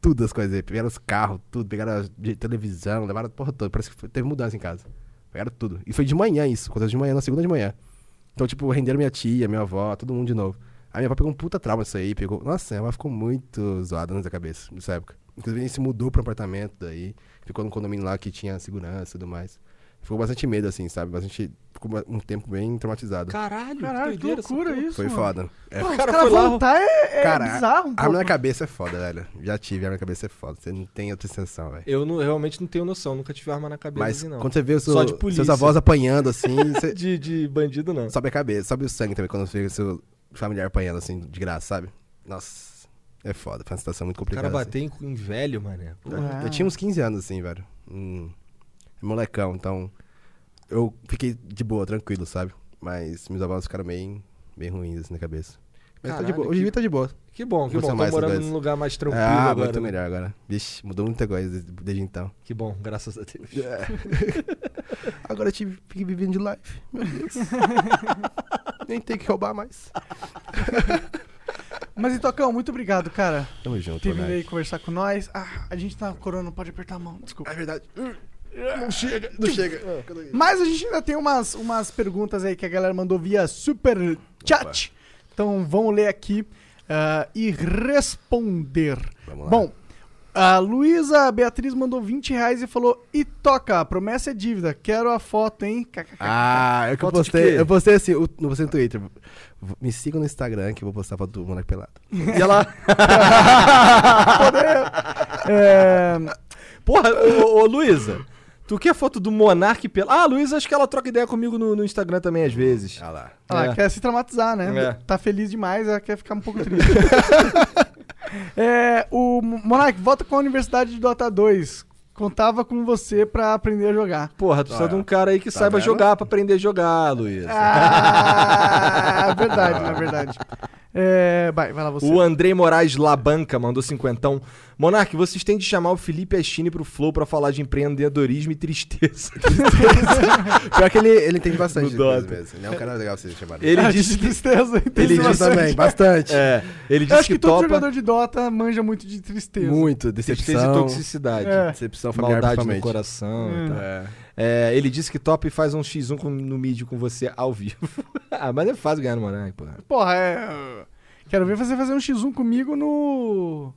Speaker 3: tudo as coisas aí. Pegaram os carros, tudo. Pegaram a de- televisão, levaram a porra toda. Parece que foi- teve mudança em casa. Pegaram tudo. E foi de manhã isso. Aconteceu de manhã, na segunda de manhã. Então, tipo, renderam minha tia, minha avó, todo mundo de novo. A minha avó pegou um puta trauma isso aí. Pegou... Nossa, ela ficou muito zoada nessa cabeça nessa época. Inclusive, ele se mudou pra um apartamento daí. Ficou num condomínio lá que tinha segurança e tudo mais. Ficou bastante medo, assim, sabe? Bastante... Ficou ba- um tempo bem traumatizado.
Speaker 2: Caralho,
Speaker 1: Caralho, que
Speaker 2: doideira essa
Speaker 1: loucura
Speaker 2: porra.
Speaker 1: isso,
Speaker 3: foi
Speaker 1: mano.
Speaker 3: foda. É
Speaker 1: Pô, os
Speaker 2: cara
Speaker 1: caras
Speaker 2: foi lá-
Speaker 1: voltar é, é
Speaker 3: Cara,
Speaker 1: bizarro um
Speaker 3: a minha
Speaker 1: pouco.
Speaker 3: cabeça é foda, velho. Já tive, a minha cabeça é foda. Você não tem outra sensação, velho.
Speaker 2: Eu não- realmente não tenho noção, nunca tive arma na cabeça,
Speaker 3: Mas
Speaker 2: assim, não.
Speaker 3: quando você vê o seu-
Speaker 2: Só de polícia.
Speaker 3: seus avós apanhando assim, você
Speaker 2: De, de bandido, não.
Speaker 3: sobe a cabeça, sobe o sangue também quando você vê o seu familiar apanhando assim, de graça, sabe? Nossa, é foda. Foi uma situação muito
Speaker 2: O
Speaker 3: complicada.
Speaker 2: cara né? bater em, em velho, mané.
Speaker 3: assim.
Speaker 1: Ah.
Speaker 3: Eu tinha uns 15 anos assim, velho. Hum, molecão, então eu fiquei de boa, tranquilo, sabe? Mas meus avós ficaram bem, bem ruins assim na cabeça. Mas tô de
Speaker 2: Caralho,
Speaker 3: boa. hoje em dia tá de boa.
Speaker 2: Que bom, que
Speaker 3: Você
Speaker 2: bom. Tô
Speaker 3: mais
Speaker 2: morando
Speaker 3: essas
Speaker 2: num lugar mais tranquilo
Speaker 3: ah,
Speaker 2: agora.
Speaker 3: muito
Speaker 2: né?
Speaker 3: melhor agora. Vixe, mudou muita coisa desde- desde então.
Speaker 2: Que bom, graças a Deus.
Speaker 3: É. Agora eu tive que vivendo de live. Meu Deus. Nem tem que roubar mais.
Speaker 1: Mas, Itocão, muito obrigado, cara.
Speaker 3: Tamo junto,
Speaker 1: Teve
Speaker 3: né?
Speaker 1: aí conversar com nós. Ah, a gente tá com corona, não pode apertar a mão, desculpa.
Speaker 3: É verdade. Não chega, não chega.
Speaker 1: Mas a gente ainda tem umas, umas perguntas aí que a galera mandou via super chat. Então vamos ler aqui ah, e responder.
Speaker 3: Vamos lá.
Speaker 1: Bom, a Luísa Beatriz mandou 20 reais e falou: E toca, promessa é dívida, quero a foto, hein? KKK.
Speaker 3: Ah, eu que eu
Speaker 2: Foto de
Speaker 3: postei.
Speaker 2: quê?
Speaker 3: Eu postei assim, o- não postei no Twitter. V- Me sigam no Instagram que eu vou postar foto do moleque pelado.
Speaker 2: E ela.
Speaker 1: É,
Speaker 2: Porra, ô, ô, Luísa, tu quer foto do Monark pela. Ah, a Luísa, acho que ela troca ideia comigo no, no Instagram também, às vezes.
Speaker 3: Ah lá.
Speaker 1: ela
Speaker 2: É.
Speaker 1: quer se traumatizar, né?
Speaker 2: É.
Speaker 1: Tá feliz demais, ela quer ficar um pouco triste. É, o Monark, volta com a Universidade de Dota 2. Contava com você pra aprender a jogar.
Speaker 2: Porra, tu precisa de um cara aí que saiba
Speaker 3: Tá vendo?
Speaker 2: jogar pra aprender a jogar, Luísa.
Speaker 1: Ah, verdade, na verdade. É, vai, vai lá você.
Speaker 2: O Andrei Moraes Labanca mandou cinquentão. Monark, vocês têm de chamar o Felipe Astini pro Flow pra falar de empreendedorismo e tristeza.
Speaker 3: Pior que ele, ele tem bastante
Speaker 2: No
Speaker 3: coisa
Speaker 2: Dota.
Speaker 3: mesmo. Ele é um cara legal pra vocês chamarem.
Speaker 2: Ele
Speaker 1: Ah,
Speaker 2: disse
Speaker 1: de
Speaker 2: que.
Speaker 1: tristeza.
Speaker 3: Ele
Speaker 1: entendi.
Speaker 3: diz também, bastante.
Speaker 2: É, ele
Speaker 1: Eu
Speaker 2: disse
Speaker 1: acho
Speaker 2: que,
Speaker 1: que, todo
Speaker 2: topa
Speaker 1: jogador de Dota manja muito de tristeza.
Speaker 3: Muito,
Speaker 2: tristeza e
Speaker 3: decepção.
Speaker 2: toxicidade.
Speaker 1: É.
Speaker 3: Decepção familiar,
Speaker 2: Maldade no
Speaker 3: principalmente.
Speaker 2: coração e
Speaker 1: Hum.
Speaker 2: tal.
Speaker 3: É.
Speaker 2: É, ele disse que top faz um X1 com- no mídia com você ao vivo. ah, mas é fácil ganhar no Monark, porra.
Speaker 1: Porra, é. Quero ver você fazer um X1 comigo no.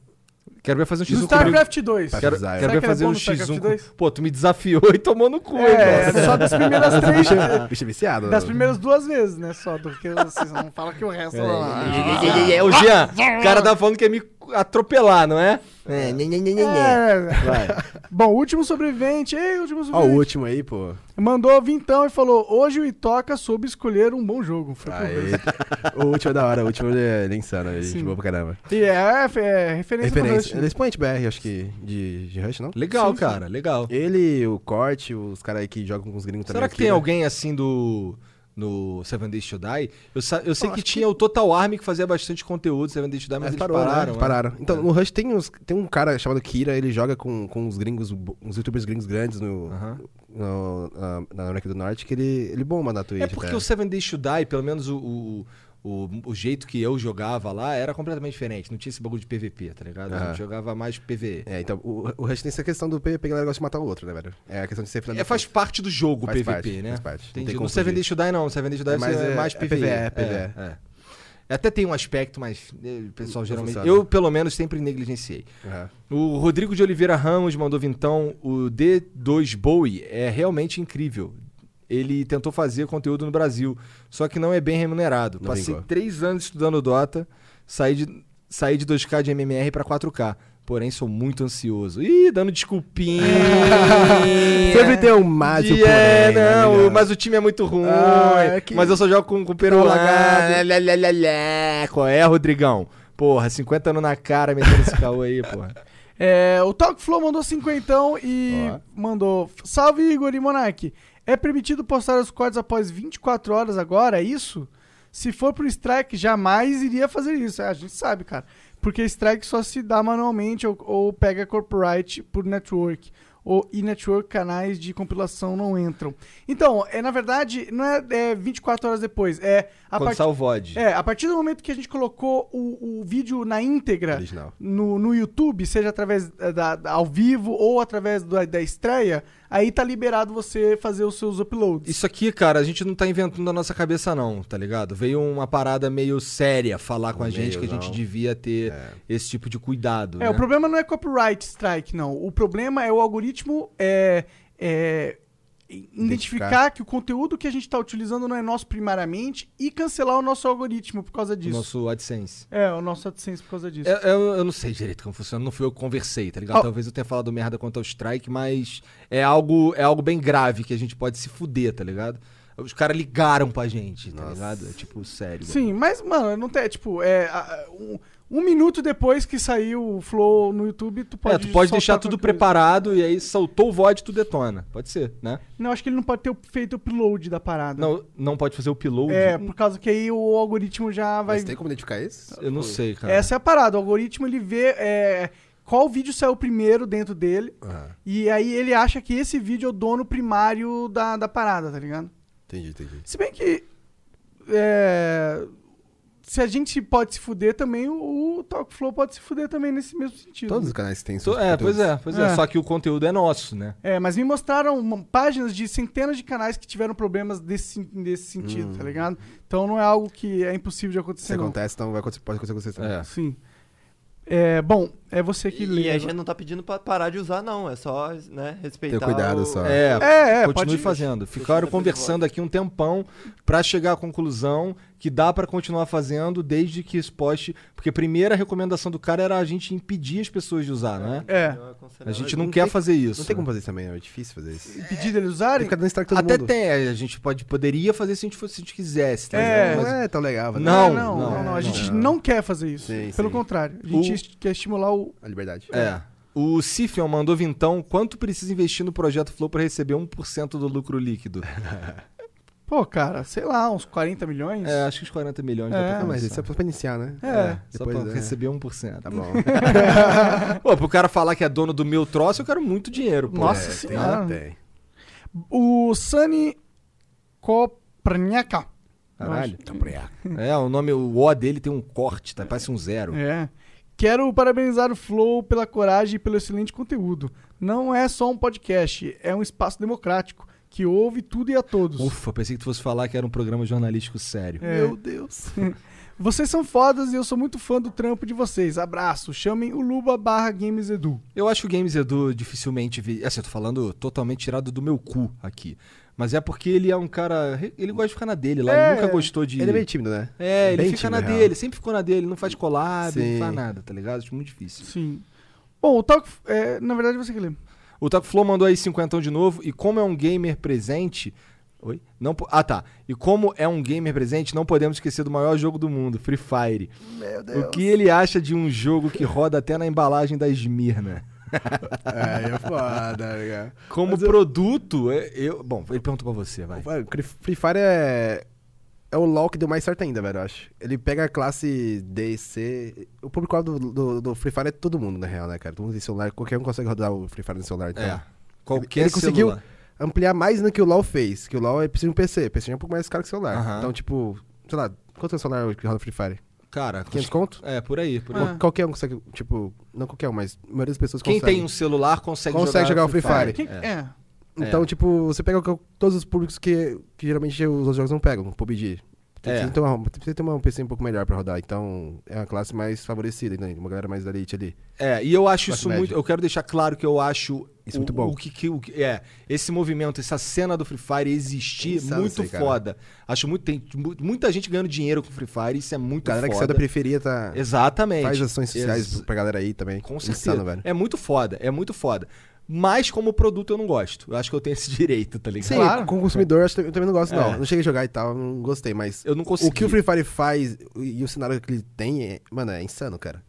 Speaker 2: Quero ver fazer um
Speaker 1: no
Speaker 2: X1 comigo.
Speaker 1: StarCraft 2.
Speaker 3: Pra-
Speaker 2: Quero,
Speaker 3: Será
Speaker 2: quero
Speaker 1: que
Speaker 2: ver
Speaker 1: ele é
Speaker 2: fazer
Speaker 1: bom
Speaker 2: um
Speaker 1: no StarCraft
Speaker 2: X1.
Speaker 1: 2?
Speaker 2: com- Pô, tu me desafiou e tomou no cu, hein,
Speaker 1: É,
Speaker 2: bosta.
Speaker 1: só das primeiras três.
Speaker 3: Bicho é viciado.
Speaker 1: Das
Speaker 3: né?
Speaker 1: primeiras duas vezes, né? Só, porque vocês não falam que o resto. lá.
Speaker 2: É, é, é, o Jean, o cara tá falando que ia me atropelar, não é?
Speaker 4: É, nhe, nhe, nhe, nhe, nhe.
Speaker 1: É.
Speaker 2: Vai.
Speaker 1: Bom, último sobrevivente. Ei, último
Speaker 3: Ó, o
Speaker 1: sobrevivente.
Speaker 3: último aí, pô.
Speaker 1: Mandou vintão e falou: Hoje o Itoca soube escolher um bom jogo. Foi pro
Speaker 3: Aí. o último é da hora, o último é, ele é insano, ele é gente
Speaker 1: Sim.
Speaker 3: boa pra caramba.
Speaker 1: E é, é, é referência, do Rush,
Speaker 3: Referência.
Speaker 1: né?
Speaker 3: Ele é expoente BR, acho que, de, de Rush, não?
Speaker 2: Legal, cara, legal.
Speaker 3: Ele, o Corte, os caras aí que jogam com os gringos também.
Speaker 2: Será que
Speaker 3: aqui,
Speaker 2: tem
Speaker 3: né?
Speaker 2: alguém assim do. No Seven Days to Die? Eu, sa- eu sei que tinha o Total Army que fazia bastante conteúdo, Seven Days to Die, mas,
Speaker 3: Mas
Speaker 2: eles
Speaker 3: parou, né?
Speaker 2: pararam.
Speaker 3: Eles
Speaker 2: né?
Speaker 3: pararam. Então, no Rush tem, uns, tem um cara chamado Kira, ele joga com, com uns gringos, bo- uns youtubers gringos grandes no,
Speaker 2: Aham.
Speaker 3: no- na, na América do Norte, que ele, ele bomba na Twitch.
Speaker 2: É porque
Speaker 3: até.
Speaker 2: o Seven Days to Die, pelo menos o, o, o, o jeito que eu jogava lá, era completamente diferente. Não tinha esse bagulho de PVP, tá ligado? A
Speaker 3: Aham.
Speaker 2: gente jogava mais PVE.
Speaker 3: É, então, o, o Rush tem essa questão do PvP, a galera gosta de matar o outro, né, velho? É a questão de ser filha
Speaker 2: É,
Speaker 3: da
Speaker 2: faz parte do jogo o
Speaker 3: Faz
Speaker 2: PVP,
Speaker 3: parte,
Speaker 2: né?
Speaker 3: faz parte. Não tem
Speaker 2: Entendi.
Speaker 3: como
Speaker 2: No Seven
Speaker 3: fugir.
Speaker 2: Days to Die não, Seven Days to Die
Speaker 3: É mais-
Speaker 2: você é,
Speaker 3: é-
Speaker 2: mais
Speaker 3: é
Speaker 2: PVE.
Speaker 3: PVE, PVE.
Speaker 2: é. Até tem um aspecto, mas eh, o pessoal
Speaker 3: Não
Speaker 2: geralmente...
Speaker 3: funciona.
Speaker 2: Eu, pelo menos, sempre negligenciei.
Speaker 3: Aham.
Speaker 2: O Rodrigo de Oliveira Ramos mandou vintão. O D2 Bowie é realmente incrível. Ele tentou fazer conteúdo no Brasil, só que não é bem remunerado.
Speaker 3: Não
Speaker 2: Passei
Speaker 3: vingou.
Speaker 2: três anos estudando Dota, saí de, saí de 2K de MMR pra 4K. Porém, sou muito ansioso. Ih, dando desculpinha.
Speaker 3: Sempre tem um mais e um
Speaker 2: E é,
Speaker 3: porém, né,
Speaker 2: não,
Speaker 3: melhor.
Speaker 2: mas o time é muito ruim.
Speaker 3: Ah, é que-
Speaker 2: Mas eu só jogo com, com peruano.
Speaker 3: lagado.
Speaker 2: Lá, lá, lá, lá, lá. Qual é, Rodrigão? Porra, 50 anos na cara metendo esse caô aí, porra.
Speaker 1: É, o Talk Flow mandou cinquentão e mandou: Salve Igor e Monark. É permitido postar os códigos após 24 horas agora, é isso? Se for pro strike, jamais iria fazer isso. É, a gente sabe, cara. Porque strike só se dá manualmente ou, ou pega corporate por network. Ou e network canais de compilação não entram. Então, é na verdade, não é, é 24 horas depois. É a,
Speaker 2: Quando
Speaker 1: partir-
Speaker 2: sai o VOD.
Speaker 1: é, a partir do momento que a gente colocou o, o vídeo na íntegra
Speaker 3: Original.
Speaker 1: no, no YouTube, seja através eh, da, da- ao vivo ou através da, da estreia, aí tá liberado você fazer os seus uploads.
Speaker 2: Isso aqui, cara, a gente não tá inventando da nossa cabeça, não, tá ligado? Veio uma parada meio séria falar com a gente
Speaker 3: Meio
Speaker 2: que a gente
Speaker 3: não. É.
Speaker 2: devia ter esse tipo de cuidado.
Speaker 1: é,
Speaker 2: né?
Speaker 1: o problema não é copyright strike, não. O problema é o algoritmo é, é, identificar,
Speaker 3: Identificar.
Speaker 1: que o conteúdo que a gente tá utilizando não é nosso primariamente e cancelar o nosso algoritmo por causa
Speaker 2: O
Speaker 1: é disso.
Speaker 2: nosso É, AdSense.
Speaker 1: É, o nosso AdSense por causa disso.
Speaker 2: Eu, eu- eu não sei direito como funciona, não fui eu que conversei, tá ligado?
Speaker 1: Ó.
Speaker 2: Talvez eu tenha falado merda quanto ao strike, mas é algo, é algo bem grave que a gente pode se fuder, tá ligado? Os caras ligaram pra gente, tá
Speaker 3: Nossa.
Speaker 2: ligado? É tipo, sério.
Speaker 1: Sim, mas, mano, não tem, tipo, é, a- a- um, um minuto depois que saiu o Flow no YouTube, tu pode
Speaker 2: É, tu pode
Speaker 1: soltar
Speaker 2: deixar tudo
Speaker 1: qualquer coisa.
Speaker 2: preparado e aí soltou o VOD, tu detona. Pode ser, né?
Speaker 1: Não, acho que ele não pode ter feito o upload da parada.
Speaker 2: Não, não pode fazer o upload.
Speaker 1: É, por causa que aí o algoritmo já vai...
Speaker 3: Mas tem como identificar isso?
Speaker 2: Eu não sei, cara.
Speaker 1: Essa é a parada, o algoritmo ele vê é, qual vídeo saiu primeiro dentro dele
Speaker 3: Ah,
Speaker 1: e aí ele acha que esse vídeo é o dono primário da, da parada, tá ligado?
Speaker 3: entendi, entendi.
Speaker 1: Se bem que. é, se a gente pode se fuder também, o, o Talk Flow pode se fuder também nesse mesmo sentido.
Speaker 3: Todos
Speaker 1: né?
Speaker 3: os canais têm
Speaker 2: So-
Speaker 3: seus
Speaker 2: é, pois
Speaker 3: conteúdos.
Speaker 2: é, pois é,
Speaker 1: É.
Speaker 2: Só que o conteúdo é nosso, né?
Speaker 1: É, mas me mostraram uma- páginas de centenas de canais que tiveram problemas desse, desse sentido, tá ligado? Então não é algo que é impossível de acontecer.
Speaker 3: Se
Speaker 1: não.
Speaker 3: acontece, então vai acontecer, pode acontecer com vocês também.
Speaker 2: É.
Speaker 1: Sim. É, bom, é você que lê.
Speaker 5: E a
Speaker 1: agora.
Speaker 5: gente não tá pedindo pra parar de usar, não. É só, né, respeitar.
Speaker 3: Ter cuidado
Speaker 5: o-
Speaker 3: só.
Speaker 2: É,
Speaker 1: É, é,
Speaker 2: continue
Speaker 1: pode-
Speaker 2: fazendo. Ficaram
Speaker 5: Continua
Speaker 2: conversando aqui um tempão pra chegar à conclusão que dá pra continuar fazendo desde que esse poste. Porque a primeira recomendação do cara era a gente impedir as pessoas de usar, né?
Speaker 1: É,
Speaker 2: A gente
Speaker 3: Não
Speaker 2: não, quer
Speaker 3: tem-
Speaker 2: fazer isso.
Speaker 3: Não tem como fazer isso também, é difícil fazer isso. Tem
Speaker 1: pedir deles
Speaker 3: que
Speaker 1: usarem?
Speaker 3: ficar dando strike todo
Speaker 2: Até
Speaker 3: mundo.
Speaker 2: tem, a gente pode, poderia fazer se a gente, fosse, se a gente quisesse, tá
Speaker 1: É,
Speaker 2: ligado?
Speaker 3: Não
Speaker 2: Mas
Speaker 3: é tão legal. vai dar-
Speaker 2: Não,
Speaker 1: É, não, não,
Speaker 2: não,
Speaker 1: não, A
Speaker 2: não.
Speaker 1: gente não, quer fazer isso.
Speaker 3: Sim,
Speaker 1: Pelo
Speaker 3: sim.
Speaker 1: contrário, a gente
Speaker 2: O-
Speaker 1: est- quer estimular o.
Speaker 3: A liberdade.
Speaker 2: É. O Sifion mandou vintão. Quanto precisa investir no projeto Flow pra receber 1% do lucro líquido?
Speaker 3: É
Speaker 1: Pô, cara, sei lá, uns 40 milhões?
Speaker 2: É, acho que os 40
Speaker 1: É,
Speaker 2: milhões dá pra
Speaker 3: Ah, mas
Speaker 2: começar.
Speaker 3: isso é só pra iniciar, né?
Speaker 1: É.
Speaker 2: Só
Speaker 3: Depois
Speaker 2: pra
Speaker 3: é.
Speaker 2: receber 1%.
Speaker 3: Tá bom.
Speaker 2: Pô, pro cara falar que é dono do meu troço, eu quero muito dinheiro, pô.
Speaker 1: Nossa
Speaker 3: É,
Speaker 1: senhora.
Speaker 3: Tem, tem.
Speaker 1: O Sani Koprniaka.
Speaker 2: um Caralho. É, o nome, o O dele tem um corte, tá? Parece um zero.
Speaker 1: É. Quero parabenizar o Flow pela coragem e pelo excelente conteúdo. Não é só um podcast, é um espaço democrático que ouve tudo e a todos.
Speaker 2: Ufa, pensei que tu fosse falar que era um programa jornalístico sério.
Speaker 1: É. Meu Deus. vocês são fodas e eu sou muito fã do trampo de vocês. Abraço. Chamem o Luba barra Games Edu.
Speaker 2: Eu acho o Games Edu dificilmente. Vi... Assim, eu tô falando totalmente tirado do meu cu aqui. Mas é porque ele é um cara. Ele gosta de ficar na dele lá.
Speaker 1: É.
Speaker 2: Ele nunca gostou de.
Speaker 3: Ele é meio tímido, né?
Speaker 2: É, ele
Speaker 3: Bem
Speaker 2: fica
Speaker 3: tímido,
Speaker 2: na
Speaker 3: real.
Speaker 2: dele, sempre ficou na dele, não faz collab, não
Speaker 3: Sim.
Speaker 2: faz nada, tá ligado? Acho muito difícil.
Speaker 1: Sim. Bom, o Talk. É, na verdade, você que lê.
Speaker 2: O Taco Flow mandou aí cinquentão de novo. E como é um gamer presente. Oi? Não, po- ah, tá. E como é um gamer presente, não podemos esquecer do maior jogo do mundo, Free Fire. Meu Deus. O que ele acha de um jogo que roda até na embalagem da Esmirna?
Speaker 3: É, é foda, legal.
Speaker 2: Como produto, é- eu. Bom, ele perguntou pra você, vai.
Speaker 3: Mano, Cri- Free Fire é. É o LoL que deu mais certo ainda, velho, eu acho. Ele pega a classe D, C. O público-alvo do, do- do Free Fire é todo mundo, na real, né, cara? Todo mundo tem celular, qualquer um consegue rodar o Free Fire no celular. Então.
Speaker 2: É. Qualquer
Speaker 3: ele conseguiu
Speaker 2: celular.
Speaker 3: ampliar mais do que o LoL fez. Que o LoL é preciso de um PC. PC é um pouco mais caro que celular.
Speaker 2: Aham.
Speaker 3: Então, tipo, sei lá, quanto é o celular que roda Free Fire?
Speaker 2: Cara,
Speaker 3: 500 conto?
Speaker 2: é, por aí, por aí.
Speaker 3: Qual- Qualquer um consegue, tipo, não qualquer um, mas a maioria das pessoas
Speaker 2: Quem
Speaker 3: consegue.
Speaker 2: tem um celular consegue,
Speaker 3: Consegue jogar o Free Fire.
Speaker 1: Quem- é.
Speaker 3: Então, tipo, você pega o- todos os públicos que, que geralmente os outros jogos não pegam, PUBG. Tem
Speaker 2: É.
Speaker 3: que ter uma, precisa ter uma PC um pouco melhor pra rodar, então é uma classe mais favorecida, né? uma galera mais da elite ali.
Speaker 2: É, e eu acho
Speaker 3: Classe
Speaker 2: isso
Speaker 3: média.
Speaker 2: muito. Eu quero deixar claro que eu acho.
Speaker 3: Isso é
Speaker 2: o,
Speaker 3: muito bom.
Speaker 2: O que, que- o que- é, esse movimento, essa cena do Free Fire existir, é
Speaker 3: Quem sabe
Speaker 2: muito
Speaker 3: isso aí, cara?
Speaker 2: foda. Acho muito. Tem mu- muita gente ganhando dinheiro com Free Fire, isso é muito
Speaker 3: galera
Speaker 2: foda.
Speaker 3: que sai da periferia tá,
Speaker 2: Exatamente.
Speaker 3: faz ações sociais
Speaker 2: Ex-
Speaker 3: pra galera aí também.
Speaker 2: Com
Speaker 3: Insano,
Speaker 2: certeza.
Speaker 3: velho.
Speaker 2: É muito foda, é muito foda. Mas como produto eu não gosto. Eu acho que eu tenho esse direito, tá ligado?
Speaker 3: Sim,
Speaker 1: Claro.
Speaker 3: com o consumidor acho que eu também não gosto,
Speaker 2: É.
Speaker 3: não. Não cheguei a jogar e tal, não gostei, mas
Speaker 2: Eu não consegui.
Speaker 3: o que o Free Fire faz e o cenário que ele tem, é, mano, é insano, cara.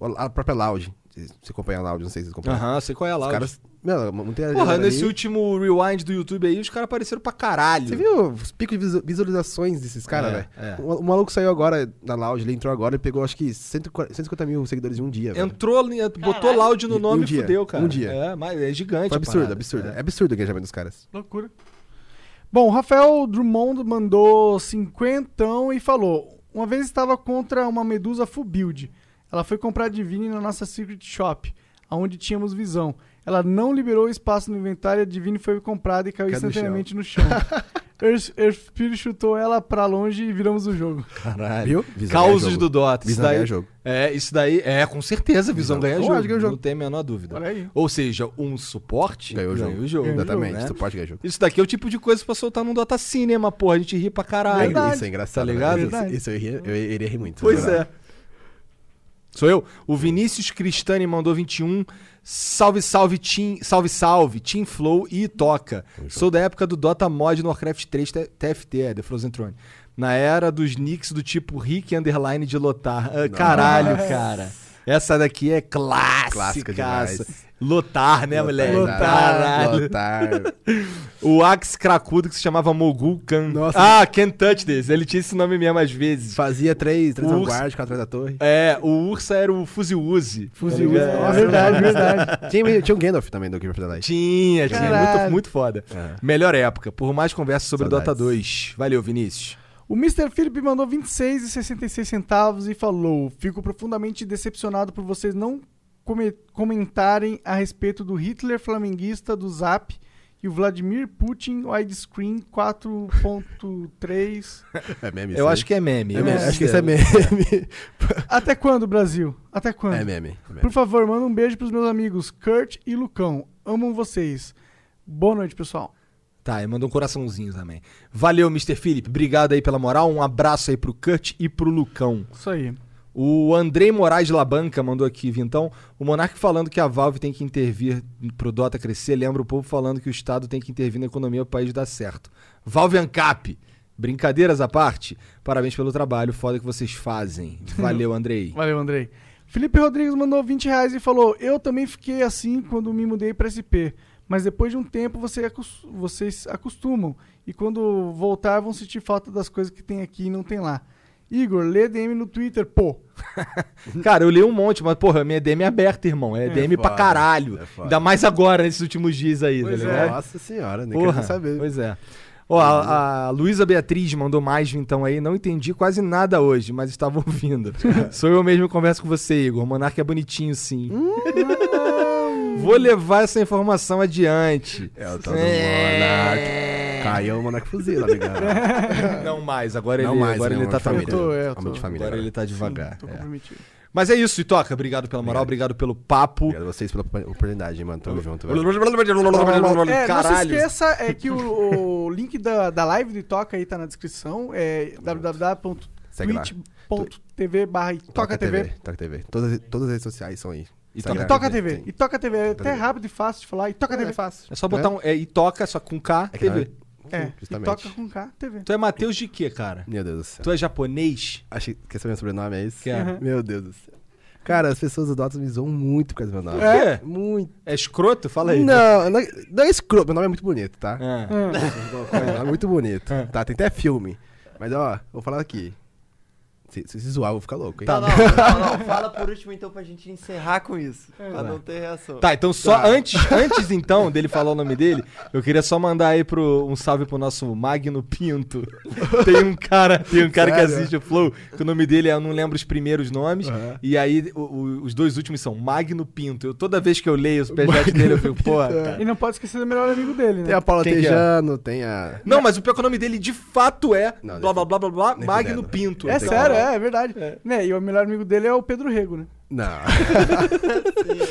Speaker 3: O- A própria Loud, se acompanha a Loud, não sei se vocês acompanham.
Speaker 2: Aham, sei qual é a
Speaker 3: Os
Speaker 2: Loud.
Speaker 3: caras Não, montei a
Speaker 2: Porra,
Speaker 3: janela
Speaker 2: nesse
Speaker 3: ali.
Speaker 2: último rewind do YouTube aí, os caras apareceram pra caralho.
Speaker 3: Você viu os picos de visu- visualizações desses caras,
Speaker 2: É,
Speaker 3: velho?
Speaker 2: é.
Speaker 3: O, o maluco saiu agora da lounge, ele entrou agora e pegou acho que 140 150 mil seguidores em um dia, velho.
Speaker 2: Entrou, ali, ent- botou loud no
Speaker 3: Um
Speaker 2: nome e
Speaker 3: dia,
Speaker 2: fudeu, cara.
Speaker 3: um dia.
Speaker 2: É, mas é gigante.
Speaker 3: Foi
Speaker 2: a
Speaker 3: absurdo,
Speaker 2: parada.
Speaker 3: absurdo. É.
Speaker 2: É.
Speaker 3: absurdo o engajamento dos caras.
Speaker 1: Loucura. Bom, o Rafael Drummond mandou cinquentão e falou: Uma vez estava contra uma medusa full build. Ela foi comprar Divine na nossa Secret Shop, aonde tínhamos visão. Ela não liberou espaço no inventário, a Divine foi comprada e caiu
Speaker 3: Caiu no
Speaker 1: instantaneamente no chão. Earth, Earth Spirit chutou ela pra longe e viramos o jogo.
Speaker 2: Caralho.
Speaker 3: Viu?
Speaker 2: Causos é do Dota. Isso
Speaker 3: Visão ganha
Speaker 2: daí,
Speaker 3: jogo.
Speaker 2: é, isso daí, é, com certeza, visão ganha
Speaker 3: Eu
Speaker 2: jogo.
Speaker 3: acho que é o jogo.
Speaker 2: Não tem a menor dúvida.
Speaker 1: Olha aí.
Speaker 2: Ou seja, um suporte
Speaker 3: Ganhou o jogo.
Speaker 2: o jogo.
Speaker 3: Exatamente,
Speaker 2: né?
Speaker 3: suporte ganha jogo.
Speaker 2: Isso daqui é o tipo de coisa pra soltar num Dota Cinema, porra. A gente ri pra caralho.
Speaker 1: Verdade.
Speaker 3: Isso é engraçado.
Speaker 2: Tá ligado?
Speaker 3: né? Isso-
Speaker 1: Verdade.
Speaker 3: Isso eu iria, eu iria rir muito.
Speaker 2: Pois
Speaker 3: né?
Speaker 2: é. Sou eu? O Vinícius Cristani mandou 21. Salve, salve, Team, salve, salve, Team Flow e Toca. Sou da época do Dota Mod no Warcraft 3 T- TFT, é, The Frozen Throne. Na era dos nicks do tipo Rick Underline de Lotar. Ah, Caralho, cara. Essa daqui é
Speaker 3: Clássica
Speaker 2: clássica.
Speaker 3: demais.
Speaker 2: Lotar, né, moleque?
Speaker 1: Lotar.
Speaker 2: Caralho.
Speaker 3: Lotar.
Speaker 2: O Axe Cracudo que se chamava Mogul Khan.
Speaker 3: Nossa.
Speaker 2: Ah, Can't Touch This. Ele tinha esse nome mesmo às vezes.
Speaker 3: Fazia três, três
Speaker 2: Urso.
Speaker 3: vanguardas, ficava atrás da torre.
Speaker 2: É, o Ursa era o Fuziuzi.
Speaker 1: Fuzil.
Speaker 2: ligado?
Speaker 1: É verdade, verdade.
Speaker 3: Tinha, tinha um Gandalf também do Keeper of the Light.
Speaker 2: Tinha, tinha.
Speaker 1: Caralho.
Speaker 2: Muito, muito foda. Melhor época. Por mais conversas sobre
Speaker 3: Saudades.
Speaker 2: Dota 2. Valeu, Vinícius.
Speaker 1: O Mr. Philip mandou 26,66 centavos e falou: Fico profundamente decepcionado por vocês não come- comentarem a respeito do Hitler flamenguista do Zap e o Vladimir Putin widescreen 4.3.
Speaker 3: É meme
Speaker 2: Eu acho que é meme.
Speaker 3: é
Speaker 2: eu
Speaker 3: meme.
Speaker 2: não
Speaker 3: Acho que isso é
Speaker 2: sei.
Speaker 3: meme.
Speaker 1: Até quando, Brasil? Até quando?
Speaker 3: É meme. é meme.
Speaker 1: por favor, manda um beijo pros meus amigos Kurt e Lucão. Amam vocês. Boa noite, pessoal.
Speaker 2: Tá, e mandou um coraçãozinho também. Valeu, Mr. Felipe. Obrigado aí pela moral. Um abraço aí pro Kurt e pro Lucão.
Speaker 1: Isso aí.
Speaker 2: O Andrei Moraes Labanca mandou aqui, Vintão. O Monark falando que a Valve tem que intervir pro Dota crescer. Lembra o povo falando que o Estado tem que intervir na economia para o país dar certo. Valve Ancap. Brincadeiras à parte, parabéns pelo trabalho, foda que vocês fazem. Valeu, Andrei.
Speaker 1: Valeu, Andrei. Felipe Rodrigues mandou 20 reais e falou: Eu também fiquei assim quando me mudei para SP. Mas depois de um tempo você acos- vocês acostumam. E quando voltar, vão sentir falta das coisas que tem aqui e não tem lá. Igor, lê DM no Twitter, pô.
Speaker 2: Cara, eu li um monte, mas porra, minha DM é aberta, irmão. É, DM pra
Speaker 3: foda,
Speaker 2: caralho.
Speaker 3: é foda.
Speaker 2: Ainda mais agora, nesses últimos dias aí,
Speaker 3: Pois
Speaker 2: tá
Speaker 3: é.
Speaker 2: ligado?
Speaker 3: Nossa senhora, nem
Speaker 2: Porra,
Speaker 3: quero saber. Uhum.
Speaker 2: Pois é. Ó, a, a Luísa Beatriz mandou mais então aí. Não entendi quase nada hoje, mas estava ouvindo. Sou eu mesmo que converso com você, Igor. O Monarca é bonitinho, sim.
Speaker 3: Hum.
Speaker 2: Vou levar essa informação adiante.
Speaker 3: É o tal do Monark. Caiu o Monark fuzil, tá ligado?
Speaker 2: Não mais, agora
Speaker 3: Não
Speaker 2: ele,
Speaker 3: mais,
Speaker 2: agora
Speaker 3: né,
Speaker 2: ele
Speaker 3: homem
Speaker 2: tá
Speaker 3: de família.
Speaker 1: Eu tô, é, eu
Speaker 3: Homem de
Speaker 1: tô.
Speaker 3: família.
Speaker 2: Agora
Speaker 3: né?
Speaker 2: ele tá devagar.
Speaker 1: Tô
Speaker 2: é.
Speaker 1: comprometido.
Speaker 2: Mas é isso, Itoca. Obrigado pela moral, obrigado, pelo papo.
Speaker 3: Obrigado a vocês pela oportunidade, mano. Tamo junto, velho.
Speaker 1: É, não se
Speaker 2: Caralho.
Speaker 1: esqueça é que o, o link da, da live do Itoca aí tá na descrição. É
Speaker 3: Segue lá.
Speaker 1: www.twitch.tv barra Itoca TV.
Speaker 3: Toca TV. Todas, todas as redes sociais são aí.
Speaker 2: E
Speaker 3: Instagram,
Speaker 1: Itoca TV.
Speaker 3: sim.
Speaker 1: Itoca TV. É até
Speaker 3: TV.
Speaker 1: rápido e fácil de falar. Itoca TV.
Speaker 3: É fácil.
Speaker 2: É só botar um. É, Itoca, só com K,
Speaker 3: É que não
Speaker 2: TV.
Speaker 3: é-
Speaker 1: É,
Speaker 3: justamente.
Speaker 1: e toca com K, TV.
Speaker 2: Tu é Matheus de quê, cara?
Speaker 3: Meu Deus do céu.
Speaker 2: Tu é japonês?
Speaker 3: Acho que quer saber meu sobrenome, é isso?
Speaker 2: Quero.
Speaker 1: Uhum.
Speaker 3: Meu Deus do céu. Cara, as pessoas do Dota me zoam muito por causa do meu nome.
Speaker 2: É?
Speaker 3: Muito.
Speaker 2: É escroto? Fala aí.
Speaker 3: Não, não é, não é escroto. Meu nome é muito bonito, tá?
Speaker 2: É.
Speaker 1: Ah,
Speaker 3: Meu nome é muito bonito. Tá, tem até filme. Mas ó, vou falar aqui. Se, se, se zoar, eu vou ficar louco, hein?
Speaker 5: Tá, não, não, não, fala por último então pra gente encerrar com isso.
Speaker 1: É.
Speaker 5: pra não ter reação.
Speaker 2: Tá, então só antes, antes então dele falar o nome dele, eu queria só mandar aí pro, um salve pro nosso Magno Pinto. Tem um cara, tem um cara que
Speaker 3: Sério?
Speaker 2: assiste o Flow, que o nome dele é, eu não lembro os primeiros nomes, e aí o- o- os dois últimos são Magno Pinto. Eu, toda vez que eu leio os PJ dele, eu fico, porra,
Speaker 3: é."
Speaker 2: cara.
Speaker 1: e não pode esquecer do melhor amigo dele, né?
Speaker 3: Tem a Paula
Speaker 2: Quem que é?
Speaker 3: Tejano, tem a.
Speaker 2: Não, mas o pior é que o nome dele de fato é
Speaker 3: Não,
Speaker 2: blá blá blá blá blá,
Speaker 3: nem
Speaker 2: Magno
Speaker 3: fudendo.
Speaker 2: Pinto.
Speaker 1: É
Speaker 3: tem
Speaker 1: sério,
Speaker 3: como.
Speaker 1: é, é verdade. Né, e o melhor amigo dele é o Pedro Rego, né?
Speaker 3: Não.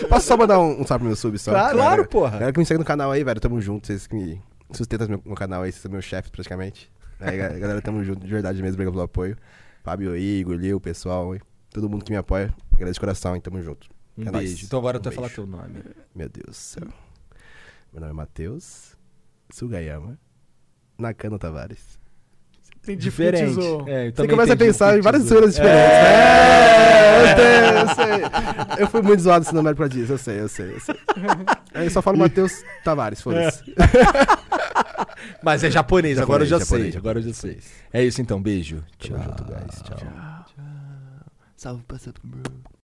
Speaker 3: Posso só mandar um, um salve pro meu sub? Só,
Speaker 2: Claro,
Speaker 3: Galera-
Speaker 2: claro, porra.
Speaker 3: Galera que me segue no canal aí, velho. Tamo junto. Vocês que me sustentam meu, meu canal aí. Vocês são meus chefes, praticamente. Aí, ga- galera, tamo junto. De verdade mesmo. Obrigado pelo apoio. Fábio, Igor, Lil, pessoal. hein? Todo mundo que me apoia. Agradeço de coração, hein? Tamo junto.
Speaker 2: Um
Speaker 3: É nóis.
Speaker 2: beijo. Então agora tu
Speaker 3: Um
Speaker 2: vai falar
Speaker 3: beijo.
Speaker 2: teu nome.
Speaker 3: Meu Deus do céu. Meu nome é Matheus Sugayama Nakano Tavares.
Speaker 1: Tem
Speaker 2: Diferente.
Speaker 1: diferentizou.
Speaker 2: É, eu
Speaker 3: Você
Speaker 2: também
Speaker 3: começa a
Speaker 2: entendi
Speaker 3: pensar em
Speaker 2: Pitizou.
Speaker 3: várias zoeiras diferentes, né? É, Eu sei, eu sei. Eu fui muito zoado esse nome pra dias, eu sei, eu sei, eu sei. Aí eu só falo Matheus Tavares, foda-se.
Speaker 2: Mas é japonês, agora eu já sei.
Speaker 3: Japonês, japonês,
Speaker 2: Agora eu já sei. É isso então, É beijo. Tchau.
Speaker 3: Tamo junto, guys. Tchau.
Speaker 5: Salve, passado.